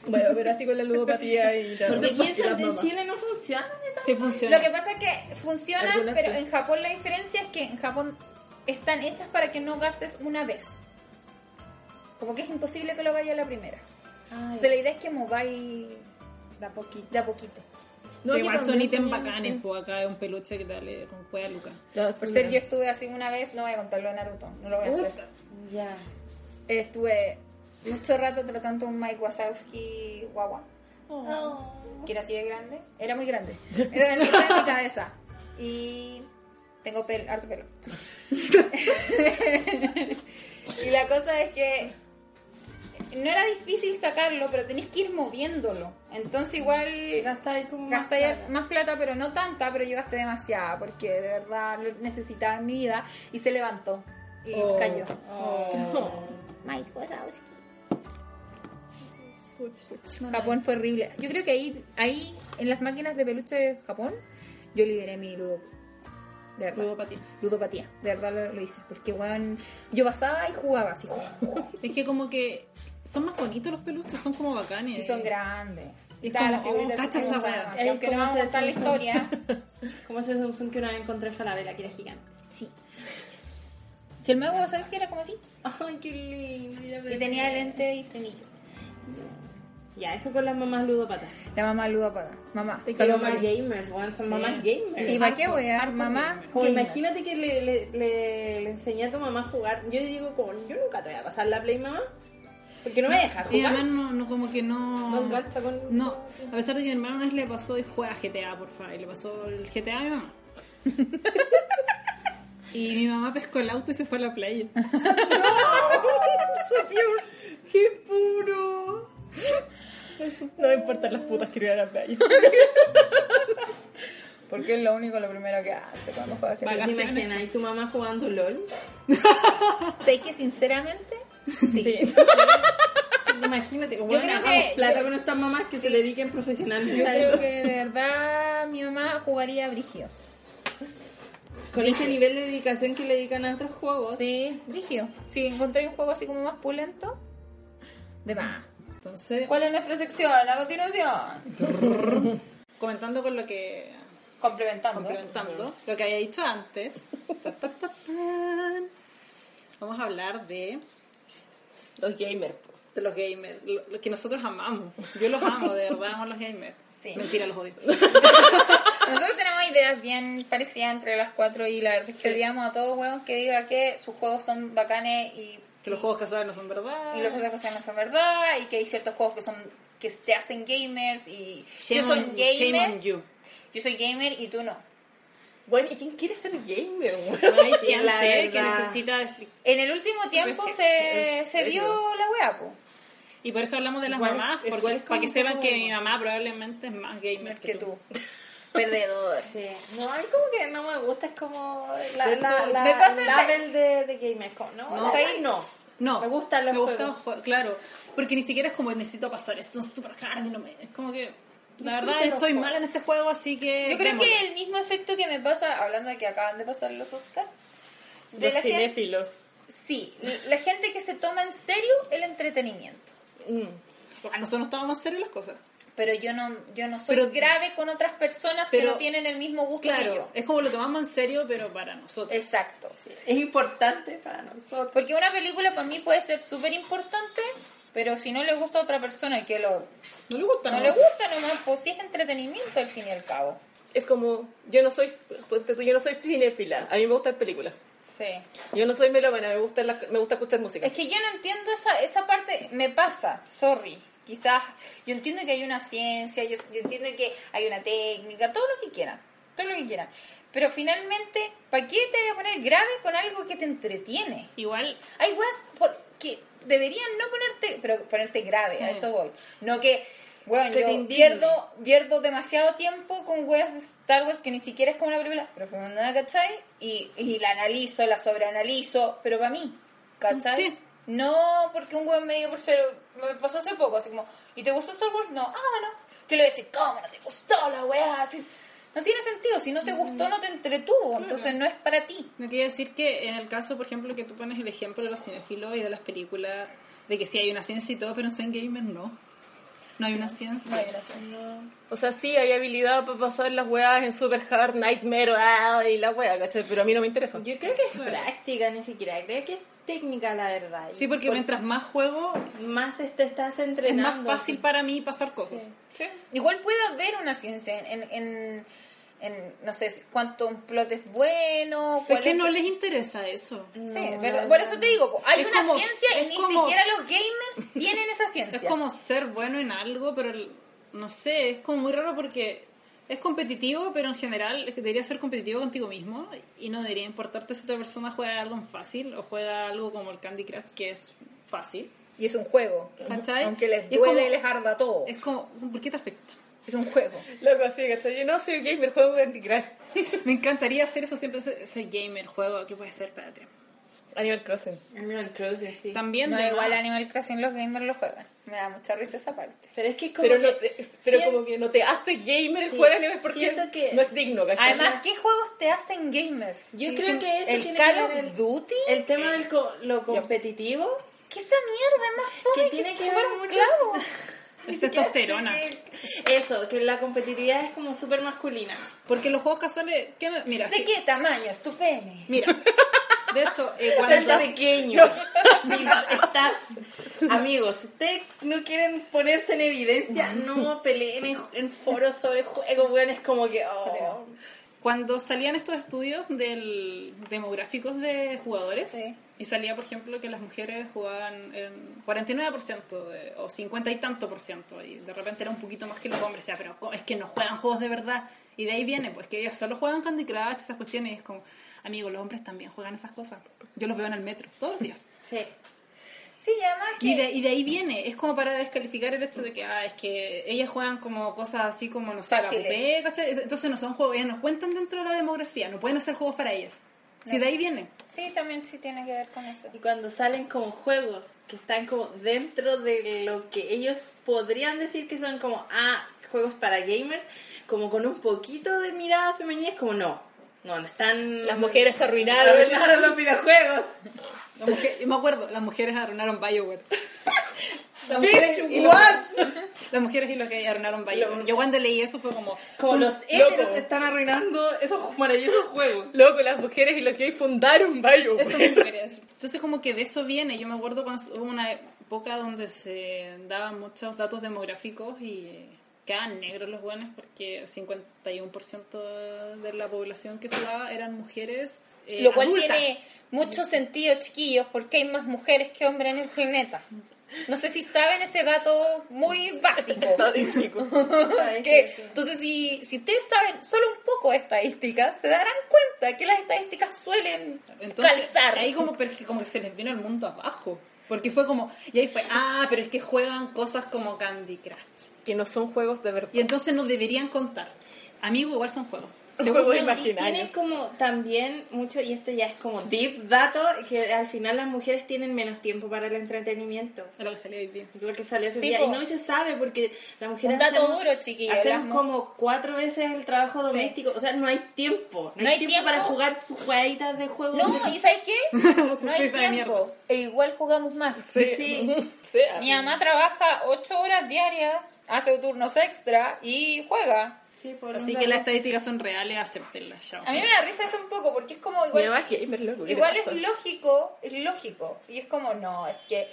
Speaker 5: Bueno, pero así con la ludopatía y la-
Speaker 2: Porque aquí en,
Speaker 5: y las
Speaker 2: San- en
Speaker 5: mamás.
Speaker 2: Chile no funcionan esas
Speaker 4: Sí funciona.
Speaker 6: Lo que pasa es que funcionan,
Speaker 5: Algunas
Speaker 6: pero
Speaker 5: sí.
Speaker 6: en Japón la diferencia es que en Japón están hechas para que no gastes una vez. Como que es imposible que lo vaya a la primera. Entonces la idea es que mováis de a poquito. De a poquito.
Speaker 5: No,
Speaker 4: Pero
Speaker 5: aquí
Speaker 4: igual son
Speaker 5: también
Speaker 4: ítems
Speaker 5: tenían,
Speaker 4: bacanes,
Speaker 5: sí.
Speaker 4: po. Acá es un peluche que dale con cueva Luca.
Speaker 6: Por ser yo estuve así una vez, no voy a contarlo a Naruto, no lo voy a hacer.
Speaker 2: Ya.
Speaker 6: Estuve mucho rato tratando un Mike Wazowski guagua.
Speaker 2: Oh.
Speaker 6: que era así de grande. Era muy grande. Era de mi cabeza. Y tengo pel harto pelo. y la cosa es que no era difícil sacarlo, pero tenés que ir moviéndolo. Entonces igual
Speaker 2: Gastáis como. más
Speaker 6: gasté
Speaker 2: plata.
Speaker 6: más plata, pero no tanta, pero yo gasté demasiada, porque de verdad lo necesitaba en mi vida. Y se levantó. Y
Speaker 4: Oh.
Speaker 6: cayó.
Speaker 2: Oh.
Speaker 6: Mike Wazowski. Japón fue horrible. Yo creo que ahí, ahí en las máquinas de peluche de Japón, yo liberé mi ludo. De verdad.
Speaker 4: Ludopatía.
Speaker 6: Ludopatía. De verdad lo, lo hice. Porque, weón, yo pasaba y jugaba así.
Speaker 4: Es que como que son más bonitos los peluches, son como bacanes.
Speaker 6: Y son grandes.
Speaker 4: Y
Speaker 6: Y
Speaker 4: es
Speaker 6: está
Speaker 4: como,
Speaker 6: la figurita
Speaker 4: oh,
Speaker 6: del
Speaker 4: cacha
Speaker 6: Supremo
Speaker 4: esa
Speaker 6: Saiyan,
Speaker 4: weá.
Speaker 6: que
Speaker 2: Eh. Ahí
Speaker 6: Aunque no
Speaker 2: como
Speaker 6: vamos a
Speaker 2: se
Speaker 6: contar la
Speaker 2: hace-
Speaker 6: historia.
Speaker 2: Como ese Samsung que una vez encontré en Falabella, que era gigante.
Speaker 6: Sí. Si el mago, ¿sabes que era como así?
Speaker 2: Ay, qué lindo. mira,
Speaker 6: Y tenía lente y frenillo.
Speaker 2: Ya, eso con las mamás ludopatas.
Speaker 6: La mamá ludópata. Mamá.
Speaker 2: Te quiero
Speaker 6: saludos,
Speaker 2: mamás
Speaker 6: María.
Speaker 2: gamers, weón, son mamás gamers.
Speaker 6: Sí, ¿para Ah, qué, weón? Mamá.
Speaker 2: Como
Speaker 6: gamer.
Speaker 2: imagínate que le, le, le, le enseñé a tu mamá a jugar. Yo digo, como, yo nunca te voy a pasar la play, mamá. Porque no me dejas
Speaker 4: Y
Speaker 2: jugar.
Speaker 4: además no, no como que no...
Speaker 2: No engancha con-
Speaker 4: No, a pesar de que mi hermano una vez le pasó y juega GTA, por favor, y le pasó el GTA a mi mamá. y mi mamá pescó el auto y se fue a la playa.
Speaker 5: ¡Qué puro! No me importan las putas que ir a la playa.
Speaker 6: Porque es lo único, lo primero que hace cuando juega
Speaker 2: ¿Te
Speaker 6: ajedrez.
Speaker 2: imaginas? ¿Y tu mamá jugando LOL?
Speaker 6: Sé que sinceramente,
Speaker 2: Sí. Imagínate, bueno,
Speaker 6: creo
Speaker 2: hagamos
Speaker 6: que-
Speaker 2: plata
Speaker 6: yo-
Speaker 2: con estas mamás que se dediquen profesionalmente
Speaker 6: yo
Speaker 2: a
Speaker 6: creo
Speaker 2: esto.
Speaker 6: que de verdad mi mamá jugaría a Brigio.
Speaker 2: Con ese nivel de dedicación que le dedican a otros juegos.
Speaker 6: Sí, Brigio. Si encontré un juego así como más pulento, de más.
Speaker 4: Entonces,
Speaker 6: Ah. ¿Cuál es nuestra sección? A continuación.
Speaker 4: comentando con lo que
Speaker 6: Complementando.
Speaker 4: complementando lo que había dicho antes, ta, ta, ta, tan. vamos a hablar de
Speaker 5: Los gamers. po.
Speaker 4: de los gamers, lo, lo que nosotros amamos. Yo los amo, de verdad amo a los gamers.
Speaker 6: Sí.
Speaker 4: Mentira, los odio.
Speaker 6: Nosotros tenemos ideas bien parecidas entre las cuatro y la verdad es que odiamos a todos huevos que diga que sus juegos son bacanes y,
Speaker 4: Que los juegos casuales no son verdad.
Speaker 6: y los juegos que sean no son verdad y que hay ciertos juegos que son que te hacen gamers y yo soy
Speaker 4: Shame on
Speaker 6: gamer,
Speaker 4: you.
Speaker 6: yo soy gamer y tú no.
Speaker 5: Bueno, ¿y quién quiere ser gamer? weón?
Speaker 4: No hay
Speaker 2: Sí,
Speaker 4: gente
Speaker 2: la
Speaker 4: que
Speaker 2: verdad.
Speaker 4: necesita decir-
Speaker 6: En el último tiempo
Speaker 5: Pues sí,
Speaker 6: se,
Speaker 5: en
Speaker 6: se dio
Speaker 5: serio.
Speaker 6: la wea, po.
Speaker 4: Y por eso hablamos de las
Speaker 2: Igual es-
Speaker 4: mamás,
Speaker 2: igual
Speaker 4: porque-
Speaker 2: es como
Speaker 4: para que
Speaker 2: un
Speaker 4: sepan
Speaker 2: poco-
Speaker 4: que mi mamá probablemente es más gamer
Speaker 6: Que tú.
Speaker 2: Perdedor. Sí. No, a mí como que no me gusta, es como la,
Speaker 5: De hecho,
Speaker 2: la, la,
Speaker 6: me pasa
Speaker 2: el label de, de gamer. como, No,
Speaker 4: No.
Speaker 2: ahí no.
Speaker 4: No,
Speaker 2: Me gustan los
Speaker 4: me gustan
Speaker 2: juegos.
Speaker 4: jue- claro, porque ni siquiera es como necesito pasar, esto es super hard, y no me, es como que la
Speaker 2: sí
Speaker 4: verdad
Speaker 2: te lo
Speaker 4: estoy
Speaker 2: juego.
Speaker 4: mal en este juego, así que
Speaker 6: Yo creo
Speaker 4: démosle.
Speaker 6: que el mismo efecto que me pasa, hablando de que acaban de pasar los Oscars, de la
Speaker 5: Los
Speaker 6: gente
Speaker 5: cinéfilos.
Speaker 6: Sí, la gente que se toma en serio el entretenimiento.
Speaker 4: a nosotros nos tomamos en serio las cosas.
Speaker 6: Pero yo no, yo no soy
Speaker 4: Pero-
Speaker 6: grave con otras personas que
Speaker 4: pero-
Speaker 6: no tienen el mismo gusto que yo.
Speaker 4: Claro, es como lo tomamos en serio, pero para nosotros.
Speaker 6: Exacto.
Speaker 2: Es importante para nosotros.
Speaker 6: Porque una película para mí puede ser súper importante, pero si no le gusta a otra persona que lo,
Speaker 4: No le gusta,
Speaker 6: no le gusta nomás, pues sí es entretenimiento al fin y al cabo.
Speaker 5: Es como, yo no soy, ponte tú, yo no soy cinéfila, a mí me gustan películas.
Speaker 6: Sí.
Speaker 5: Yo no soy melómana, me gusta, la- me gusta escuchar música.
Speaker 6: Es que yo no entiendo esa, esa parte, me pasa, sorry. Quizás yo entiendo que hay una ciencia, yo, yo entiendo que hay una técnica, todo lo que quieran, todo lo que quieran. Pero finalmente, ¿para qué te voy a poner grave con algo que te entretiene?
Speaker 4: Igual,
Speaker 6: Hay weas por- que deberían no ponerte, pero ponerte grave, a eso voy. No que, bueno,
Speaker 5: Que te
Speaker 6: yo
Speaker 5: indigne.
Speaker 6: pierdo, pierdo demasiado tiempo con weas de Star Wars que ni siquiera es como una película, pero fue una, ¿cachai? Y, y la analizo, la sobreanalizo, pero para mí, ¿cachai?
Speaker 4: Sí.
Speaker 6: No porque un weón me diga por ser, me pasó hace poco, así como, ¿y te gustó Star Wars? No, ah, no. Te lo voy a decir, ¿cómo no te gustó la wea? Así, no tiene sentido, si no te
Speaker 4: Mm.
Speaker 6: gustó, no te entretuvo, entonces no es para ti.
Speaker 4: no quería decir que en el caso, por ejemplo, que tú pones el ejemplo de los cinéfilos y de las películas, de que sí hay una ciencia y todo, pero en Zen Gamer no. No hay una ciencia.
Speaker 6: No, gracias.
Speaker 5: O sea, sí, hay habilidad para pasar las weas en Super Hard, Nightmare ah, y la wea, ¿cachai? Pero a mí no me interesa.
Speaker 2: Yo creo que es práctica, ni siquiera. Creo que es técnica, la verdad. Y
Speaker 4: Sí, porque
Speaker 2: por-
Speaker 4: mientras más juego,
Speaker 2: más te estás
Speaker 4: es
Speaker 2: entrenando.
Speaker 4: más fácil para mí pasar cosas.
Speaker 6: Igual puede haber una ciencia en, en, en- en, no sé si- cuánto un plot es bueno.
Speaker 4: Es
Speaker 6: cuál
Speaker 4: que no les interesa eso.
Speaker 6: Sí, es verdad. Por eso te digo, hay
Speaker 4: Es
Speaker 6: una
Speaker 4: como-
Speaker 6: ciencia y
Speaker 4: es
Speaker 6: ni
Speaker 4: como-
Speaker 6: siquiera los gamers tienen esa ciencia.
Speaker 4: Es como ser bueno en algo, pero el- no sé, es como muy raro porque es competitivo, pero en general es que debería ser competitivo contigo mismo y no debería importarte si otra persona juega algo en fácil o juega algo como el Candy Crush que es fácil.
Speaker 6: Y es un juego.
Speaker 4: ¿Cachai?
Speaker 6: Aunque les
Speaker 4: Y es
Speaker 6: duele
Speaker 4: como-
Speaker 6: y les arda todo.
Speaker 4: Es como, ¿por qué te afecta?
Speaker 6: Es un juego.
Speaker 5: Loco, así, ¿cachai? Yo no soy gamer, juego Candy Crush.
Speaker 4: Me encantaría hacer eso siempre, soy soy gamer, juego, ¿qué puede ser? Espérate.
Speaker 5: Animal Crossing.
Speaker 2: Animal Crossing, sí.
Speaker 4: También
Speaker 6: No
Speaker 4: de
Speaker 6: igual
Speaker 4: más.
Speaker 6: Animal Crossing los gamers lo juegan. Me da mucha risa esa parte.
Speaker 2: Pero es que como
Speaker 5: Pero,
Speaker 2: que-
Speaker 5: no te- pero
Speaker 2: sien-
Speaker 5: como que no te hace gamer
Speaker 2: Sí,
Speaker 5: jugar animes porque
Speaker 2: siento que-
Speaker 5: no es digno, ¿cachai?
Speaker 6: Además, ¿qué juegos te hacen gamers?
Speaker 2: Yo creo que eso
Speaker 6: ¿El
Speaker 2: tiene
Speaker 6: Call
Speaker 2: que ver
Speaker 6: of
Speaker 2: el-
Speaker 6: Duty?
Speaker 2: El tema de lo competitivo,
Speaker 6: ¿Qué esa mierda es más fome
Speaker 2: que
Speaker 6: que,
Speaker 2: tiene que
Speaker 6: jugar
Speaker 2: ver
Speaker 6: un
Speaker 2: mucho-
Speaker 6: clavo?
Speaker 4: Es testosterona.
Speaker 2: eso, que la competitividad es como súper masculina.
Speaker 4: Porque los juegos casuales, ¿qué no? mira,
Speaker 6: ¿De
Speaker 4: sí,
Speaker 6: qué tamaño es tu pene?
Speaker 4: mira. De hecho, eh,
Speaker 2: Tanto
Speaker 4: cuando,
Speaker 2: pequeño. Si estás, amigos, si ustedes no quieren ponerse en evidencia, no peleen en, en foros sobre juegos, weón, es como que... oh.
Speaker 4: Cuando salían estos estudios del, demográficos de jugadores,
Speaker 6: Sí.
Speaker 4: y salía, por ejemplo, que las mujeres jugaban en 49% de- o 50 y tanto por ciento, y de repente era un poquito más que los hombres, o sea, pero co- es que no juegan juegos de verdad. Y de ahí viene, pues que ellas solo juegan Candy Crush, esas cuestiones, y es como, amigo, los hombres también juegan esas cosas. Yo los veo en el metro, todos los días.
Speaker 2: Sí.
Speaker 6: Sí, y además que...
Speaker 4: Y de, y de ahí viene, es como para descalificar el hecho de que, ah, es que ellas juegan como cosas así como, no sé, la
Speaker 6: Fáciles.
Speaker 4: popé, ¿cachai? Entonces no son juegos, ellas no cuentan dentro de la demografía, no pueden hacer juegos para ellas. Si de ahí viene.
Speaker 6: Sí, también sí tiene que ver con eso.
Speaker 2: Y cuando salen como juegos que están como dentro de lo que ellos podrían decir que son como, ah, juegos para gamers, como con un poquito de mirada femenina, es como no. No, no están...
Speaker 5: Las mujeres arruinaron.
Speaker 2: arruinaron los videojuegos.
Speaker 4: La mujer- me acuerdo, las mujeres arruinaron Bioware. Las
Speaker 2: Bitch,
Speaker 4: mujeres, y los,
Speaker 2: what?
Speaker 4: las mujeres y los que arruinaron Bioware. Yo cuando leí eso fue como,
Speaker 2: Como los
Speaker 5: Loco.
Speaker 2: héteros están arruinando esos maravillosos juegos.
Speaker 5: Loco, las mujeres y los gays fundaron pues. Bayo.
Speaker 4: Eso es lo que quería decir. Entonces como que de eso viene. Yo me acuerdo cuando hubo una época donde se daban muchos datos demográficos y eh, quedaban negros los buenos porque 51% de la población que jugaba eran mujeres eh,
Speaker 6: Lo cual
Speaker 4: adultas.
Speaker 6: tiene mucho sentido, chiquillos, porque hay más mujeres que hombres en el planeta. No sé si saben ese dato muy básico. que, entonces, si, si ustedes saben solo un poco de estadísticas, se darán cuenta que las estadísticas suelen
Speaker 4: Entonces,
Speaker 6: calzar.
Speaker 4: ahí como, per- como que se les vino el mundo abajo. Porque fue como, y ahí fue, ah, pero es que juegan cosas como Candy Crush.
Speaker 5: Que no son juegos de verdad.
Speaker 4: Y entonces nos deberían contar. Amigo, igual son juegos.
Speaker 5: Un juego
Speaker 2: Y tienen
Speaker 5: imaginario.
Speaker 2: como también mucho, y este ya es como deep dato, que al final las mujeres tienen menos tiempo para el entretenimiento.
Speaker 4: Es lo que salió hoy día.
Speaker 2: Lo que salió ese
Speaker 6: Sí,
Speaker 2: día.
Speaker 6: po.
Speaker 2: Y no se sabe porque las mujeres.
Speaker 6: Un dato duro, chiquillas,
Speaker 2: Hacemos
Speaker 6: las mu-
Speaker 2: como cuatro veces el trabajo doméstico. O sea, no hay tiempo. No,
Speaker 6: No
Speaker 2: hay,
Speaker 6: hay
Speaker 2: tiempo,
Speaker 6: tiempo.
Speaker 2: para jugar sus jueguitas de juego.
Speaker 6: No, ¿y sabes qué? No hay
Speaker 4: FIFA de mierda.
Speaker 6: tiempo. E igual jugamos más.
Speaker 2: sí.
Speaker 5: Sea.
Speaker 6: Mi mamá trabaja ocho horas diarias, hace turnos extra y juega.
Speaker 2: Sí, por
Speaker 4: Así
Speaker 2: un
Speaker 4: que
Speaker 2: lado.
Speaker 4: las estadísticas son reales, acéptenlas. chao.
Speaker 6: A mí me da risa eso un poco porque es como
Speaker 5: Mi
Speaker 6: igual
Speaker 5: mamá es gamer, loco. ¿qué le
Speaker 6: Igual es
Speaker 5: pasa?
Speaker 6: lógico, es lógico. Y es como, no, es que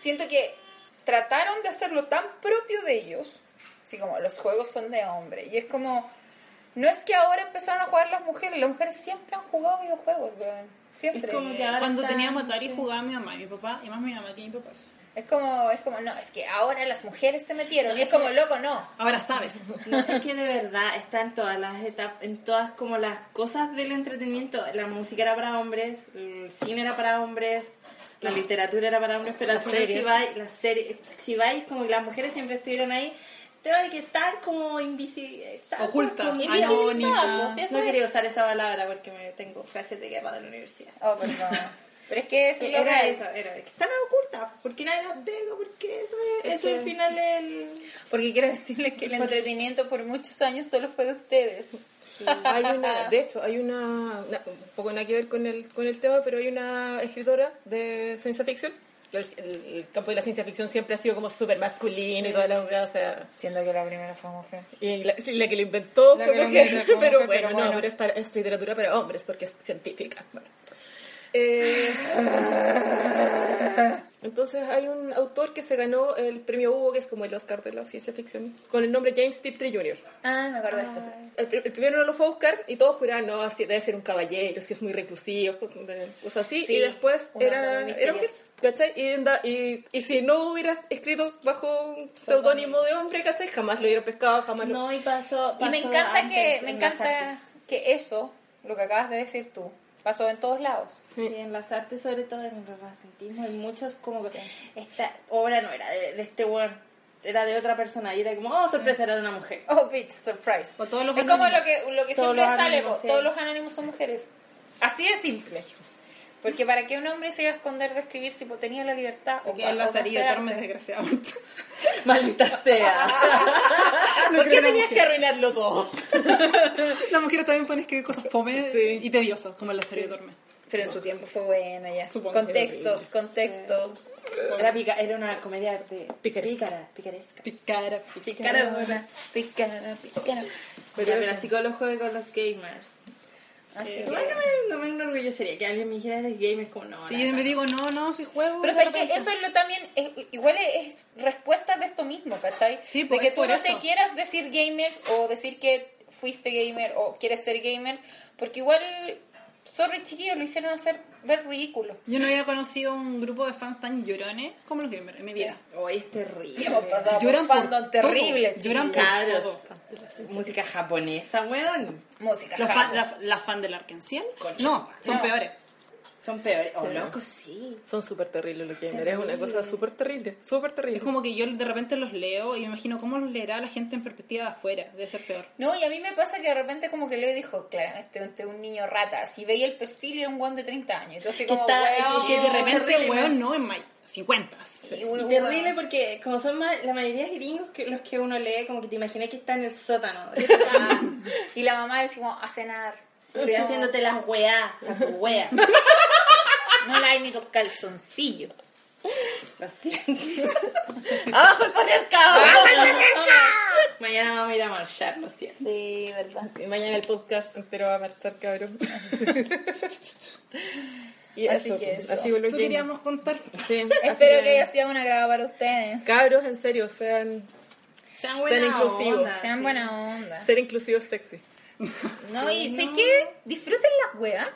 Speaker 6: siento que trataron de hacerlo tan propio de ellos, así como los juegos son de hombre. Y es como, no es que ahora empezaron a jugar las mujeres, las mujeres siempre han jugado videojuegos, weón. Siempre.
Speaker 2: Es como que ahora
Speaker 4: Cuando
Speaker 2: están-
Speaker 4: teníamos Atari jugaba mi mamá y mi papá, y más mi mamá que mi papá.
Speaker 6: es como, es como, no, es que ahora las mujeres se metieron. Y es como, loco, no.
Speaker 4: Ahora sabes.
Speaker 2: No, es que de verdad está en todas las etapas, en todas como las cosas del entretenimiento. La música era para hombres, el cine era para hombres, la literatura era para hombres, pero al final si vais, las series, si vais, como que las mujeres siempre estuvieron ahí, te va a que estar como invisibles.
Speaker 4: Ocultas,
Speaker 6: Invisibilizadas, pues,
Speaker 2: No
Speaker 6: eso es.
Speaker 2: quería usar esa palabra porque me tengo frases de guerra de la universidad.
Speaker 6: Oh, perdón. Pero es que eso es lo
Speaker 2: Era
Speaker 6: real.
Speaker 2: eso, era que están ocultas, porque nadie las ve, porque eso es, eso al final el...
Speaker 6: Porque quiero decirles que el entretenimiento por muchos años solo fue de ustedes.
Speaker 5: Hay una, de hecho, hay una, na- un poco nada que ver con el, con el tema, pero hay una escritora de ciencia ficción. El, el- el campo de la ciencia ficción siempre ha sido como súper masculino y toda la jugada, o sea,
Speaker 6: Siendo que la primera fue mujer.
Speaker 5: y la, sí, la que lo inventó
Speaker 6: La
Speaker 5: fue
Speaker 6: que lo
Speaker 5: mujer,
Speaker 6: inventó fue
Speaker 5: pero,
Speaker 6: mujer,
Speaker 5: bueno,
Speaker 6: pero
Speaker 5: no,
Speaker 6: bueno.
Speaker 5: pero es, para, es literatura para hombres porque es científica. Bueno. Eh, entonces hay un autor que se ganó el premio Hugo, que es como el Oscar de la ciencia ficción, con el nombre James Tiptree Jr.
Speaker 6: Ah, me acuerdo de esto.
Speaker 5: El, pri- el primero no lo fue a buscar y todos juraban, no, así debe ser un caballero, es que es muy reclusivo, cosas así.
Speaker 6: Sí,
Speaker 5: y después
Speaker 6: un hombre
Speaker 5: era,
Speaker 6: muy
Speaker 5: era mujer,
Speaker 6: misterioso.
Speaker 5: ¿cachai? Y, anda- y, y si no hubieras escrito bajo un seudónimo de hombre, ¿cachai? Jamás lo hubiera pescado, jamás lo...
Speaker 2: No, y pasó...
Speaker 6: Y me
Speaker 2: pasó
Speaker 6: encanta que
Speaker 2: antes
Speaker 6: me
Speaker 2: en las
Speaker 6: encanta
Speaker 2: artes.
Speaker 6: que eso, lo que acabas de decir tú, pasó en todos lados.
Speaker 2: Y en las artes, sobre todo en el racentismo, hay muchos como que esta obra no era de, de este weón, era de otra persona. Y era como, oh, sorpresa, era de una mujer.
Speaker 6: Oh, bitch, surprise.
Speaker 4: O todos los
Speaker 6: es como
Speaker 4: anónimos.
Speaker 6: lo que, lo que
Speaker 2: Todos
Speaker 6: siempre
Speaker 2: los
Speaker 6: sale,
Speaker 2: anónimos,
Speaker 6: po,
Speaker 2: sí.
Speaker 6: todos los anónimos son mujeres. Así de simple. Porque para qué un hombre se iba a esconder de escribir si po, tenía la libertad o, pa-
Speaker 4: Que
Speaker 6: o de
Speaker 4: enlazaría
Speaker 6: hacer
Speaker 4: Carmen,
Speaker 6: arte?
Speaker 4: desgraciadamente.
Speaker 2: Maldita sea. Ah,
Speaker 4: No
Speaker 5: ¿Por
Speaker 4: creo
Speaker 5: qué
Speaker 4: en la
Speaker 5: tenías que
Speaker 4: mujer.
Speaker 5: arruinarlo todo?
Speaker 4: Las mujeres también pueden escribir cosas fome
Speaker 5: Sí.
Speaker 4: y tediosas, como la serie de Torme.
Speaker 6: Pero en su tiempo fue buena ya.
Speaker 5: Supongo que
Speaker 6: contextos,
Speaker 5: horrible.
Speaker 6: contextos.
Speaker 2: Era, pica- era una comedia de
Speaker 5: Picaresca.
Speaker 2: pícara, picaresca.
Speaker 4: Picara,
Speaker 2: Picara, buena.
Speaker 6: Pícara, pícara.
Speaker 2: Pero, pero así con los juegos con los gamers. Ah,
Speaker 6: Así
Speaker 5: Eh,
Speaker 6: que-
Speaker 2: Igual no me, no me enorgullecería que alguien me dijera de gamers como no.
Speaker 4: Sí,
Speaker 2: la
Speaker 4: yo me
Speaker 2: verdad.
Speaker 4: digo, no, no, si juego.
Speaker 6: Pero
Speaker 4: de
Speaker 6: sabes que
Speaker 4: repente.
Speaker 6: eso es lo también, es- igual es respuesta de esto mismo, ¿cachai?
Speaker 4: Sí,
Speaker 6: de
Speaker 4: pues,
Speaker 6: que
Speaker 4: es
Speaker 6: tú
Speaker 4: por
Speaker 6: no
Speaker 4: eso.
Speaker 6: te quieras decir gamer o decir que fuiste gamer o quieres ser gamer, porque igual, sorry chiquillos, lo hicieron hacer ver ridículo.
Speaker 4: Yo no había conocido un grupo de fans tan llorones como los gamers en mi vida.
Speaker 2: Oh, es terrible.
Speaker 4: Lloran por todo.
Speaker 6: terrible,
Speaker 4: Lloran por
Speaker 2: Cabros.
Speaker 4: todo.
Speaker 2: Música japonesa, weón.
Speaker 6: Música.
Speaker 4: Las
Speaker 6: hard.
Speaker 4: fan, la, la fan del Arkansas. No, son
Speaker 6: No.
Speaker 4: peores.
Speaker 2: Son peores. Oh,
Speaker 5: Sí.
Speaker 2: loco, sí.
Speaker 5: Son súper terribles los gamers, es una cosa súper terrible, súper terrible.
Speaker 4: Es como que yo de repente los leo y me imagino cómo los leerá la gente en perspectiva de afuera, debe ser peor.
Speaker 6: No, y a mí me pasa que de repente como que le dijo, claro, este este es un niño rata. Si veía el perfil era un guan de 30 años. Entonces como,
Speaker 2: está-
Speaker 6: weón,
Speaker 2: que
Speaker 4: de repente,
Speaker 2: terrible,
Speaker 4: weón, no, en mayo, 50.
Speaker 6: Oh, sí,
Speaker 2: Y
Speaker 6: weón.
Speaker 2: terrible porque como son ma- la mayoría es gringos que los que uno lee, como que te imaginas que está en el sótano.
Speaker 6: Y la mamá decimos, a cenar.
Speaker 2: Estoy haciéndote las weas, a tu wea.
Speaker 6: No la hay ni los calzoncillos.
Speaker 2: Lo siento.
Speaker 5: ¡Ah, el patriarcado!
Speaker 2: Mañana vamos a ir a marchar, lo siento.
Speaker 6: Sí, verdad.
Speaker 5: Ah, Y mañana el podcast entero va a marchar, cabrón. y
Speaker 6: Así
Speaker 5: eso,
Speaker 6: que eso.
Speaker 5: así con los
Speaker 4: Eso
Speaker 5: gamers.
Speaker 4: queríamos contar.
Speaker 5: Sí, así
Speaker 6: Espero que haya sido una graba para ustedes.
Speaker 5: Cabros, en serio, sean
Speaker 4: Sean
Speaker 5: buena inclusivos. onda,
Speaker 6: Sean buena
Speaker 2: Ah.
Speaker 6: onda.
Speaker 5: ser inclusivos sexy.
Speaker 6: No, y sé que disfruten las weas.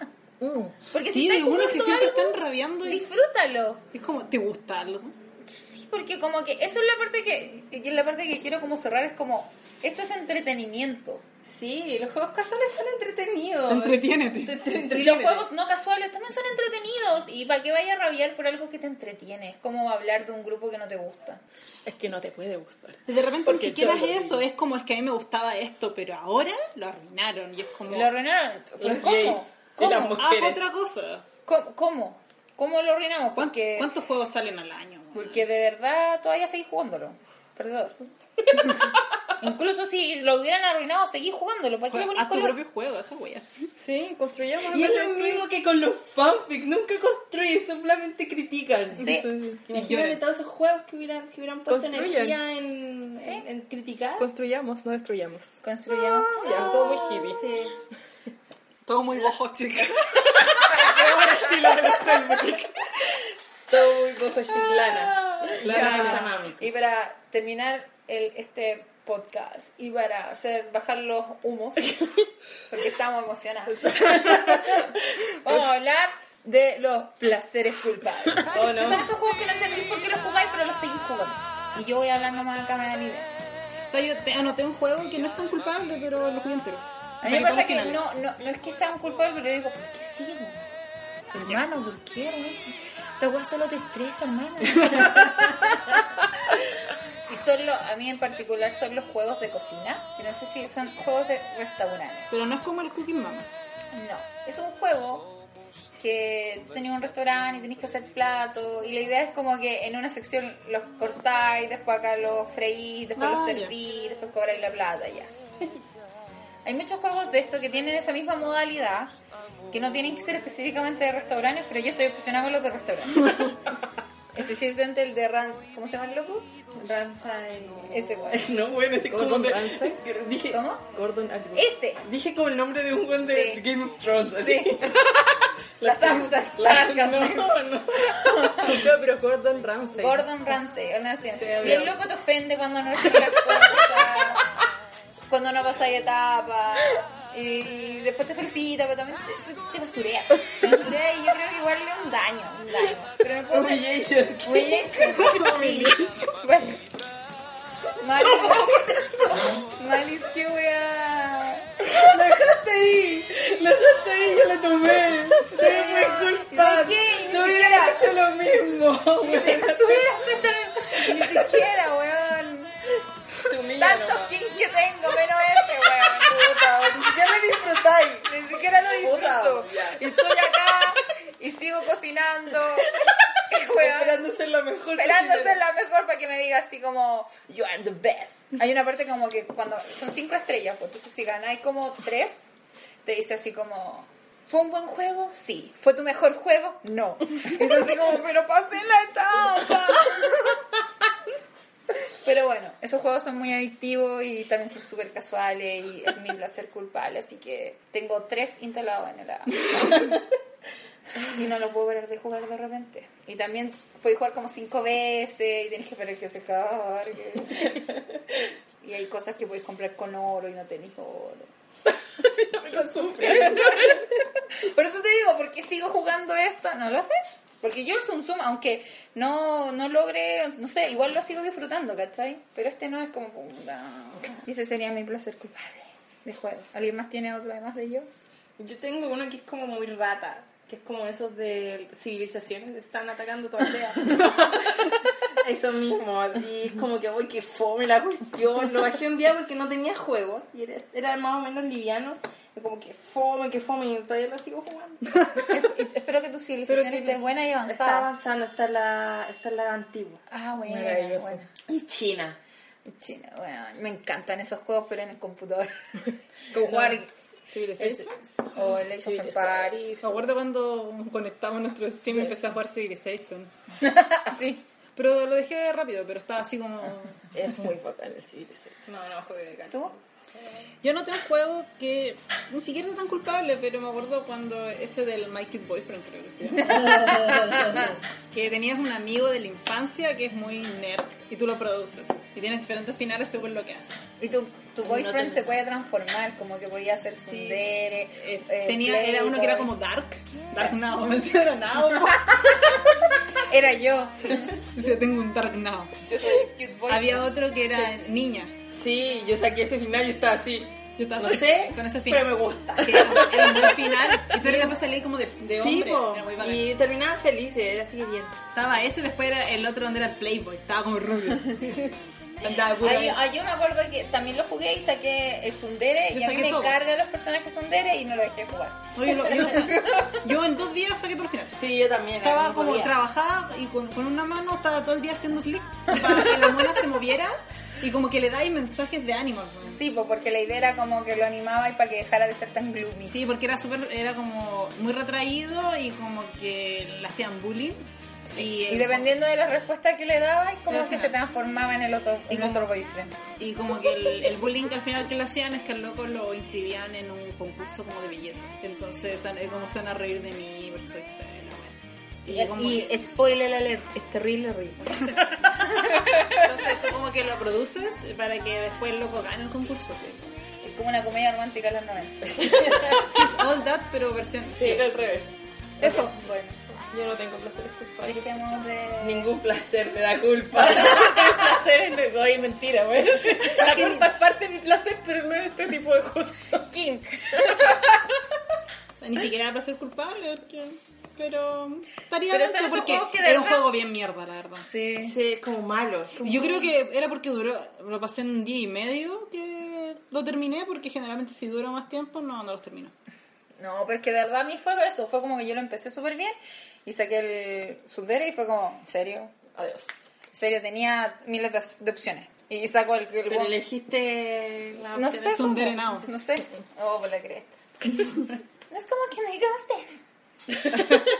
Speaker 6: Porque si
Speaker 4: Uh, Sí,
Speaker 6: estás
Speaker 4: de uno que
Speaker 6: jugando
Speaker 4: siempre
Speaker 6: algo,
Speaker 4: están rabiando y
Speaker 6: disfrútalo.
Speaker 4: es como, ¿te gusta algo?
Speaker 6: Sí, porque como que eso es la parte que, que es la parte que quiero como cerrar, es como, esto es entretenimiento.
Speaker 2: Sí, los juegos casuales son entretenidos.
Speaker 4: Entretiénete.
Speaker 6: Y los juegos no casuales también son entretenidos. Y para que vaya a rabiar por algo que te entretiene. Es como hablar de un grupo que no te gusta.
Speaker 5: Es que no te puede gustar.
Speaker 4: De repente ni
Speaker 5: Porque
Speaker 4: siquiera
Speaker 5: yo-
Speaker 4: es eso, es como es que a mí me gustaba esto, pero ahora lo arruinaron y es como,
Speaker 6: Lo arruinaron. ¿Pero
Speaker 5: Los gays
Speaker 6: ¿Cómo?
Speaker 5: y las
Speaker 6: ¿Cómo?
Speaker 5: mujeres.
Speaker 4: ah, otra cosa.
Speaker 6: ¿Cómo? ¿Cómo? ¿Cómo lo arruinamos?
Speaker 4: ¿Cuán-
Speaker 6: Porque,
Speaker 4: ¿Cuántos juegos salen al año?
Speaker 6: porque de verdad todavía seguís jugándolo. Perdón. Incluso si lo hubieran arruinado, seguís jugándolo. ¿Para qué le
Speaker 4: Juega-
Speaker 6: ponís
Speaker 4: Haz tu
Speaker 6: color?
Speaker 4: propio juego, deja wea.
Speaker 5: Sí, construyamos.
Speaker 2: Y es lo
Speaker 5: en vez de
Speaker 2: mismo que con los fanfics, nunca construyen, solamente critican.
Speaker 6: Sí.
Speaker 2: Imagínate todos esos juegos que hubieran, si hubieran puesto
Speaker 5: Construyan.
Speaker 2: energía en,
Speaker 6: Sí.
Speaker 2: en- en criticar.
Speaker 5: Construyamos, no destruyamos.
Speaker 6: Construyamos.
Speaker 5: Ya, todo muy hippie.
Speaker 2: Sí.
Speaker 4: Todo muy bojo, chicas.
Speaker 2: Todo muy cojo chiclana. La
Speaker 6: Ya.
Speaker 2: Pachamama.
Speaker 6: Y para terminar el, este podcast y para hacer bajar los humos, porque estamos emocionados, vamos a hablar de los placeres culpables. Son esos juegos que no entendéis por qué los jugáis, pero los seguís jugando. Y yo voy a hablar nomás de cámara libre.
Speaker 4: O sea, yo te anoté un juego que no es tan culpable, pero lo jugué entero.
Speaker 6: A mí me pasa que
Speaker 4: no
Speaker 6: no, no, no es que sea un culpable, pero yo digo, ¿por qué sigo? Hermano, ¿por qué eres eso? Esta weá solo te estresa, hermano. y solo, a mí en particular, son los juegos de cocina. que no sé si son juegos de restaurantes.
Speaker 4: Pero no es como el Cooking Mama.
Speaker 6: No, es un juego que tenéis un restaurante y tenéis que hacer platos y la idea es como que en una sección los cortáis, después acá los freís, después los
Speaker 4: Ah, ya.
Speaker 6: servís, después cobráis la plata ya. Hay muchos juegos de esto que tienen esa misma modalidad, que no tienen que ser específicamente de restaurantes, pero yo estoy obsesionada con los de restaurantes. específicamente el de Ran... ¿Cómo se llama el loco?
Speaker 2: Ramsay.
Speaker 6: Ese güey.
Speaker 2: No, bueno, es como
Speaker 5: Gordon
Speaker 2: de,
Speaker 5: Ramsay.
Speaker 2: dije,
Speaker 6: ¿Cómo?
Speaker 5: Gordon Atwood.
Speaker 6: Ese.
Speaker 2: dije como el nombre de un buen de
Speaker 6: Sí.
Speaker 2: Game of Thrones. así.
Speaker 6: Sí. Las salsas
Speaker 2: No,
Speaker 6: largas.
Speaker 2: no.
Speaker 5: No, pero Gordon Ramsay.
Speaker 6: Gordon Ramsay, Arnold Schwarzenegger.
Speaker 5: Sí,
Speaker 6: y el
Speaker 5: obvio.
Speaker 6: loco te ofende cuando no recibes las cosas, cuando no pasáis etapas. Y, y después te felicita, pero también te, te basurea. Te basurea y yo creo que igual le da un daño, un daño. Pero no puedo.
Speaker 2: Humiliation.
Speaker 6: Humillation. Bueno. Malis, Malis, qué wea.
Speaker 2: Lo dejaste ahí. Lo dejaste ahí, yo lo tomé. No me puedes culpar.
Speaker 6: ¿Y de qué? Ni
Speaker 2: No hubiera hecho lo mismo.
Speaker 6: Tú hubieras hecho ni siquiera, weón. Tantos kings que tengo, menos este, weón.
Speaker 2: Ni siquiera disfrutáis.
Speaker 6: Ni siquiera lo disfruto. Y estoy acá y sigo cocinando. Y, weón,
Speaker 2: Esperando ser la mejor.
Speaker 6: esperando
Speaker 2: cocinera.
Speaker 6: ser la mejor para que me diga así como, you are the best. Hay una parte como que cuando son cinco estrellas, pues entonces si ganáis como tres, te dice así como, ¿fue un buen juego? Sí. ¿Fue tu mejor juego? No. Es así como, pero pasé la etapa. Pero bueno, esos juegos son muy adictivos y también son súper casuales y es mi placer culpable, así que tengo tres instalados en el A. Y no lo puedo parar de jugar de repente. Y también puedes jugar como cinco veces y tienes que esperar que se cargue. Y hay cosas que puedes comprar con oro y no tenés oro. Por eso te digo, ¿por qué sigo jugando esto? No lo sé. Porque yo el Zoom Zoom, aunque no, no logre, no sé, igual lo sigo disfrutando, ¿cachai? Pero este no es como... puta. Y ese sería mi placer culpable de juego. ¿Alguien más tiene otro además de yo?
Speaker 2: Yo tengo uno que es como muy rata. que es como esos de civilizaciones que están atacando tu aldea. Eso mismo. Y es como que, uy, qué fome la cuestión. Lo bajé un día porque no tenía juegos y era, era más o menos liviano. Y como que fome, que fome, y todavía lo sigo jugando.
Speaker 6: Espero que tu
Speaker 2: Pero
Speaker 6: civilización
Speaker 2: que
Speaker 6: esté
Speaker 2: no-
Speaker 6: buena y
Speaker 2: Está
Speaker 6: avanzada.
Speaker 2: avanzando, está la, está la antigua.
Speaker 6: Ah, bueno,
Speaker 5: Maravilloso.
Speaker 6: bueno.
Speaker 2: Y China.
Speaker 6: China, bueno, me encantan esos juegos, pero en el computador. Como jugar
Speaker 5: Civilizations.
Speaker 6: o el Age of Empires.
Speaker 4: Me acuerdo cuando conectamos nuestro Steam y empecé a jugar Civilization.
Speaker 6: Así.
Speaker 4: Pero lo dejé rápido, pero estaba así como...
Speaker 5: Es muy bacán el Civilizations.
Speaker 2: No, no, juego de gato.
Speaker 6: ¿Tú?
Speaker 4: Yo noté un juego que ni siquiera era tan culpable, pero me acuerdo cuando ese del My Kid Boyfriend, creo que se llama. que tenías un amigo de la infancia que es muy nerd y tú lo produces. Y tienes diferentes finales según lo que haces.
Speaker 6: Y tu, tu boyfriend se puede transformar, como que podía hacer sundere. eh,
Speaker 4: Tenía, era uno que era
Speaker 6: playboy.
Speaker 4: como Dark. Dark Now, me decía, era Now.
Speaker 6: Ah, Era yo.
Speaker 4: Decía, tengo un Dark Now.
Speaker 5: Yo soy cute boy.
Speaker 4: Había otro que era niña.
Speaker 5: Sí, yo saqué ese final y estaba así.
Speaker 4: Yo estaba
Speaker 2: No
Speaker 4: así,
Speaker 2: sé,
Speaker 4: con ese final.
Speaker 2: pero me gusta.
Speaker 4: Sí, era era un buen final. Y tú eres capaz de salir como de, de
Speaker 2: sí,
Speaker 4: hombre.
Speaker 2: po.
Speaker 4: Era muy bacán.
Speaker 2: y eh. terminaban felices, era así que bien.
Speaker 4: Estaba ese, después era el otro donde era el Playboy, estaba como rubio. Andaba puro
Speaker 6: Ay,
Speaker 4: ahí.
Speaker 6: yo, ay, yo me acuerdo que también lo jugué y saqué el sundere.
Speaker 4: Yo
Speaker 6: Y a mí
Speaker 4: saqué
Speaker 6: me
Speaker 4: todos.
Speaker 6: cargan los personajes sundere y no lo dejé jugar.
Speaker 4: Oye, lo- yo, yo en dos días saqué todo el final.
Speaker 2: Sí, yo también.
Speaker 4: Estaba
Speaker 2: algún
Speaker 4: como
Speaker 2: día.
Speaker 4: trabajada y con, con una mano estaba todo el día haciendo clic para que la mona se moviera y como que le dais mensajes de ánimo. ¿no?
Speaker 6: Sí, pues porque la idea era como que lo animaba y para que dejara de ser tan gloomy.
Speaker 4: Sí, porque era súper, era como muy retraído y como que le hacían bullying. Y,
Speaker 6: Y dependiendo de la respuesta que le daba, es como
Speaker 4: Ajá.
Speaker 6: que se transformaba en el otro, en otro boyfriend.
Speaker 4: y como que el, el bullying que al final que le hacían es que al loco lo inscribían en un concurso como de belleza. Entonces, es como se van a reír de mí porque soy fea. y la wea. como
Speaker 6: Y, spoiler alert, es terrible ridículo.
Speaker 4: Entonces tú como que lo produces para que después el loco gane el concurso. pues. ¿sí?
Speaker 6: Es como una comedia romántica de los 90.
Speaker 4: She's all that, pero versión...
Speaker 5: Sí, era al revés.
Speaker 4: Eso.
Speaker 6: Bueno,
Speaker 5: Yo no tengo placeres culpables.
Speaker 6: dejemos de...
Speaker 5: Ningún placer me da culpa. El placer es no, oye, mentira, güey. La culpa es parte de mi placer, pero no es este tipo de cosas.
Speaker 6: Kink.
Speaker 4: O sea, ni siquiera era para ser culpable, porque- pero... Estaría
Speaker 6: Pero
Speaker 4: dentro
Speaker 6: son esos
Speaker 4: porque
Speaker 6: juegos que de
Speaker 4: era un
Speaker 6: verdad-
Speaker 4: juego bien mierda, la verdad.
Speaker 6: Sí.
Speaker 2: Sí, es como malo. es como-
Speaker 4: Yo creo que era porque duró, lo pasé en un día y medio que lo terminé, porque generalmente si dura más tiempo no, no los termino.
Speaker 6: No, porque de verdad a mí fue eso. Fue como que yo lo empecé súper bien y saqué el sundere y fue como, ¿en serio?
Speaker 5: Adiós.
Speaker 6: En serio, tenía miles de, op- de opciones. Y saco el... el-
Speaker 2: Pero elegiste la
Speaker 6: No
Speaker 2: opción
Speaker 6: sé.
Speaker 4: Son
Speaker 6: cómo.
Speaker 4: drenado.
Speaker 6: No sé. Oh, por la cresta. no es como que me gustes.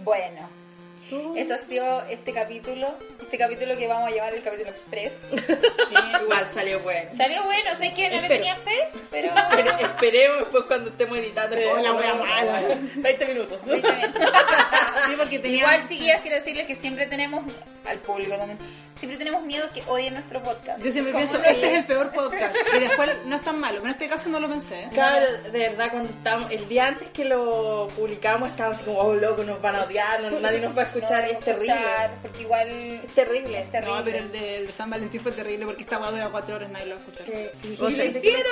Speaker 6: Bueno. Eso ha sido este capítulo. Este capítulo que vamos a llamar el capítulo express.
Speaker 2: esa. Igual salió bueno.
Speaker 6: Salió bueno, sé que no le
Speaker 4: Espero.
Speaker 6: tenía fe, pero...
Speaker 2: Pero esperemos después cuando estemos editando. como
Speaker 4: la wea mala.
Speaker 5: 20 minutos.
Speaker 6: Sí, también.
Speaker 4: Sí, porque tenía...
Speaker 6: Igual, chiquillas, quiero decirles que siempre tenemos, al público también, siempre tenemos miedo que odien nuestro podcast.
Speaker 4: Yo siempre
Speaker 6: Como
Speaker 4: pienso,
Speaker 6: que-
Speaker 4: este es el peor podcast. Y después no es tan malo, pero en este caso no lo pensé. ¿eh?
Speaker 2: Claro, de verdad, cuando estábamos, el día antes que lo publicamos, estábamos así como, oh, loco, nos van a odiar, no- nadie nos va a
Speaker 6: no
Speaker 2: escuchar,
Speaker 6: debo
Speaker 2: es terrible.
Speaker 6: escuchar, Porque igual...
Speaker 2: Es terrible.
Speaker 6: Es terrible.
Speaker 4: No, pero el de, el de San Valentín fue terrible porque esta guada dura cuatro horas, nadie lo va a escuchar.
Speaker 2: Eh, y-
Speaker 6: Y lo hicieron.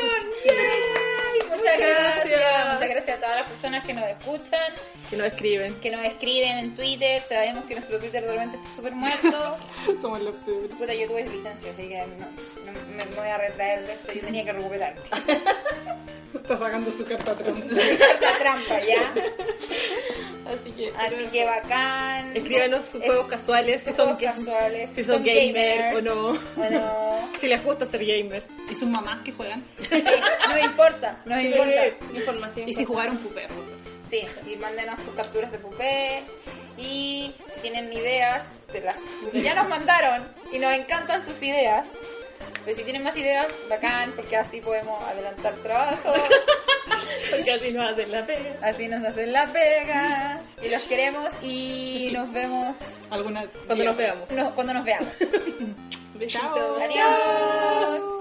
Speaker 6: ¡Yay! Muchas, gracias. Muchas gracias a todas las personas que nos escuchan,
Speaker 5: Que no escriben.
Speaker 6: que nos escriben en Twitter. Sabemos que nuestro Twitter de repente está súper muerto.
Speaker 4: Somos los peores.
Speaker 6: Puta, yo tuve licencia, así que no, no- me, me voy a retraer de esto. Yo tenía que recuperarme.
Speaker 4: Está sacando su carta Trump.
Speaker 6: Esta trampa, ¿ya?
Speaker 5: Así que. ah,
Speaker 6: Así que bacán.
Speaker 5: Escríbanos sus juegos casuales, si
Speaker 6: Sus
Speaker 5: son,
Speaker 6: juegos
Speaker 5: ga-
Speaker 6: casuales,
Speaker 5: si son gamer o no.
Speaker 6: o no.
Speaker 5: Si les gusta ser gamer.
Speaker 4: Y sus mamás que juegan.
Speaker 6: Sí, no importa, no importa.
Speaker 2: Información.
Speaker 4: Y si jugaron pupero.
Speaker 6: Sí, y mándenos sus capturas de pupé. Y si tienen ideas, de las que ya nos mandaron y nos encantan sus ideas. Pero si tienen más ideas, bacán, porque así podemos adelantar trabajo,
Speaker 5: Porque así nos hacen la pega.
Speaker 6: así nos hacen la pega. Y los queremos y nos vemos
Speaker 4: Alguna.
Speaker 5: Cuando nos veamos.
Speaker 6: no, cuando nos veamos.
Speaker 4: Chao.
Speaker 6: Adiós.